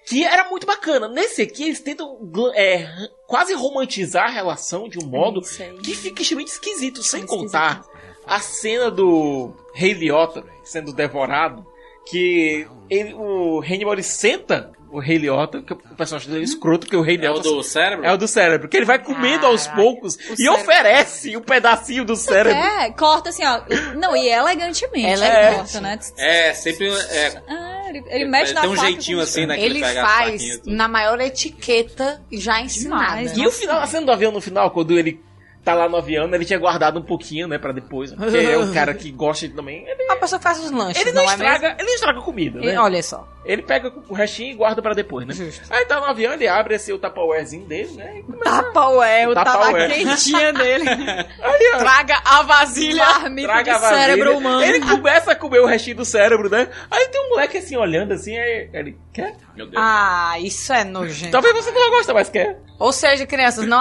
Speaker 4: Que era muito bacana. Nesse aqui, eles tentam gla- é, quase romantizar a relação de um modo que fica extremamente esquisito. Sem contar a cena do Rei Liotta sendo devorado, que ele, o Hannibal ele senta o Rei Liotta, que o personagem dele é escroto, que o Rei
Speaker 2: É
Speaker 4: Liotta...
Speaker 2: o do cérebro?
Speaker 4: É o do cérebro, que ele vai comendo aos poucos e
Speaker 5: cérebro.
Speaker 4: oferece um pedacinho do cérebro.
Speaker 5: É, corta assim, ó. Não, e elegantemente.
Speaker 4: Elegante.
Speaker 5: Ele corta, né?
Speaker 2: É, sempre... É,
Speaker 5: Ah, ele, ele mete na
Speaker 2: Tem um
Speaker 5: faca
Speaker 2: jeitinho
Speaker 5: com-
Speaker 2: assim, né? que
Speaker 6: Ele
Speaker 2: pega a faquinha
Speaker 6: faz
Speaker 2: e tudo.
Speaker 6: na maior etiqueta já ensinada.
Speaker 4: E o final, a cena do avião no final, quando ele tá lá no avião, ele tinha guardado um pouquinho, né, pra depois. Porque é um cara que gosta de também. Ele,
Speaker 6: A pessoa faz os lanches,
Speaker 4: ele não,
Speaker 6: não, é
Speaker 4: estraga,
Speaker 6: mesmo?
Speaker 4: ele não estraga comida,
Speaker 6: E
Speaker 4: né?
Speaker 6: olha só.
Speaker 4: Ele pega o restinho e guarda pra depois, né? Aí tá no avião, ele abre esse o tapawarezinho dele, né? E
Speaker 6: Tapa o eu
Speaker 4: Tapa
Speaker 6: tava
Speaker 4: o é.
Speaker 6: quentinha dele.
Speaker 4: Aí, ó.
Speaker 6: Traga a vasilha. Marmita
Speaker 4: Traga a vasilha. Ele começa a comer o restinho do cérebro, né? Aí tem um moleque assim olhando assim, aí ele quer?
Speaker 2: Meu Deus.
Speaker 6: Ah, isso é nojento.
Speaker 4: Talvez você não gosta, mas quer.
Speaker 6: Ou seja, crianças, não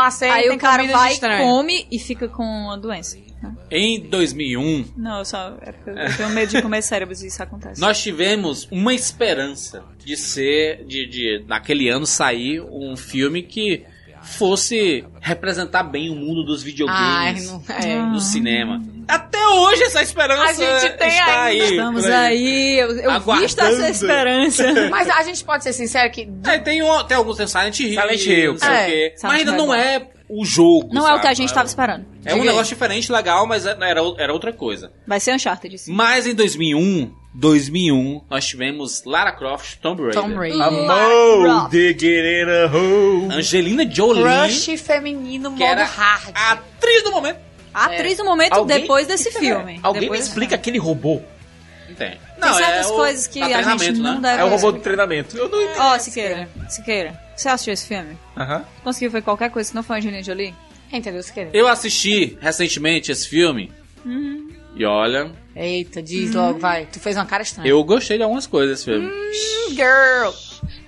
Speaker 5: Aí
Speaker 6: aceitem
Speaker 5: o cara
Speaker 6: comidas
Speaker 5: vai,
Speaker 6: estranhas.
Speaker 5: come e fica com a doença. né?
Speaker 2: Em 2001,
Speaker 5: Não, eu só. É porque eu eu tenho medo de comer cérebros e isso acontece.
Speaker 2: Nós tivemos uma esperança de ser, de, de naquele ano sair um filme que fosse representar bem o mundo dos
Speaker 6: Ai,
Speaker 2: videogames,
Speaker 6: não é. Ah.
Speaker 2: do cinema. Até hoje essa esperança
Speaker 6: A gente tem
Speaker 2: está
Speaker 6: ainda.
Speaker 2: aí.
Speaker 5: Estamos
Speaker 2: por
Speaker 5: aí, eu, eu visto essa
Speaker 2: Aguardando.
Speaker 5: esperança.
Speaker 6: Mas a gente pode ser sincero que.
Speaker 2: É, tem, o- tem alguns tem Silent Hill,
Speaker 4: Silent Hill.
Speaker 2: não sei
Speaker 6: É,
Speaker 2: o quê.
Speaker 5: Silent
Speaker 2: Mas ainda
Speaker 5: Hill é
Speaker 2: não
Speaker 5: bom.
Speaker 2: é o jogo.
Speaker 5: Não é o que
Speaker 2: sabe?
Speaker 5: a gente tava esperando.
Speaker 2: É um negócio diferente, legal, mas é, era, era outra coisa.
Speaker 5: Vai ser Uncharted, sim.
Speaker 2: Mas em 2001, 2001, nós tivemos Lara Croft, Tomb Raider.
Speaker 6: Tomb Raider. Lara
Speaker 2: Amor
Speaker 6: Croft.
Speaker 2: Oh, de Guerreira oh. Angelina Jolie.
Speaker 6: Crush feminino modo
Speaker 2: Que era
Speaker 6: hard.
Speaker 2: A atriz do momento.
Speaker 5: A atriz do momento
Speaker 4: Alguém-
Speaker 5: depois desse
Speaker 4: Cara,
Speaker 5: filme.
Speaker 4: Alguém
Speaker 5: Depois-
Speaker 4: me explica aquele robô.
Speaker 2: Tem.
Speaker 5: Não, certas é o- coisas que tá a gente treinamento, não né? deve
Speaker 4: É o robô
Speaker 5: explicar.
Speaker 4: do treinamento. Eu não
Speaker 6: É.
Speaker 4: entendi.
Speaker 5: Ó, Siqueira, Siqueira, você assistiu esse filme?
Speaker 4: Aham.
Speaker 5: Conseguiu ver qualquer coisa que não foi Angelina Jolie?
Speaker 6: Entendeu, Siqueira?
Speaker 2: Eu assisti recentemente esse filme. E olha,
Speaker 6: Eita, diz logo, vai. Tu fez uma cara estranha.
Speaker 2: eu gostei de algumas coisas desse filme.
Speaker 6: Girl.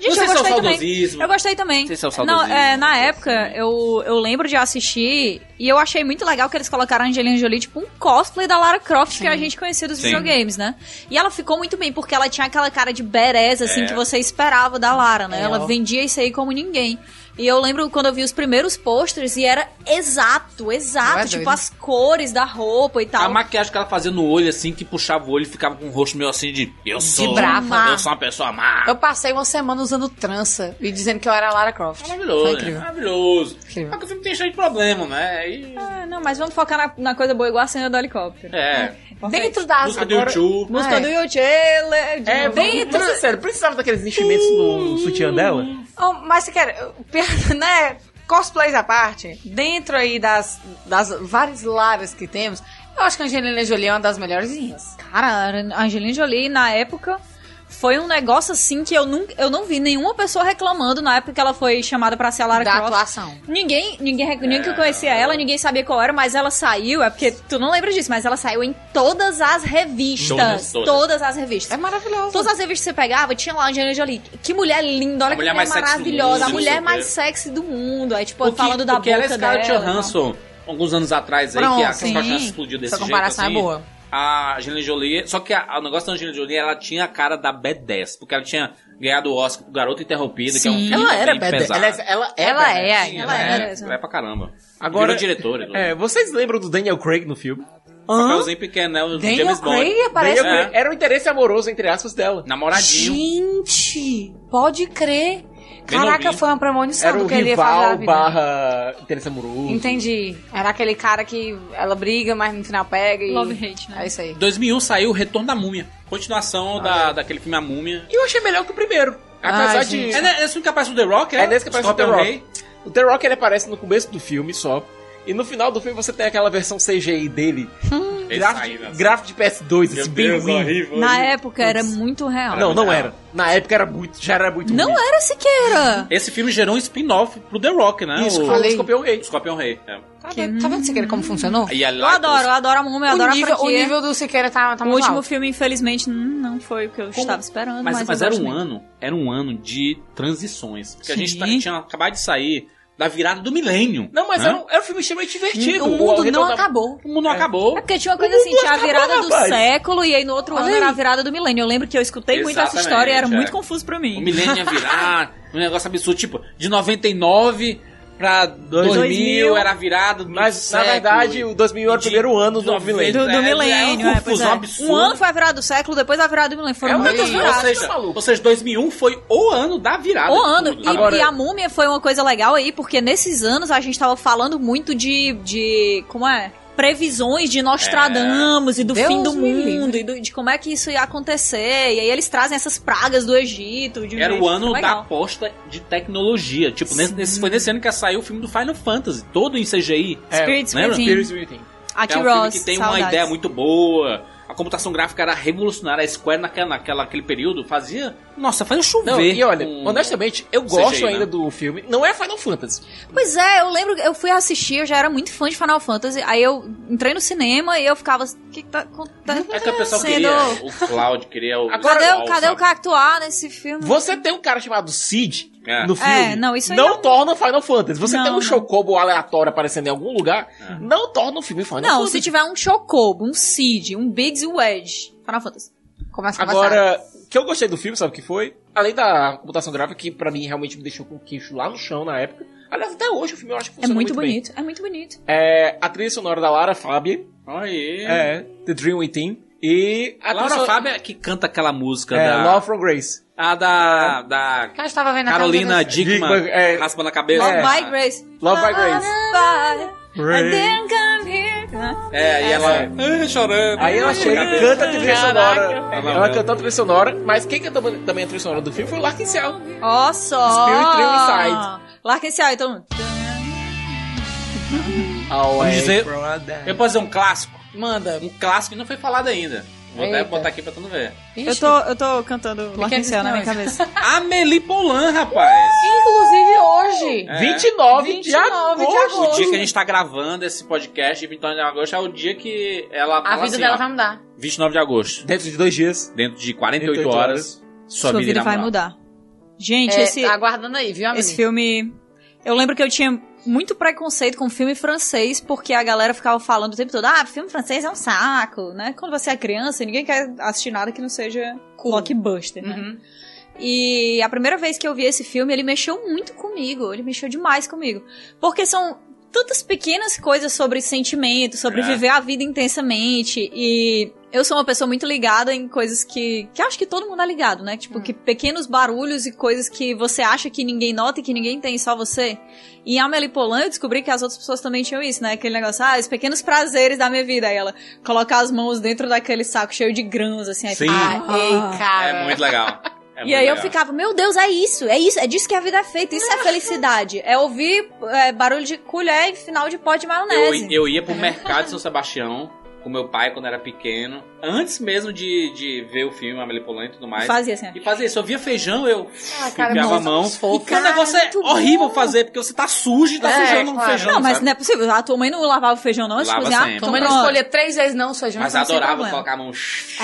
Speaker 5: Gente,
Speaker 2: Vocês
Speaker 5: eu
Speaker 2: são
Speaker 5: gostei também.
Speaker 2: é saudosismo.
Speaker 5: Eu gostei também.
Speaker 2: Vocês são
Speaker 5: Não,
Speaker 2: saudosismo.
Speaker 5: é, na época, eu, eu lembro de assistir e eu achei muito legal que eles colocaram a Angelina Jolie, tipo, um cosplay da Lara Croft que é a gente conhecia dos
Speaker 6: Sim.
Speaker 5: videogames, né? E ela ficou muito bem, porque ela tinha aquela cara de bereza, assim,
Speaker 6: É.
Speaker 5: que você esperava da Lara, né?
Speaker 6: É,
Speaker 5: ela
Speaker 6: ó.
Speaker 5: vendia isso aí como ninguém. E eu lembro quando eu vi os primeiros posters e era exato, exato.
Speaker 2: Não é
Speaker 5: tipo,
Speaker 2: doido?
Speaker 5: as cores da roupa e
Speaker 2: A
Speaker 5: tal.
Speaker 2: maquiagem que ela fazia no olho, assim, que puxava o olho e ficava com o rosto meio assim de. Eu sou.
Speaker 6: brava.
Speaker 2: Eu sou uma pessoa má.
Speaker 6: Eu passei uma semana usando trança e dizendo que eu era a Lara Croft. Foi
Speaker 2: Maravilhoso.
Speaker 6: incrível.
Speaker 2: Maravilhoso. Só que o filme tem cheio de problema, né? E-
Speaker 5: Ah, não, mas vamos focar na, na coisa boa, igual a cena do helicópter.
Speaker 2: É.
Speaker 5: Dentro das...
Speaker 2: Música do YouTube.
Speaker 6: É.
Speaker 5: Música do Né? YouTube. ele-
Speaker 4: É,
Speaker 5: dentro...
Speaker 4: dentro... Mas, sério, precisava daqueles enchimentos no sutiã dela?
Speaker 6: Oh, mas você quer, né? Cosplays à parte, dentro aí das, das várias laras que temos, eu acho que a Angelina Jolie é uma das melhorzinhas.
Speaker 5: Cara, a Angelina Jolie, na época, foi um negócio assim que eu, nunca, eu não vi nenhuma pessoa reclamando na época que ela foi chamada pra ser a Lara
Speaker 6: Da
Speaker 5: Croft.
Speaker 6: atuação.
Speaker 5: Ninguém, ninguém, rec- ninguém que conhecia
Speaker 2: É.
Speaker 5: ela, ninguém sabia qual era, mas ela saiu, é porque tu não lembra disso, mas ela saiu em todas as revistas.
Speaker 2: Todas,
Speaker 5: Todas,
Speaker 2: todas.
Speaker 5: as revistas. É
Speaker 6: maravilhoso.
Speaker 5: Todas as revistas que você pegava, tinha lá a Angelina Jolie. Que mulher linda, olha
Speaker 2: A
Speaker 5: que
Speaker 2: mulher
Speaker 5: mulher,
Speaker 2: mais sexy do mundo,
Speaker 5: maravilhosa, a
Speaker 2: não sei
Speaker 5: mulher
Speaker 2: o
Speaker 5: mais
Speaker 2: quê.
Speaker 5: sexy do mundo. Aí, tipo,
Speaker 2: O que-
Speaker 5: falando da
Speaker 2: o que
Speaker 5: boca
Speaker 2: era
Speaker 5: dela.
Speaker 2: Scarlett Johansson alguns anos atrás aí,
Speaker 5: Pronto,
Speaker 2: que a
Speaker 5: sim.
Speaker 2: Scarlett Johansson explodiu desse
Speaker 6: Essa comparação
Speaker 2: jeito,
Speaker 6: é
Speaker 2: assim.
Speaker 6: boa.
Speaker 2: A Angelina Jolie... Só que a- o negócio da Angelina Jolie, ela tinha a cara da B10, porque ela tinha ganhado o Oscar pro Garoto Interrompido, que é um
Speaker 4: Sim.
Speaker 2: filme
Speaker 4: Ela era
Speaker 2: bem
Speaker 4: badass.
Speaker 2: pesado.
Speaker 4: Ela- ela é
Speaker 6: Ela é
Speaker 4: badass.
Speaker 6: ainda.
Speaker 2: Ela
Speaker 6: Ela
Speaker 2: é,
Speaker 6: era,
Speaker 2: ela é pra caramba.
Speaker 4: Agora-
Speaker 2: Virou diretora. e tudo.
Speaker 4: É, vocês lembram do Daniel Craig no filme?
Speaker 2: Papelzinho pequeno, né? O
Speaker 4: Daniel
Speaker 2: James Bond.
Speaker 4: Craig aparece.
Speaker 2: É,
Speaker 4: Craig. Era o interesse amoroso, entre aspas, dela.
Speaker 2: Namoradinho.
Speaker 6: Gente, pode crer.
Speaker 4: Bem
Speaker 6: Caraca,
Speaker 4: novinho.
Speaker 6: foi uma premonição
Speaker 4: Era
Speaker 6: do
Speaker 4: o
Speaker 6: que ele ia fazer na
Speaker 4: rival
Speaker 6: vida.
Speaker 4: barra interesse amoroso.
Speaker 6: Entendi. Era aquele cara que ela briga, mas no final pega e.
Speaker 5: Love and hate, né?
Speaker 6: É isso aí.
Speaker 2: 2001 saiu o Retorno da Múmia. Continuação da, daquele filme A Múmia.
Speaker 4: E eu achei melhor que o primeiro.
Speaker 6: Ah,
Speaker 4: Apesar de.
Speaker 2: É, né, é esse que aparece o The Rock, é?
Speaker 4: É nesse que aparece o The
Speaker 2: Scorpion
Speaker 4: Rock.
Speaker 2: Rei.
Speaker 4: O The Rock ele aparece no começo do filme só. E no final do filme você tem aquela versão CGI dele.
Speaker 6: Hum.
Speaker 2: aí,
Speaker 4: Gráfico,
Speaker 2: né?
Speaker 4: de, gráfico de PS2, esse assim, bem
Speaker 2: Deus,
Speaker 4: ruim.
Speaker 2: horrível,
Speaker 5: Na época era muito real.
Speaker 4: Não, não era. Na época era muito, já era muito
Speaker 5: Não
Speaker 4: ruim.
Speaker 5: era Siqueira.
Speaker 2: Esse filme gerou um spin-off pro The Rock, né?
Speaker 4: Isso,
Speaker 2: o...
Speaker 4: foi o
Speaker 2: Escorpião Rei. Escorpião Rei, é.
Speaker 6: Tá vendo, tá vendo Siqueira como funcionou?
Speaker 2: E a
Speaker 5: Eu adoro, eu adoro a múmia, eu
Speaker 6: o,
Speaker 5: adoro
Speaker 6: nível,
Speaker 5: a
Speaker 6: o
Speaker 5: franquia.
Speaker 6: nível do Siqueira tá, tá
Speaker 5: o
Speaker 6: muito
Speaker 5: último
Speaker 6: alto.
Speaker 5: filme, infelizmente, hum, não foi o que eu estava esperando.
Speaker 2: Mas,
Speaker 5: Mas,
Speaker 2: mas
Speaker 5: eu
Speaker 2: era
Speaker 5: gosto
Speaker 2: um
Speaker 5: muito.
Speaker 2: ano, era um ano de transições. Porque a gente
Speaker 5: Sim.
Speaker 2: tá- tinha acabado de sair da virada do milênio.
Speaker 4: Não, mas
Speaker 2: né?
Speaker 4: era um, era um filme extremamente
Speaker 2: Tipo,
Speaker 4: divertido.
Speaker 5: O mundo
Speaker 4: Retorno
Speaker 5: não
Speaker 4: da-
Speaker 5: acabou.
Speaker 2: tá- O mundo não acabou.
Speaker 5: É porque tinha uma coisa assim, tinha a virada do
Speaker 4: rapaz.
Speaker 5: século e aí no outro ano
Speaker 4: Olha
Speaker 5: era a
Speaker 4: aí.
Speaker 5: virada do milênio. Eu lembro que eu escutei muito essa
Speaker 2: Exatamente,
Speaker 5: história e era
Speaker 2: é.
Speaker 5: muito confuso pra mim.
Speaker 2: O milênio ia virar, um negócio absurdo. Tipo, de 99 pra 2000,
Speaker 4: 2000,
Speaker 2: era a virada do
Speaker 4: Mas,
Speaker 2: século.
Speaker 4: na verdade, o 2000 era um é o primeiro ano do milênio.
Speaker 5: Do, do milênio,
Speaker 2: é,
Speaker 5: é,
Speaker 2: uma
Speaker 5: pois
Speaker 2: confusão
Speaker 5: é.
Speaker 2: absurda.
Speaker 5: Um ano foi a virada do século, depois a virada do milênio. Foram
Speaker 2: É um
Speaker 5: muitas
Speaker 2: negócio- ou,
Speaker 5: viradas.
Speaker 2: seja, ou seja, 2001 foi o ano da virada.
Speaker 5: O
Speaker 2: de
Speaker 5: Um ano.
Speaker 2: tudo,
Speaker 5: E,
Speaker 2: né?
Speaker 5: e a múmia foi uma coisa legal aí, porque nesses anos a gente tava falando muito de. de como é? Previsões de
Speaker 2: É.
Speaker 5: Nostradamus e do
Speaker 6: Deus
Speaker 5: fim do
Speaker 6: me
Speaker 5: mundo e do- de como é que isso ia acontecer. E aí eles trazem essas pragas do Egito. De um
Speaker 2: Era
Speaker 5: jeito
Speaker 2: o ano da
Speaker 5: legal.
Speaker 2: aposta de tecnologia. Tipo, nesse, nesse- foi nesse ano que saiu o filme do Final Fantasy, todo em CGI.
Speaker 5: Spirits
Speaker 2: É, Lembra?
Speaker 5: Within. Aqui
Speaker 2: é um filme
Speaker 5: Ross,
Speaker 2: que tem uma
Speaker 5: saudades.
Speaker 2: ideia muito boa. a computação gráfica era revolucionária. A Square naquela, naquela, naquele período fazia. Nossa, fazia chover.
Speaker 4: Não, e olha,
Speaker 2: com
Speaker 4: honestamente, eu
Speaker 2: CGI,
Speaker 4: gosto ainda
Speaker 2: né?
Speaker 4: do filme. Não é Final Fantasy.
Speaker 5: Pois é, eu lembro, eu fui assistir, eu já era muito fã de Final Fantasy, aí eu entrei no cinema e eu ficava, o que que tá acontecendo?
Speaker 2: É que o pessoal queria o Cloud, queria o.
Speaker 5: Cadê,
Speaker 2: visual,
Speaker 5: o- cadê o
Speaker 2: sabe?
Speaker 5: Cactuar nesse filme?
Speaker 4: Você tem um cara chamado Sid
Speaker 2: É.
Speaker 4: no
Speaker 5: É,
Speaker 4: filme.
Speaker 5: não, isso aí
Speaker 4: não,
Speaker 5: não-
Speaker 4: torna Final Fantasy. Você
Speaker 5: Não,
Speaker 4: tem um
Speaker 5: não.
Speaker 4: Chocobo aleatório aparecendo em algum lugar,
Speaker 2: É.
Speaker 4: não torna o filme Final
Speaker 5: Não,
Speaker 4: Fantasy.
Speaker 5: se tiver um Chocobo, um Cid, um Biggs e um Wedge, Final Fantasy. Começa a conversar.
Speaker 4: Agora, o que eu gostei do filme, sabe o que foi? Além da computação gráfica, que pra mim realmente me deixou com o queixo lá no chão na época. Aliás, até hoje o filme eu acho que
Speaker 5: É
Speaker 4: funciona
Speaker 5: muito,
Speaker 4: bem.
Speaker 5: bonito, é muito bonito.
Speaker 4: É, a trilha sonora da Lara Fabi.
Speaker 2: Aí.
Speaker 4: É, The Dream Within. E a
Speaker 2: Laura
Speaker 4: trilha
Speaker 2: Fábio é que canta aquela música
Speaker 4: É,
Speaker 2: da.
Speaker 4: Love from Grace.
Speaker 2: A da. da
Speaker 6: Eu estava vendo a casa
Speaker 2: Carolina
Speaker 6: desse-
Speaker 2: Dickman,
Speaker 4: Dickman, é.
Speaker 2: raspa na cabeça.
Speaker 5: Love
Speaker 2: É.
Speaker 5: by Grace.
Speaker 2: Love by Grace.
Speaker 5: Grace. I didn't come here. Né?
Speaker 2: É, e ela "Ah, chorando.
Speaker 4: Aí ela chega e canta a trilha
Speaker 2: Caraca.
Speaker 4: sonora. Ela cantou a trilha sonora, mas quem cantou também a trilha sonora do filme foi o Larkin Cell.
Speaker 5: Ó só.
Speaker 4: Spirit Dream Inside.
Speaker 5: Larga esse aí, todo mundo.
Speaker 2: Vamos dizer- Eu posso dizer um clássico?
Speaker 6: Manda.
Speaker 2: Um clássico que não foi falado ainda. Vou até
Speaker 5: Eita.
Speaker 2: botar aqui pra tu não ver.
Speaker 5: Eu tô, eu tô cantando Larga esse aí na minha cabeça.
Speaker 2: Amelie Polan, rapaz.
Speaker 6: Inclusive hoje.
Speaker 2: É.
Speaker 4: 29 de
Speaker 6: 29 de
Speaker 4: agosto.
Speaker 2: O dia que a gente tá gravando esse podcast, 29 de agosto, é o dia que ela
Speaker 6: A
Speaker 2: fala
Speaker 6: vida
Speaker 2: assim,
Speaker 6: dela tá-
Speaker 2: ó,
Speaker 6: vai mudar.
Speaker 2: 29 de agosto.
Speaker 4: Dentro de dois dias.
Speaker 2: Dentro de 48
Speaker 4: 48
Speaker 2: horas, sua, vida, irá
Speaker 5: vai
Speaker 2: mudar.
Speaker 5: mudar. Gente,
Speaker 6: É,
Speaker 5: esse,
Speaker 6: tá Aguardando aí, viu, amigo?
Speaker 5: esse filme. Eu lembro que eu tinha muito preconceito com filme francês, porque a galera ficava falando o tempo todo: ah, filme francês é um saco, né? Quando você é criança, ninguém quer assistir nada que não seja blockbuster, né? E a primeira vez que eu vi esse filme, ele mexeu muito comigo. Ele mexeu demais comigo. Porque são tantas pequenas coisas sobre sentimento, sobre
Speaker 6: É.
Speaker 5: viver a vida intensamente. E eu sou uma pessoa muito ligada em coisas que. que acho que todo mundo é ligado, né? Tipo, que pequenos barulhos e coisas que você acha que ninguém nota e que ninguém tem, só você. E a Amélie Polan, eu descobri que as outras pessoas também tinham isso, né? Aquele negócio, ah, os pequenos prazeres da minha vida. Aí ela coloca as mãos dentro daquele saco cheio de grãos, assim. Aí
Speaker 2: Sim.
Speaker 5: fica,
Speaker 2: Ah,
Speaker 5: ei, cara.
Speaker 2: É muito legal. É
Speaker 5: E
Speaker 2: muito
Speaker 5: aí eu
Speaker 2: legal.
Speaker 5: ficava, meu Deus, é isso, é isso, é disso que a vida é feita, isso é felicidade. É ouvir é, barulho de colher e final de pó de
Speaker 2: Eu,
Speaker 5: maionese.
Speaker 2: eu ia pro mercado de São Sebastião com meu pai quando era pequeno, antes mesmo de, de ver o filme Amelie Polan e tudo mais.
Speaker 5: E fazia assim, ó.
Speaker 2: E fazia isso. Eu via feijão, eu
Speaker 5: Ah,
Speaker 2: cara,
Speaker 5: cara,
Speaker 2: enfiava a
Speaker 5: nós
Speaker 2: mão.
Speaker 5: somos fofos.
Speaker 2: E que é um
Speaker 5: Cara,
Speaker 2: negócio é
Speaker 5: muito bom.
Speaker 2: horrível fazer, porque você tá sujo e tá
Speaker 6: É,
Speaker 2: sujando um
Speaker 6: claro.
Speaker 2: feijão.
Speaker 5: não, mas
Speaker 2: sabe?
Speaker 5: não é possível. A tua mãe não lavava o feijão, não? antes de
Speaker 2: Lava
Speaker 5: cozinhar?
Speaker 2: sempre.
Speaker 5: Então
Speaker 6: Tua mãe não
Speaker 5: pronto.
Speaker 6: escolher três vezes não, sua gente.
Speaker 2: Mas
Speaker 6: não tem
Speaker 2: adorava
Speaker 6: problema.
Speaker 2: colocar a mão.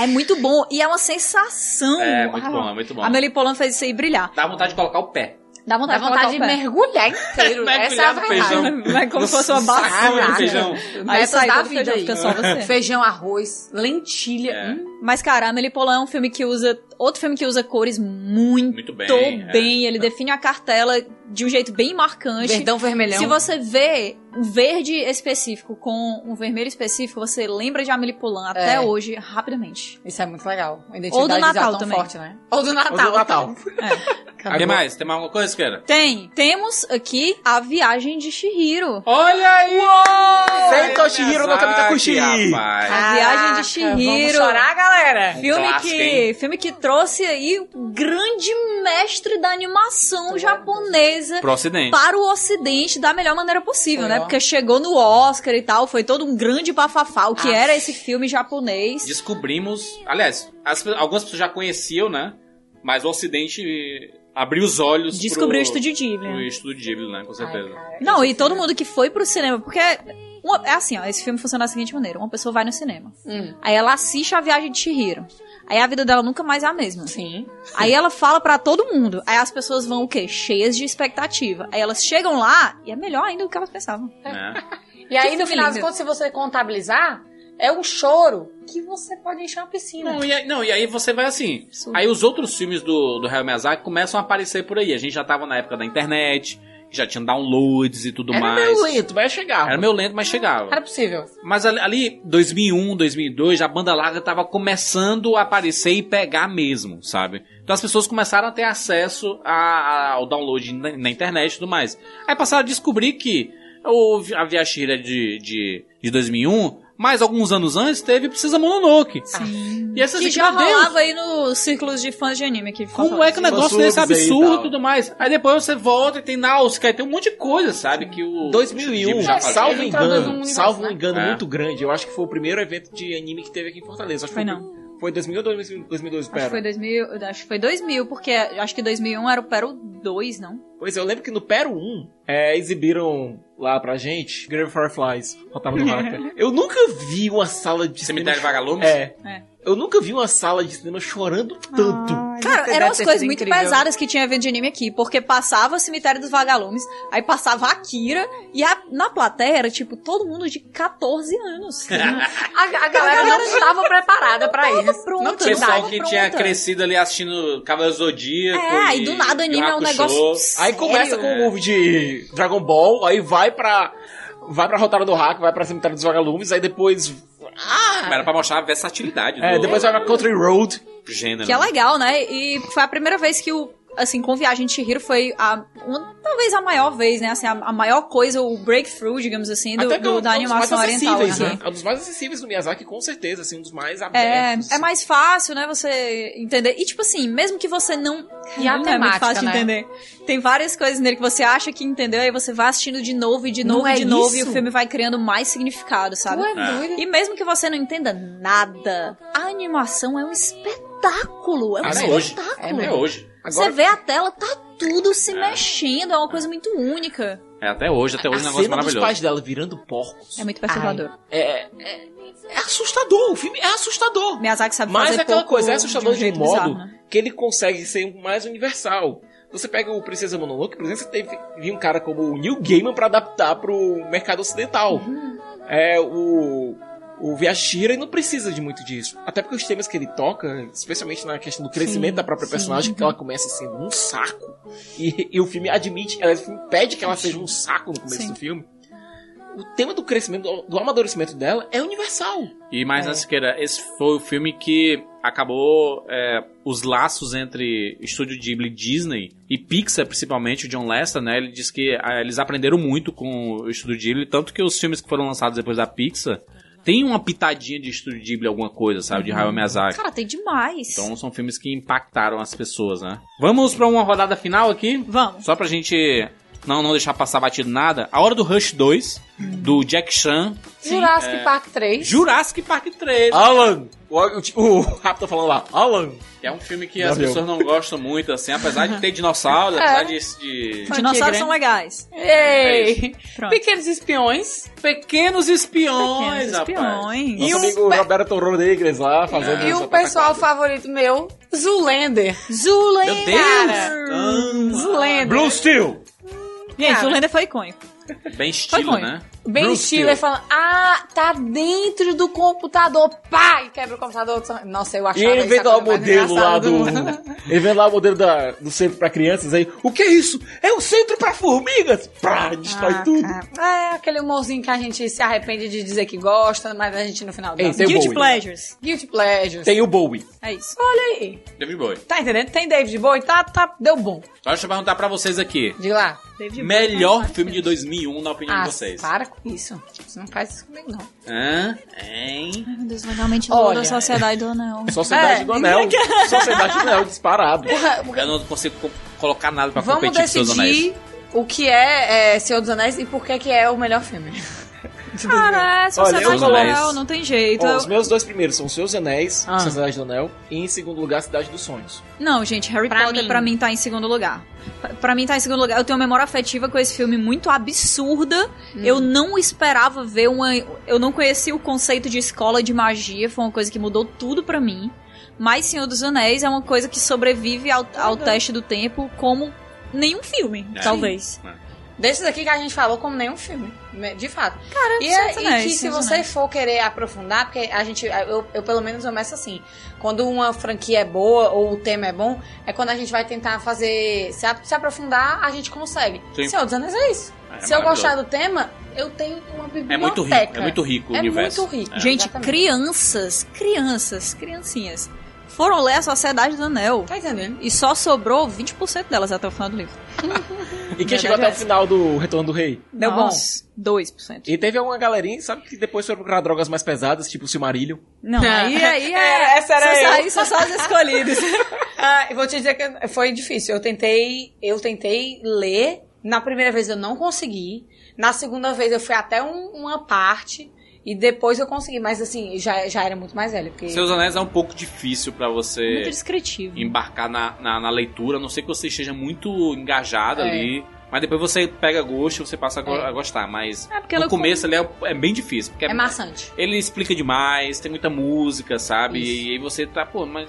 Speaker 5: É muito bom. E é uma sensação.
Speaker 2: É, muito
Speaker 5: Ah,
Speaker 2: bom, é muito bom.
Speaker 5: A Amélie Polan fez isso aí brilhar.
Speaker 2: Dá vontade de colocar o pé.
Speaker 5: Dá vontade,
Speaker 6: Dá vontade de
Speaker 5: colocar o pé.
Speaker 6: mergulhar inteiro. Essa é a
Speaker 2: Mergulhar no feijão.
Speaker 6: verdade.
Speaker 5: É como se fosse uma
Speaker 6: Nossa,
Speaker 5: bacia.
Speaker 6: caraca.
Speaker 5: Feijão. Aí
Speaker 6: Metas
Speaker 5: sai
Speaker 6: da
Speaker 5: todo
Speaker 6: é vida
Speaker 5: feijão,
Speaker 6: aí.
Speaker 5: fica só você.
Speaker 6: Feijão, arroz, lentilha. hum.
Speaker 5: Mas, cara, Amélie Polan é um filme que usa. Outro filme que usa cores muito,
Speaker 6: Muito
Speaker 5: bem.
Speaker 6: bem, é.
Speaker 5: Ele define a cartela de um jeito bem marcante.
Speaker 6: Verdão vermelhão.
Speaker 5: Se você vê um verde específico com um vermelho específico, você lembra de Amélie Polan até
Speaker 6: É.
Speaker 5: hoje, rapidamente.
Speaker 6: Isso é muito legal. A identidade
Speaker 5: Ou do
Speaker 6: visual
Speaker 5: Natal
Speaker 6: tão
Speaker 5: também.
Speaker 6: forte, né? Ou do Natal.
Speaker 5: Tá
Speaker 2: Tem mais? Tem mais alguma coisa, Siqueira?
Speaker 5: Tem. Temos aqui a viagem de Shihiro.
Speaker 2: Olha aí!
Speaker 4: Senta o Shihiro no Kamita Kushi.
Speaker 5: A viagem de Shihiro.
Speaker 6: vamos chorar, galera.
Speaker 5: Filme
Speaker 6: Um clássico,
Speaker 5: que,
Speaker 6: hein?
Speaker 5: filme que trouxe aí o grande mestre da animação japonesa
Speaker 2: Pro ocidente.
Speaker 5: para o ocidente da melhor maneira possível, né? Porque chegou no Oscar e tal, foi todo um grande bafafá o que
Speaker 2: Ah.
Speaker 5: era esse filme japonês.
Speaker 2: Descobrimos. Aliás, as- algumas pessoas já conheciam, né? Mas o Ocidente abriu os olhos.
Speaker 5: Descobriu
Speaker 2: pro-
Speaker 5: o Estúdio Ghibli, né?
Speaker 2: O Estúdio Ghibli, né? Com certeza.
Speaker 5: Não, e todo mundo que foi pro cinema, porque uma- é assim, ó, esse filme funciona da seguinte maneira: uma pessoa vai no cinema,
Speaker 6: Hum.
Speaker 5: aí ela assiste a viagem de Chihiro. Aí a vida dela nunca mais é a mesma. Sim. Aí ela fala pra todo mundo. Aí as pessoas vão o quê? Cheias de expectativa. Aí elas chegam lá e é melhor ainda do que elas pensavam.
Speaker 2: Né?
Speaker 6: E aí,
Speaker 5: Que
Speaker 6: no final
Speaker 5: lindo.
Speaker 6: das contas, se você contabilizar, é um choro que você pode encher uma piscina.
Speaker 2: Não, e aí, não, e aí você vai assim. Aí os outros filmes do, do Hayao Miyazaki começam a aparecer por aí. A gente já tava na época da internet, já tinha downloads e tudo
Speaker 4: Era
Speaker 2: mais.
Speaker 4: meio lento, mas chegava.
Speaker 2: Era meio lento, mas chegava.
Speaker 6: Era possível.
Speaker 2: Mas ali, ali, 2001, 2002, a banda larga tava começando a aparecer e pegar mesmo, sabe? Então as pessoas começaram a ter acesso a- a- ao download na, na internet e tudo um, mais. Aí passaram a descobrir que o, vi- a Via Shira de, de, de 2001 Mas alguns anos antes teve Precisa Mononoke. Sim. E essa
Speaker 5: que
Speaker 2: gente,
Speaker 5: já
Speaker 2: meu Deus,
Speaker 5: rolava aí nos círculos de fãs de anime que
Speaker 2: como
Speaker 5: falavam
Speaker 2: é que o
Speaker 5: assim.
Speaker 2: negócio desse é absurdo e tudo mais? Aí depois você volta e tem Náusica, aí tem um monte de coisa, sabe? Que o.
Speaker 4: 2001,
Speaker 2: Tipo já fazia.
Speaker 4: salvo engano,
Speaker 2: universo,
Speaker 4: salvo um
Speaker 2: né?
Speaker 4: engano
Speaker 2: É.
Speaker 4: muito grande. Eu acho que foi o primeiro evento de anime que teve aqui em Fortaleza. Acho que
Speaker 5: Foi
Speaker 4: foi,
Speaker 5: não.
Speaker 4: Foi 2000 ou 2000, 2002,
Speaker 5: Acho que foi
Speaker 4: pera.
Speaker 5: 2000, eu acho que foi 2000, porque acho que 2001 era o Pero 2, não?
Speaker 4: Pois é, eu lembro que no Pero 1 é, exibiram lá pra gente Grave Fireflies, Rotava no Haka. Eu nunca vi uma sala de
Speaker 2: Cemitério
Speaker 4: cinema-
Speaker 2: Vagalumes?
Speaker 4: É.
Speaker 5: É. Ah,
Speaker 4: Eu nunca vi uma sala de cinema chorando tanto.
Speaker 5: Cara,
Speaker 6: É deve
Speaker 5: eram umas
Speaker 6: ter
Speaker 5: coisas
Speaker 6: sido
Speaker 5: muito
Speaker 6: incrível.
Speaker 5: pesadas que tinha evento de anime aqui, porque passava Cemitério dos Vagalumes, aí passava Akira, e a- na plateia era tipo todo mundo de 14 anos.
Speaker 6: A, a galera não estava preparada pra isso. não
Speaker 2: O pessoal que tinha crescido ali assistindo Cavaleiro do Zodíaco.
Speaker 6: É, aí do nada anime é um negócio
Speaker 2: Ah,
Speaker 4: Aí começa com o move de Dragon Ball, aí vai pra. Vai pra Rotara do Hack, vai pra Cemitério dos Vagalumes, aí depois.
Speaker 2: Mas Era pra mostrar a versatilidade.
Speaker 4: É,
Speaker 2: do-
Speaker 4: depois vai pra Country Road.
Speaker 2: Gênero.
Speaker 5: Que é legal, né? E foi a primeira vez que o. Assim, com Viagem de Chihiro foi a, uma- talvez a maior vez, né? Assim, a, a maior coisa, o breakthrough, digamos assim, do,
Speaker 4: Até que é
Speaker 5: do-
Speaker 4: um
Speaker 5: da
Speaker 4: dos
Speaker 5: animação
Speaker 4: mais
Speaker 5: oriental.
Speaker 4: acessíveis,
Speaker 5: né?
Speaker 4: né? É um dos mais acessíveis do Miyazaki, com certeza, assim, um dos mais
Speaker 5: É,
Speaker 4: abertos.
Speaker 5: é mais fácil, né, você entender. E, tipo assim, mesmo que você não...
Speaker 6: E
Speaker 5: não é
Speaker 6: a
Speaker 5: muito
Speaker 6: temática,
Speaker 5: fácil de
Speaker 6: né?
Speaker 5: entender. Tem várias coisas nele que você acha que entendeu, aí você vai assistindo de novo e de
Speaker 6: Não
Speaker 5: novo e
Speaker 6: é
Speaker 5: de novo, e
Speaker 6: isso?
Speaker 5: o filme vai criando mais significado, sabe?
Speaker 6: Tu é doido.
Speaker 5: E mesmo que você não entenda nada, a animação é um espetáculo.
Speaker 4: Ah,
Speaker 5: É um
Speaker 2: Até hoje.
Speaker 5: espetáculo.
Speaker 2: É
Speaker 4: né?
Speaker 2: hoje.
Speaker 5: Você vê a tela, tá tudo se mexendo, é uma coisa muito única.
Speaker 2: É, até hoje, até hoje é um
Speaker 4: a
Speaker 2: negócio
Speaker 4: cena dos
Speaker 2: maravilhoso.
Speaker 4: pais dela virando porcos.
Speaker 5: É muito perturbador.
Speaker 4: É, é, é assustador, o filme é assustador.
Speaker 5: Miyazaki sabe
Speaker 4: Mas
Speaker 5: fazer
Speaker 4: é aquela
Speaker 5: pouco
Speaker 4: coisa, é assustador de
Speaker 5: de um
Speaker 4: um,
Speaker 5: jeito
Speaker 4: modo
Speaker 5: bizarro, né?
Speaker 4: que ele consegue ser mais universal. Você pega o Princesa Mononoke, por exemplo, você teve vir um cara como o Neil Gaiman pra adaptar pro mercado ocidental.
Speaker 2: Uhum.
Speaker 4: É o o Viashira não precisa de muito disso. Até porque os temas que ele toca, especialmente na questão do crescimento
Speaker 2: Sim,
Speaker 4: da própria
Speaker 2: sim.
Speaker 4: personagem, que ela começa sendo um saco. E, e o filme admite, ela o filme pede que ela seja um saco no começo
Speaker 2: Sim.
Speaker 4: do filme. O tema do crescimento, do- do amadurecimento dela é universal.
Speaker 2: E
Speaker 4: É.
Speaker 2: mais na Siqueira, esse foi o filme que acabou é, os laços entre estúdio Ghibli, Disney e Pixar, principalmente o John Lester, né? Ele diz que ah, eles aprenderam muito com o estúdio Ghibli, tanto que os filmes que foram lançados depois da Pixar tem uma pitadinha de estúdio Ghibli, alguma coisa, sabe? De
Speaker 6: Uhum.
Speaker 2: Hayao Miyazaki.
Speaker 5: Cara, tem demais.
Speaker 2: Então são filmes que impactaram as pessoas, né? Vamos pra uma rodada final aqui?
Speaker 5: Vamos.
Speaker 2: Só pra gente não, não deixar passar batido nada. A Hora do Rush 2, do Jack Chan.
Speaker 6: Ah. Jurassic
Speaker 2: É,
Speaker 6: Park 3.
Speaker 2: Jurassic Park 3.
Speaker 4: Alan! O, o, o Rato tá falando lá, Alan!
Speaker 2: É um filme que
Speaker 4: Já
Speaker 2: as
Speaker 4: viu.
Speaker 2: pessoas não gostam muito, assim, apesar de ter dinossauro,
Speaker 6: É.
Speaker 2: apesar de. de... é
Speaker 5: Dinossauros são legais.
Speaker 4: É
Speaker 6: Ei!
Speaker 5: Pronto.
Speaker 6: Pequenos espiões.
Speaker 2: Pequenos espiões,
Speaker 6: Pequenos espiões.
Speaker 4: Nosso
Speaker 6: E, um-
Speaker 4: amigo Roberto Rodrigues lá fazendo
Speaker 6: e
Speaker 4: essa
Speaker 6: o pessoal favorito meu, Zulander. Zulander!
Speaker 4: Meu Deus!
Speaker 6: Cara, Zulander.
Speaker 4: Blue Steel!
Speaker 5: Gente,
Speaker 6: Cara.
Speaker 5: o Lenda foi icônico.
Speaker 2: Bem estilo,
Speaker 5: ruim.
Speaker 2: né?
Speaker 6: Ben
Speaker 2: Bruce
Speaker 6: Stiller
Speaker 2: Steel.
Speaker 6: falando, ah, tá dentro do computador, pá, e quebra o computador. Nossa, eu
Speaker 4: E
Speaker 6: achava
Speaker 4: ele
Speaker 6: isso
Speaker 4: vem
Speaker 6: a
Speaker 4: lá o
Speaker 6: coisa mais
Speaker 4: modelo lá
Speaker 6: engraçada
Speaker 4: do.
Speaker 6: mundo.
Speaker 4: Ele vem lá o modelo da- do centro pra crianças aí. O que é isso? É um centro pra formigas! Pra, destrói
Speaker 6: Ah,
Speaker 4: tudo.
Speaker 6: cara. É, aquele humorzinho que a gente se arrepende de dizer que gosta, mas a gente no final
Speaker 4: Ei,
Speaker 6: gosta.
Speaker 4: tem o Guilty Bowie.
Speaker 5: Pleasures.
Speaker 6: Guilty Pleasures.
Speaker 4: Tem o Bowie.
Speaker 5: É isso.
Speaker 6: Olha aí.
Speaker 2: David Bowie.
Speaker 6: Tá entendendo? Tem David Bowie, tá, tá, deu bom.
Speaker 2: Agora deixa eu perguntar pra vocês aqui.
Speaker 6: Diga lá.
Speaker 2: Melhor filme de 2001, na opinião
Speaker 6: Ah,
Speaker 2: de vocês.
Speaker 6: para com isso. Você não faz isso comigo, não.
Speaker 2: Hã? Hein?
Speaker 5: Ai, meu Deus, legalmente
Speaker 6: Olha,
Speaker 5: loura, Sociedade do Anel.
Speaker 4: Sociedade
Speaker 6: É,
Speaker 4: do Anel. Sociedade do Anel, disparado.
Speaker 2: Eu não consigo co- colocar nada pra
Speaker 6: Vamos
Speaker 2: competir com seus anéis.
Speaker 6: decidir o que é, é Senhor dos Anéis e por que que é o melhor filme.
Speaker 5: Cara, é
Speaker 4: Olha,
Speaker 5: Sociedade
Speaker 4: eu
Speaker 5: do
Speaker 4: coloco-
Speaker 5: Anel, não tem jeito.
Speaker 6: então
Speaker 4: Ó,
Speaker 5: Eu-
Speaker 4: os meus dois primeiros são Seus Anéis,
Speaker 6: Ah.
Speaker 4: Sociedade do Anel, e em segundo lugar, Cidade dos Sonhos.
Speaker 5: Não, gente, Harry Potter pra mim tá em segundo lugar. Pra- Pra mim tá em segundo lugar. Eu tenho uma memória afetiva com esse filme muito absurda. Eu não esperava ver uma. Eu não conhecia o conceito de escola de magia. Foi uma coisa que mudou tudo pra mim. Mas Senhor dos Anéis é uma coisa que sobrevive ao, ao teste do tempo como nenhum filme,
Speaker 2: Né?
Speaker 6: É.
Speaker 5: talvez.
Speaker 6: Desses aqui que a gente falou como nenhum filme, me- de fato.
Speaker 5: Cara,
Speaker 6: e,
Speaker 5: Senhor dos
Speaker 6: e
Speaker 5: Anéis,
Speaker 6: que se
Speaker 5: Senhor dos
Speaker 6: você
Speaker 5: Anéis.
Speaker 6: for querer aprofundar, porque a gente, eu, eu pelo menos começo assim, quando uma franquia é boa ou o tema é bom, é quando a gente vai tentar fazer, se, a- se aprofundar, a gente consegue.
Speaker 2: Sim.
Speaker 6: Senhor dos Anéis é isso.
Speaker 2: É
Speaker 6: se eu
Speaker 2: maravilhoso.
Speaker 6: gostar do tema, eu tenho uma biblioteca.
Speaker 2: É muito rico, é muito rico o
Speaker 6: É
Speaker 2: universo.
Speaker 6: muito rico.
Speaker 5: Gente,
Speaker 6: exatamente.
Speaker 5: crianças, crianças, criancinhas. foram ler a Sociedade do Anel. Tá entendendo? E só sobrou 20% delas até o final do livro.
Speaker 4: E
Speaker 6: É
Speaker 4: quem chegou até o final do Retorno do Rei?
Speaker 5: Deu bom. 2%.
Speaker 4: E teve uma galerinha, sabe, que depois foi procurar drogas mais pesadas, tipo o Silmarillion.
Speaker 5: Não, aí, aí é.
Speaker 6: É, essa era
Speaker 5: só-
Speaker 6: eu.
Speaker 5: Aí são só as escolhidas.
Speaker 6: Ah, eu vou te dizer que foi difícil. Eu tentei, eu tentei ler. Na primeira vez eu não consegui. Na segunda vez eu fui até um- uma parte. E depois eu consegui. Mas assim, já, já era muito mais velha. Porque...
Speaker 2: Seus Anéis é um pouco difícil pra você
Speaker 6: Muito descritivo.
Speaker 2: embarcar na, na, na leitura, a não ser que você esteja muito engajado
Speaker 5: É.
Speaker 2: ali. Mas depois você pega gosto e você passa a, go-
Speaker 6: É.
Speaker 2: a gostar. Mas
Speaker 6: porque
Speaker 2: no
Speaker 6: ela-
Speaker 2: começo ele é, é bem difícil. Porque
Speaker 6: É maçante.
Speaker 2: Ele explica demais, tem muita música, sabe? E aí você tá, pô, mas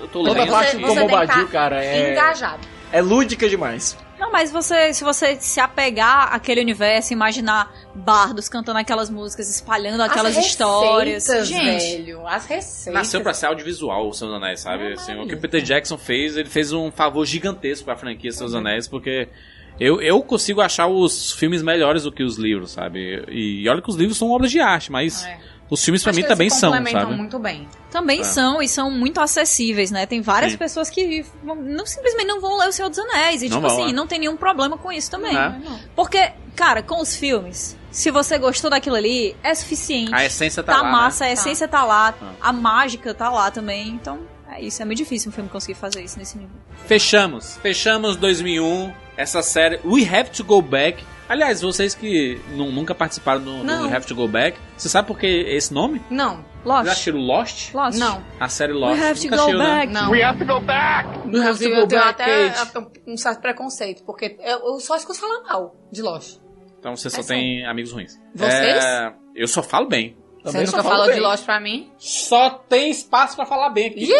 Speaker 2: eu tô
Speaker 4: Toda
Speaker 2: lendo.
Speaker 4: parte com Bobadil, cara, é...
Speaker 5: engajado.
Speaker 4: É lúdica demais.
Speaker 5: Não, mas você, se você se apegar àquele universo, imaginar bardos cantando aquelas músicas, espalhando aquelas
Speaker 6: As
Speaker 5: histórias.
Speaker 6: receitas,
Speaker 5: Gente,
Speaker 6: velho. As receitas.
Speaker 2: Nasceu pra ser audiovisual o Seus Anéis, sabe? Assim, o que o Peter Jackson fez, ele fez um favor gigantesco pra franquia
Speaker 6: Uhum.
Speaker 2: Seus Anéis, porque eu, eu consigo achar os filmes melhores do que os livros, sabe? E olha que os livros são obras de arte, mas os filmes pra
Speaker 6: É. Acho
Speaker 2: mim
Speaker 6: que
Speaker 2: também
Speaker 6: eles se
Speaker 2: são,
Speaker 6: complementam
Speaker 2: sabe?
Speaker 6: muito bem.
Speaker 5: Também
Speaker 2: É.
Speaker 5: são, e são muito acessíveis, né? Tem várias
Speaker 2: Sim.
Speaker 5: pessoas que vão- não, simplesmente não vão ler o Senhor dos Anéis. E,
Speaker 2: Não
Speaker 5: tipo
Speaker 2: vão,
Speaker 5: assim,
Speaker 2: é.
Speaker 5: não tem nenhum problema com isso também.
Speaker 2: Não é,
Speaker 5: Porque, cara, com os filmes, se você gostou daquilo ali, é suficiente.
Speaker 2: A essência tá lá,
Speaker 5: massa,
Speaker 2: né? Ah.
Speaker 5: a essência tá lá, a mágica tá lá também. Então, é isso. É muito difícil um filme conseguir fazer isso nesse nível.
Speaker 2: Fechamos. Fechamos 2001, essa série We Have to Go Back. Aliás, vocês que nu- nunca participaram do, do
Speaker 6: Não.
Speaker 2: We Have to Go Back, você sabe por que esse nome?
Speaker 6: Não.
Speaker 5: Lost.
Speaker 2: Já assistiram Lost?
Speaker 5: Lost. É
Speaker 6: Não.
Speaker 2: A série Lost.
Speaker 6: We have to
Speaker 2: Nunca
Speaker 6: go
Speaker 2: assistiu, né?
Speaker 6: back. Não. We have to go back.
Speaker 2: We have to
Speaker 6: Inclusive,
Speaker 2: go
Speaker 6: eu tenho
Speaker 2: back,
Speaker 6: até
Speaker 2: Kate.
Speaker 6: até um certo preconceito, porque eu, eu só escuto falar mal de Lost.
Speaker 2: Então você só tem amigos ruins.
Speaker 6: Vocês?
Speaker 2: É, eu só falo bem.
Speaker 6: Você nunca falou de Lost pra mim?
Speaker 2: Só tem espaço pra falar bem aqui.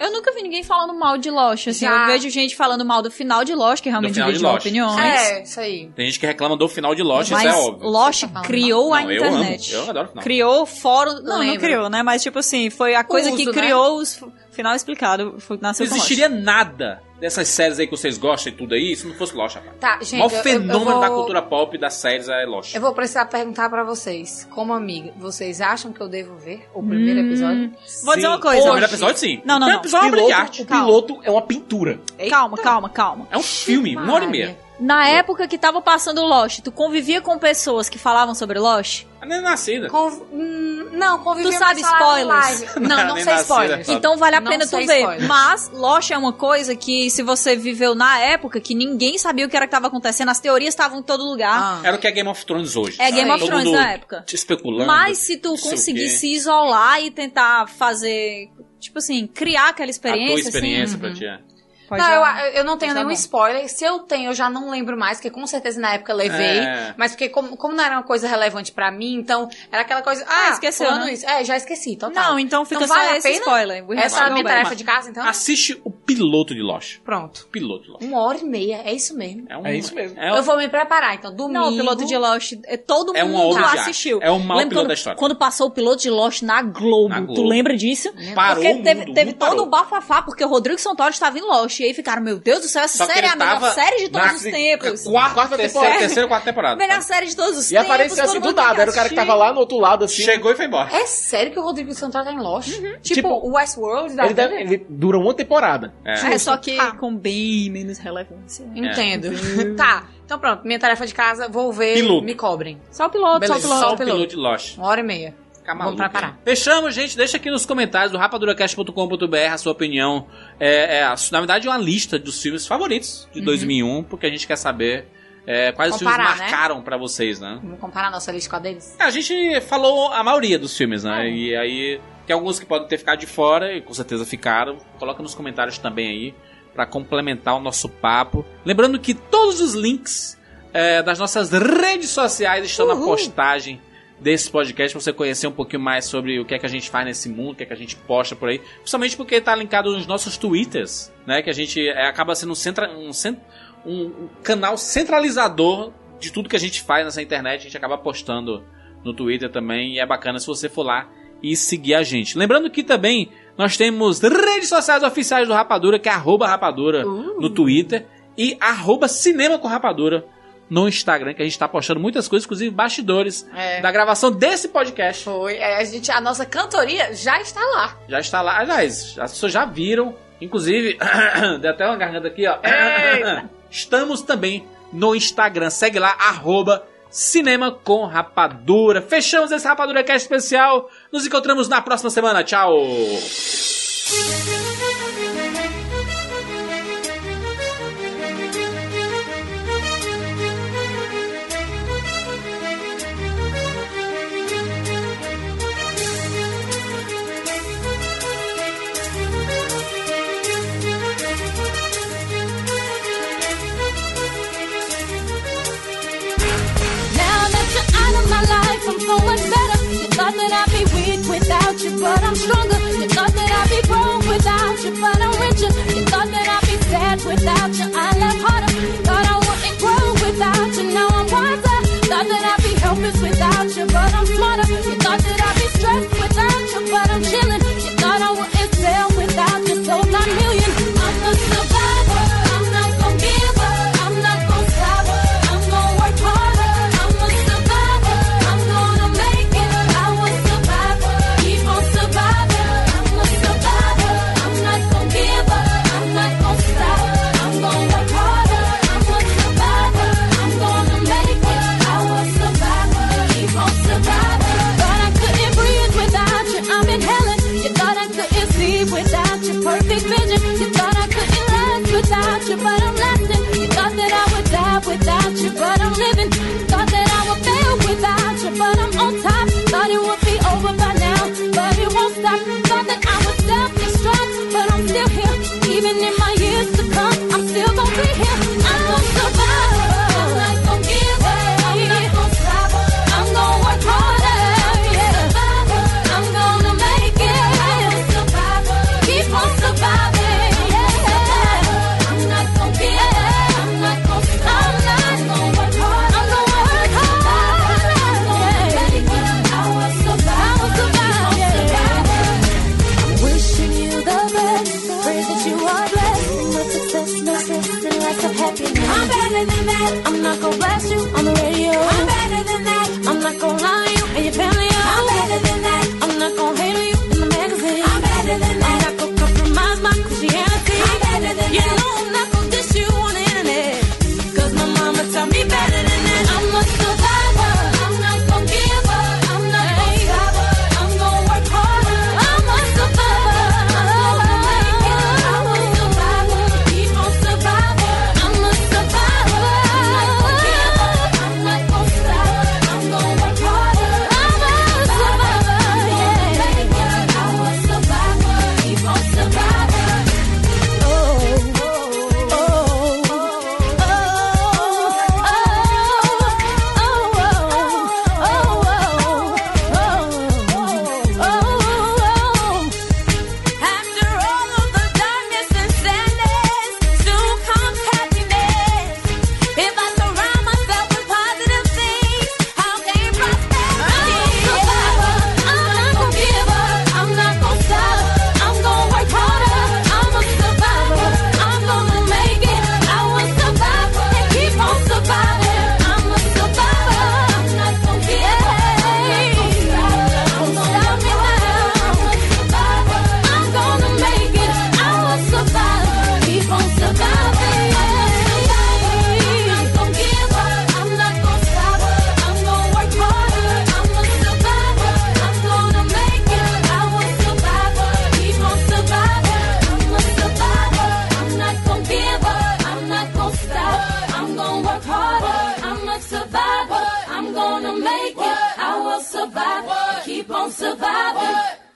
Speaker 5: Eu nunca vi ninguém falando mal de Lost, assim.
Speaker 6: Já.
Speaker 5: Eu vejo gente falando mal do final de Lost, que realmente
Speaker 2: final de
Speaker 5: divide uma
Speaker 2: Lost.
Speaker 5: opiniões.
Speaker 6: É, isso aí.
Speaker 2: Tem gente que reclama do final de Lost,
Speaker 5: Mas
Speaker 2: isso é óbvio.
Speaker 5: Lost
Speaker 6: Tá
Speaker 5: criou a
Speaker 2: Não, eu amo.
Speaker 5: internet.
Speaker 2: Eu adoro final.
Speaker 5: Criou fórum. Não, não
Speaker 6: Lembro.
Speaker 5: criou, né? Mas, tipo assim, foi a coisa
Speaker 6: uso,
Speaker 5: que
Speaker 6: né?
Speaker 5: criou os. Final explicado. Foi, nasceu
Speaker 2: Não
Speaker 5: com Lost.
Speaker 2: existiria nada dessas séries aí que vocês gostam e tudo aí, se não fosse Lost, rapaz.
Speaker 6: Tá,
Speaker 2: O
Speaker 6: gente.
Speaker 2: maior
Speaker 6: eu- eu- eu
Speaker 2: fenômeno
Speaker 6: vou-
Speaker 2: da cultura pop e das séries é Lost.
Speaker 6: Eu vou precisar perguntar pra vocês, como amiga, vocês acham que eu devo ver o primeiro episódio?
Speaker 5: Vou dizer uma coisa.
Speaker 2: O primeiro episódio, sim.
Speaker 5: Não, não,
Speaker 2: O primeiro
Speaker 5: não.
Speaker 2: episódio é uma obra de
Speaker 5: Piloto-
Speaker 2: arte.
Speaker 5: o piloto
Speaker 4: é uma pintura.
Speaker 5: Calma, calma, calma.
Speaker 2: É um filme, uma hora e meia.
Speaker 5: Na época que tava passando Lost, tu convivia com pessoas que falavam sobre Lost?
Speaker 2: Nem é nascida.
Speaker 6: hum, Não, convivia
Speaker 5: Tu sabe
Speaker 6: mas falava
Speaker 5: spoilers?
Speaker 6: live. Não, não
Speaker 5: Nem
Speaker 6: sei
Speaker 2: né,
Speaker 5: nascida,
Speaker 6: spoilers. tá?
Speaker 5: Então vale a pena tu
Speaker 6: sei
Speaker 5: ver.
Speaker 6: spoilers.
Speaker 5: Mas Lost é uma coisa que, se você viveu na época, que ninguém sabia o que era que tava acontecendo, as teorias estavam em todo
Speaker 6: Ah,
Speaker 5: lugar.
Speaker 2: Era o que é Game of Thrones hoje.
Speaker 5: É
Speaker 2: sabe?
Speaker 5: Game of
Speaker 2: Todo
Speaker 5: Thrones
Speaker 2: mundo
Speaker 5: na época.
Speaker 2: te Especulando.
Speaker 5: Mas se tu
Speaker 2: não sei o
Speaker 5: conseguir
Speaker 2: quê.
Speaker 5: se isolar e tentar fazer, tipo assim, criar aquela
Speaker 2: A
Speaker 5: experiência,
Speaker 2: tua experiência
Speaker 5: assim,
Speaker 2: pra ti. é.
Speaker 5: pode
Speaker 6: não,
Speaker 5: dar-
Speaker 6: eu, eu não tenho
Speaker 5: pode dar
Speaker 6: nenhum
Speaker 5: bom.
Speaker 6: spoiler. Se eu tenho, eu já não lembro mais, porque com certeza na época eu levei.
Speaker 5: É.
Speaker 6: Mas porque como, como não era uma coisa relevante pra mim, então era aquela coisa. Ah,
Speaker 5: esqueceu,
Speaker 6: fulano
Speaker 5: né?
Speaker 6: isso. É, já esqueci, total.
Speaker 5: Não, então fica
Speaker 6: Então vale
Speaker 5: só
Speaker 6: a
Speaker 5: esse
Speaker 6: pena?
Speaker 5: spoiler. We have
Speaker 6: Essa
Speaker 5: to
Speaker 6: é a
Speaker 5: go
Speaker 6: minha
Speaker 5: back.
Speaker 6: tarefa de casa, então?
Speaker 2: Assiste o piloto de Lost.
Speaker 6: Pronto.
Speaker 2: Piloto de Lost.
Speaker 6: Uma hora e meia, é isso mesmo.
Speaker 2: um-
Speaker 4: É isso mesmo.
Speaker 2: é um-
Speaker 6: Eu vou me preparar, então, domingo.
Speaker 5: Não, o piloto de Lost, é, todo
Speaker 2: É uma
Speaker 5: mundo
Speaker 2: obra de arte.
Speaker 5: assistiu.
Speaker 2: É o maior
Speaker 5: Lembra
Speaker 2: piloto
Speaker 5: quando,
Speaker 2: da história.
Speaker 5: Quando passou o piloto de Lost na Globo,
Speaker 2: Na Globo.
Speaker 5: tu lembra disso?
Speaker 2: Parou
Speaker 5: porque
Speaker 2: o mundo,
Speaker 5: teve,
Speaker 2: o
Speaker 5: teve
Speaker 2: mundo
Speaker 5: todo
Speaker 2: parou.
Speaker 5: o bafafá, porque o Rodrigo Santoro estava em Lost. E aí ficaram, meu Deus do céu, essa
Speaker 2: Só que
Speaker 5: série é
Speaker 2: ele
Speaker 5: a melhor
Speaker 2: tava
Speaker 5: série de todos
Speaker 2: na
Speaker 5: os tempos.
Speaker 2: quarta- terceira- terceira ou quarta temporada.
Speaker 5: Melhor série de todos os
Speaker 4: E
Speaker 5: tempos.
Speaker 4: apareceu
Speaker 5: todo
Speaker 4: assim do
Speaker 5: mundo
Speaker 4: nada,
Speaker 5: quer
Speaker 4: era o cara que
Speaker 5: assistir.
Speaker 4: tava lá no outro lado, assim.
Speaker 2: Então, Chegou e foi embora.
Speaker 6: É sério que o Rodrigo Santoro tá em Lost?
Speaker 5: Uhum.
Speaker 6: Tipo,
Speaker 4: Tipo,
Speaker 6: o Westworld da
Speaker 4: Ele,
Speaker 6: vida?
Speaker 4: deve- ele dura uma temporada.
Speaker 5: É, só que com bem menos relevância.
Speaker 6: É. Entendo. tá, então pronto, minha tarefa de casa, vou ver,
Speaker 2: Piloto.
Speaker 6: me cobrem.
Speaker 5: Só o piloto,
Speaker 6: Beleza,
Speaker 2: Só o piloto de Lost.
Speaker 6: Uma hora e meia. Vamos preparar.
Speaker 2: Fechamos, gente. Deixa aqui nos comentários do rapaduracast.com.br a sua opinião. É, é, a- na verdade, uma lista dos filmes favoritos de
Speaker 6: Uhum.
Speaker 2: 2001, porque a gente quer saber é, quais os filmes
Speaker 6: Comparar, né?
Speaker 2: marcaram pra vocês, né?
Speaker 6: Vamos comparar nossa lista com a deles?
Speaker 2: É, A gente falou a maioria dos filmes, né? E aí tem alguns que podem ter ficado de fora e com certeza ficaram. Coloca nos comentários também aí pra complementar o nosso papo. Lembrando que todos os links eh, das nossas redes sociais estão na postagem desse podcast pra você conhecer um pouquinho mais sobre o que é que a gente faz nesse mundo, o que é que a gente posta por aí. Principalmente porque tá linkado nos nossos twitters, né? Que a gente eh, acaba sendo um, centra, um, cen- um- um canal centralizador de tudo que a gente faz nessa internet. A gente acaba postando no Twitter também. E é bacana se você for lá e seguir a gente. Lembrando que também nós temos redes sociais oficiais do Rapadura, que é arroba rapadura no Twitter e arroba cinema com rapadura no Instagram, que a gente tá postando muitas coisas, inclusive bastidores
Speaker 6: É.
Speaker 2: da gravação desse podcast.
Speaker 6: Foi. É, a, gente, a nossa cantoria já está lá.
Speaker 2: Já está lá. Aliás, as pessoas já viram. Inclusive, deu até uma garganta aqui, ó. Estamos também no Instagram. Segue lá, arroba Cinema com Rapadura. Fechamos esse Rapadura Cast especial. Nos encontramos na próxima semana. Tchau!
Speaker 7: Now that you're out of my life, I'm feeling better. You thought that I'd be weak without you, but I'm stronger. You thought that I'd be broke without you, but I'm richer. You thought that I'd be sad without you, I love harder. You thought I wouldn't grow without you, now I'm wiser. Thought that I'd be helpless without you, but I'm smarter. You thought that I'd be stressed without you, but I'm chilling. You thought I wouldn't sell without you, sold a million. I'm a survivor. I'm not gonna give up. I'm not gonna sour. I'm gonna work harder. I'm a survivor. I'm gonna make it. I will survive. Keep on surviving. I'm a survivor. I'm not gonna give up. I'm not gonna stop. I'm gonna work harder. I'm a survivor. I'm gonna make it. I will survive. Keep on surviving. Thought I couldn't breathe without you. I'm inhaling. You thought I couldn't see without your perfect vision. You thought I couldn't last without you, but I'm lasting. You thought that I would die without you, but I'm living. Thought that I would fail without you, but I'm on top. Thought it would be over by now, but it won't stop. Thought that I would self-destruct, but I'm still here. Even in my years to come, I'm still gonna be here. I'm gonna survive. I'm not gonna give up. I'm not gonna stop. I'm gonna work harder. Yeah. I'm gonna make it. Keep on surviving. I'm not gonna give up. I'm not gonna stop. I'm gonna work hard. I'm gonna work hard. I'm gonna make it. I will survive. I will survive. I'm wishing you the best. Pray that you are blessed. No success, no stress, and lots of happiness. I'm better than that. I'm not gonna blast you on the radio. I'm better than that. I'm not gonna lie to you and your family. I'm better than that. I'm not gonna hate you in the magazine. I'm better than that. I'm not gonna compromise my Christianity. I'm better than you that. know I'm not gonna dish you on the internet. Cause my mama taught me better than that. I'm a survivor. I'm not gonna give up. I'm not gonna stop. I'm gonna work harder. I'm a survivor. I'm gonna make it. I'm a survivor. Keep on surviving. I'm a survivor. I'm not gonna give up. I'm not gonna stop. I'm gonna work harder. I'm a survivor. I'm gonna make it. I'm a survivor. Keep on surviving. After all of the darkness and sadness, soon comes happiness. If I surround myself with positive things, I'll gain prosperity. I'm not gonna give up. I'm not gonna stop. I'm gonna work harder. I'm a survivor. I'm gonna make it. I will survive and keep on surviving. I'm a survivor. I'm not gonna give up. I'm not gonna stop. I'm I'm gonna make it. I will survive. Keep on surviving. I'm not gonna give up. I'm not gonna stop. I'm gonna work harder. I'm a survivor. I'm gonna make it. I will survive. Keep on surviving. I'm a survivor. I'm not gonna give up. I'm not gonna stop. I'm gonna work harder. I'm a survivor. I'm gonna make it. I will survive. Keep on surviving.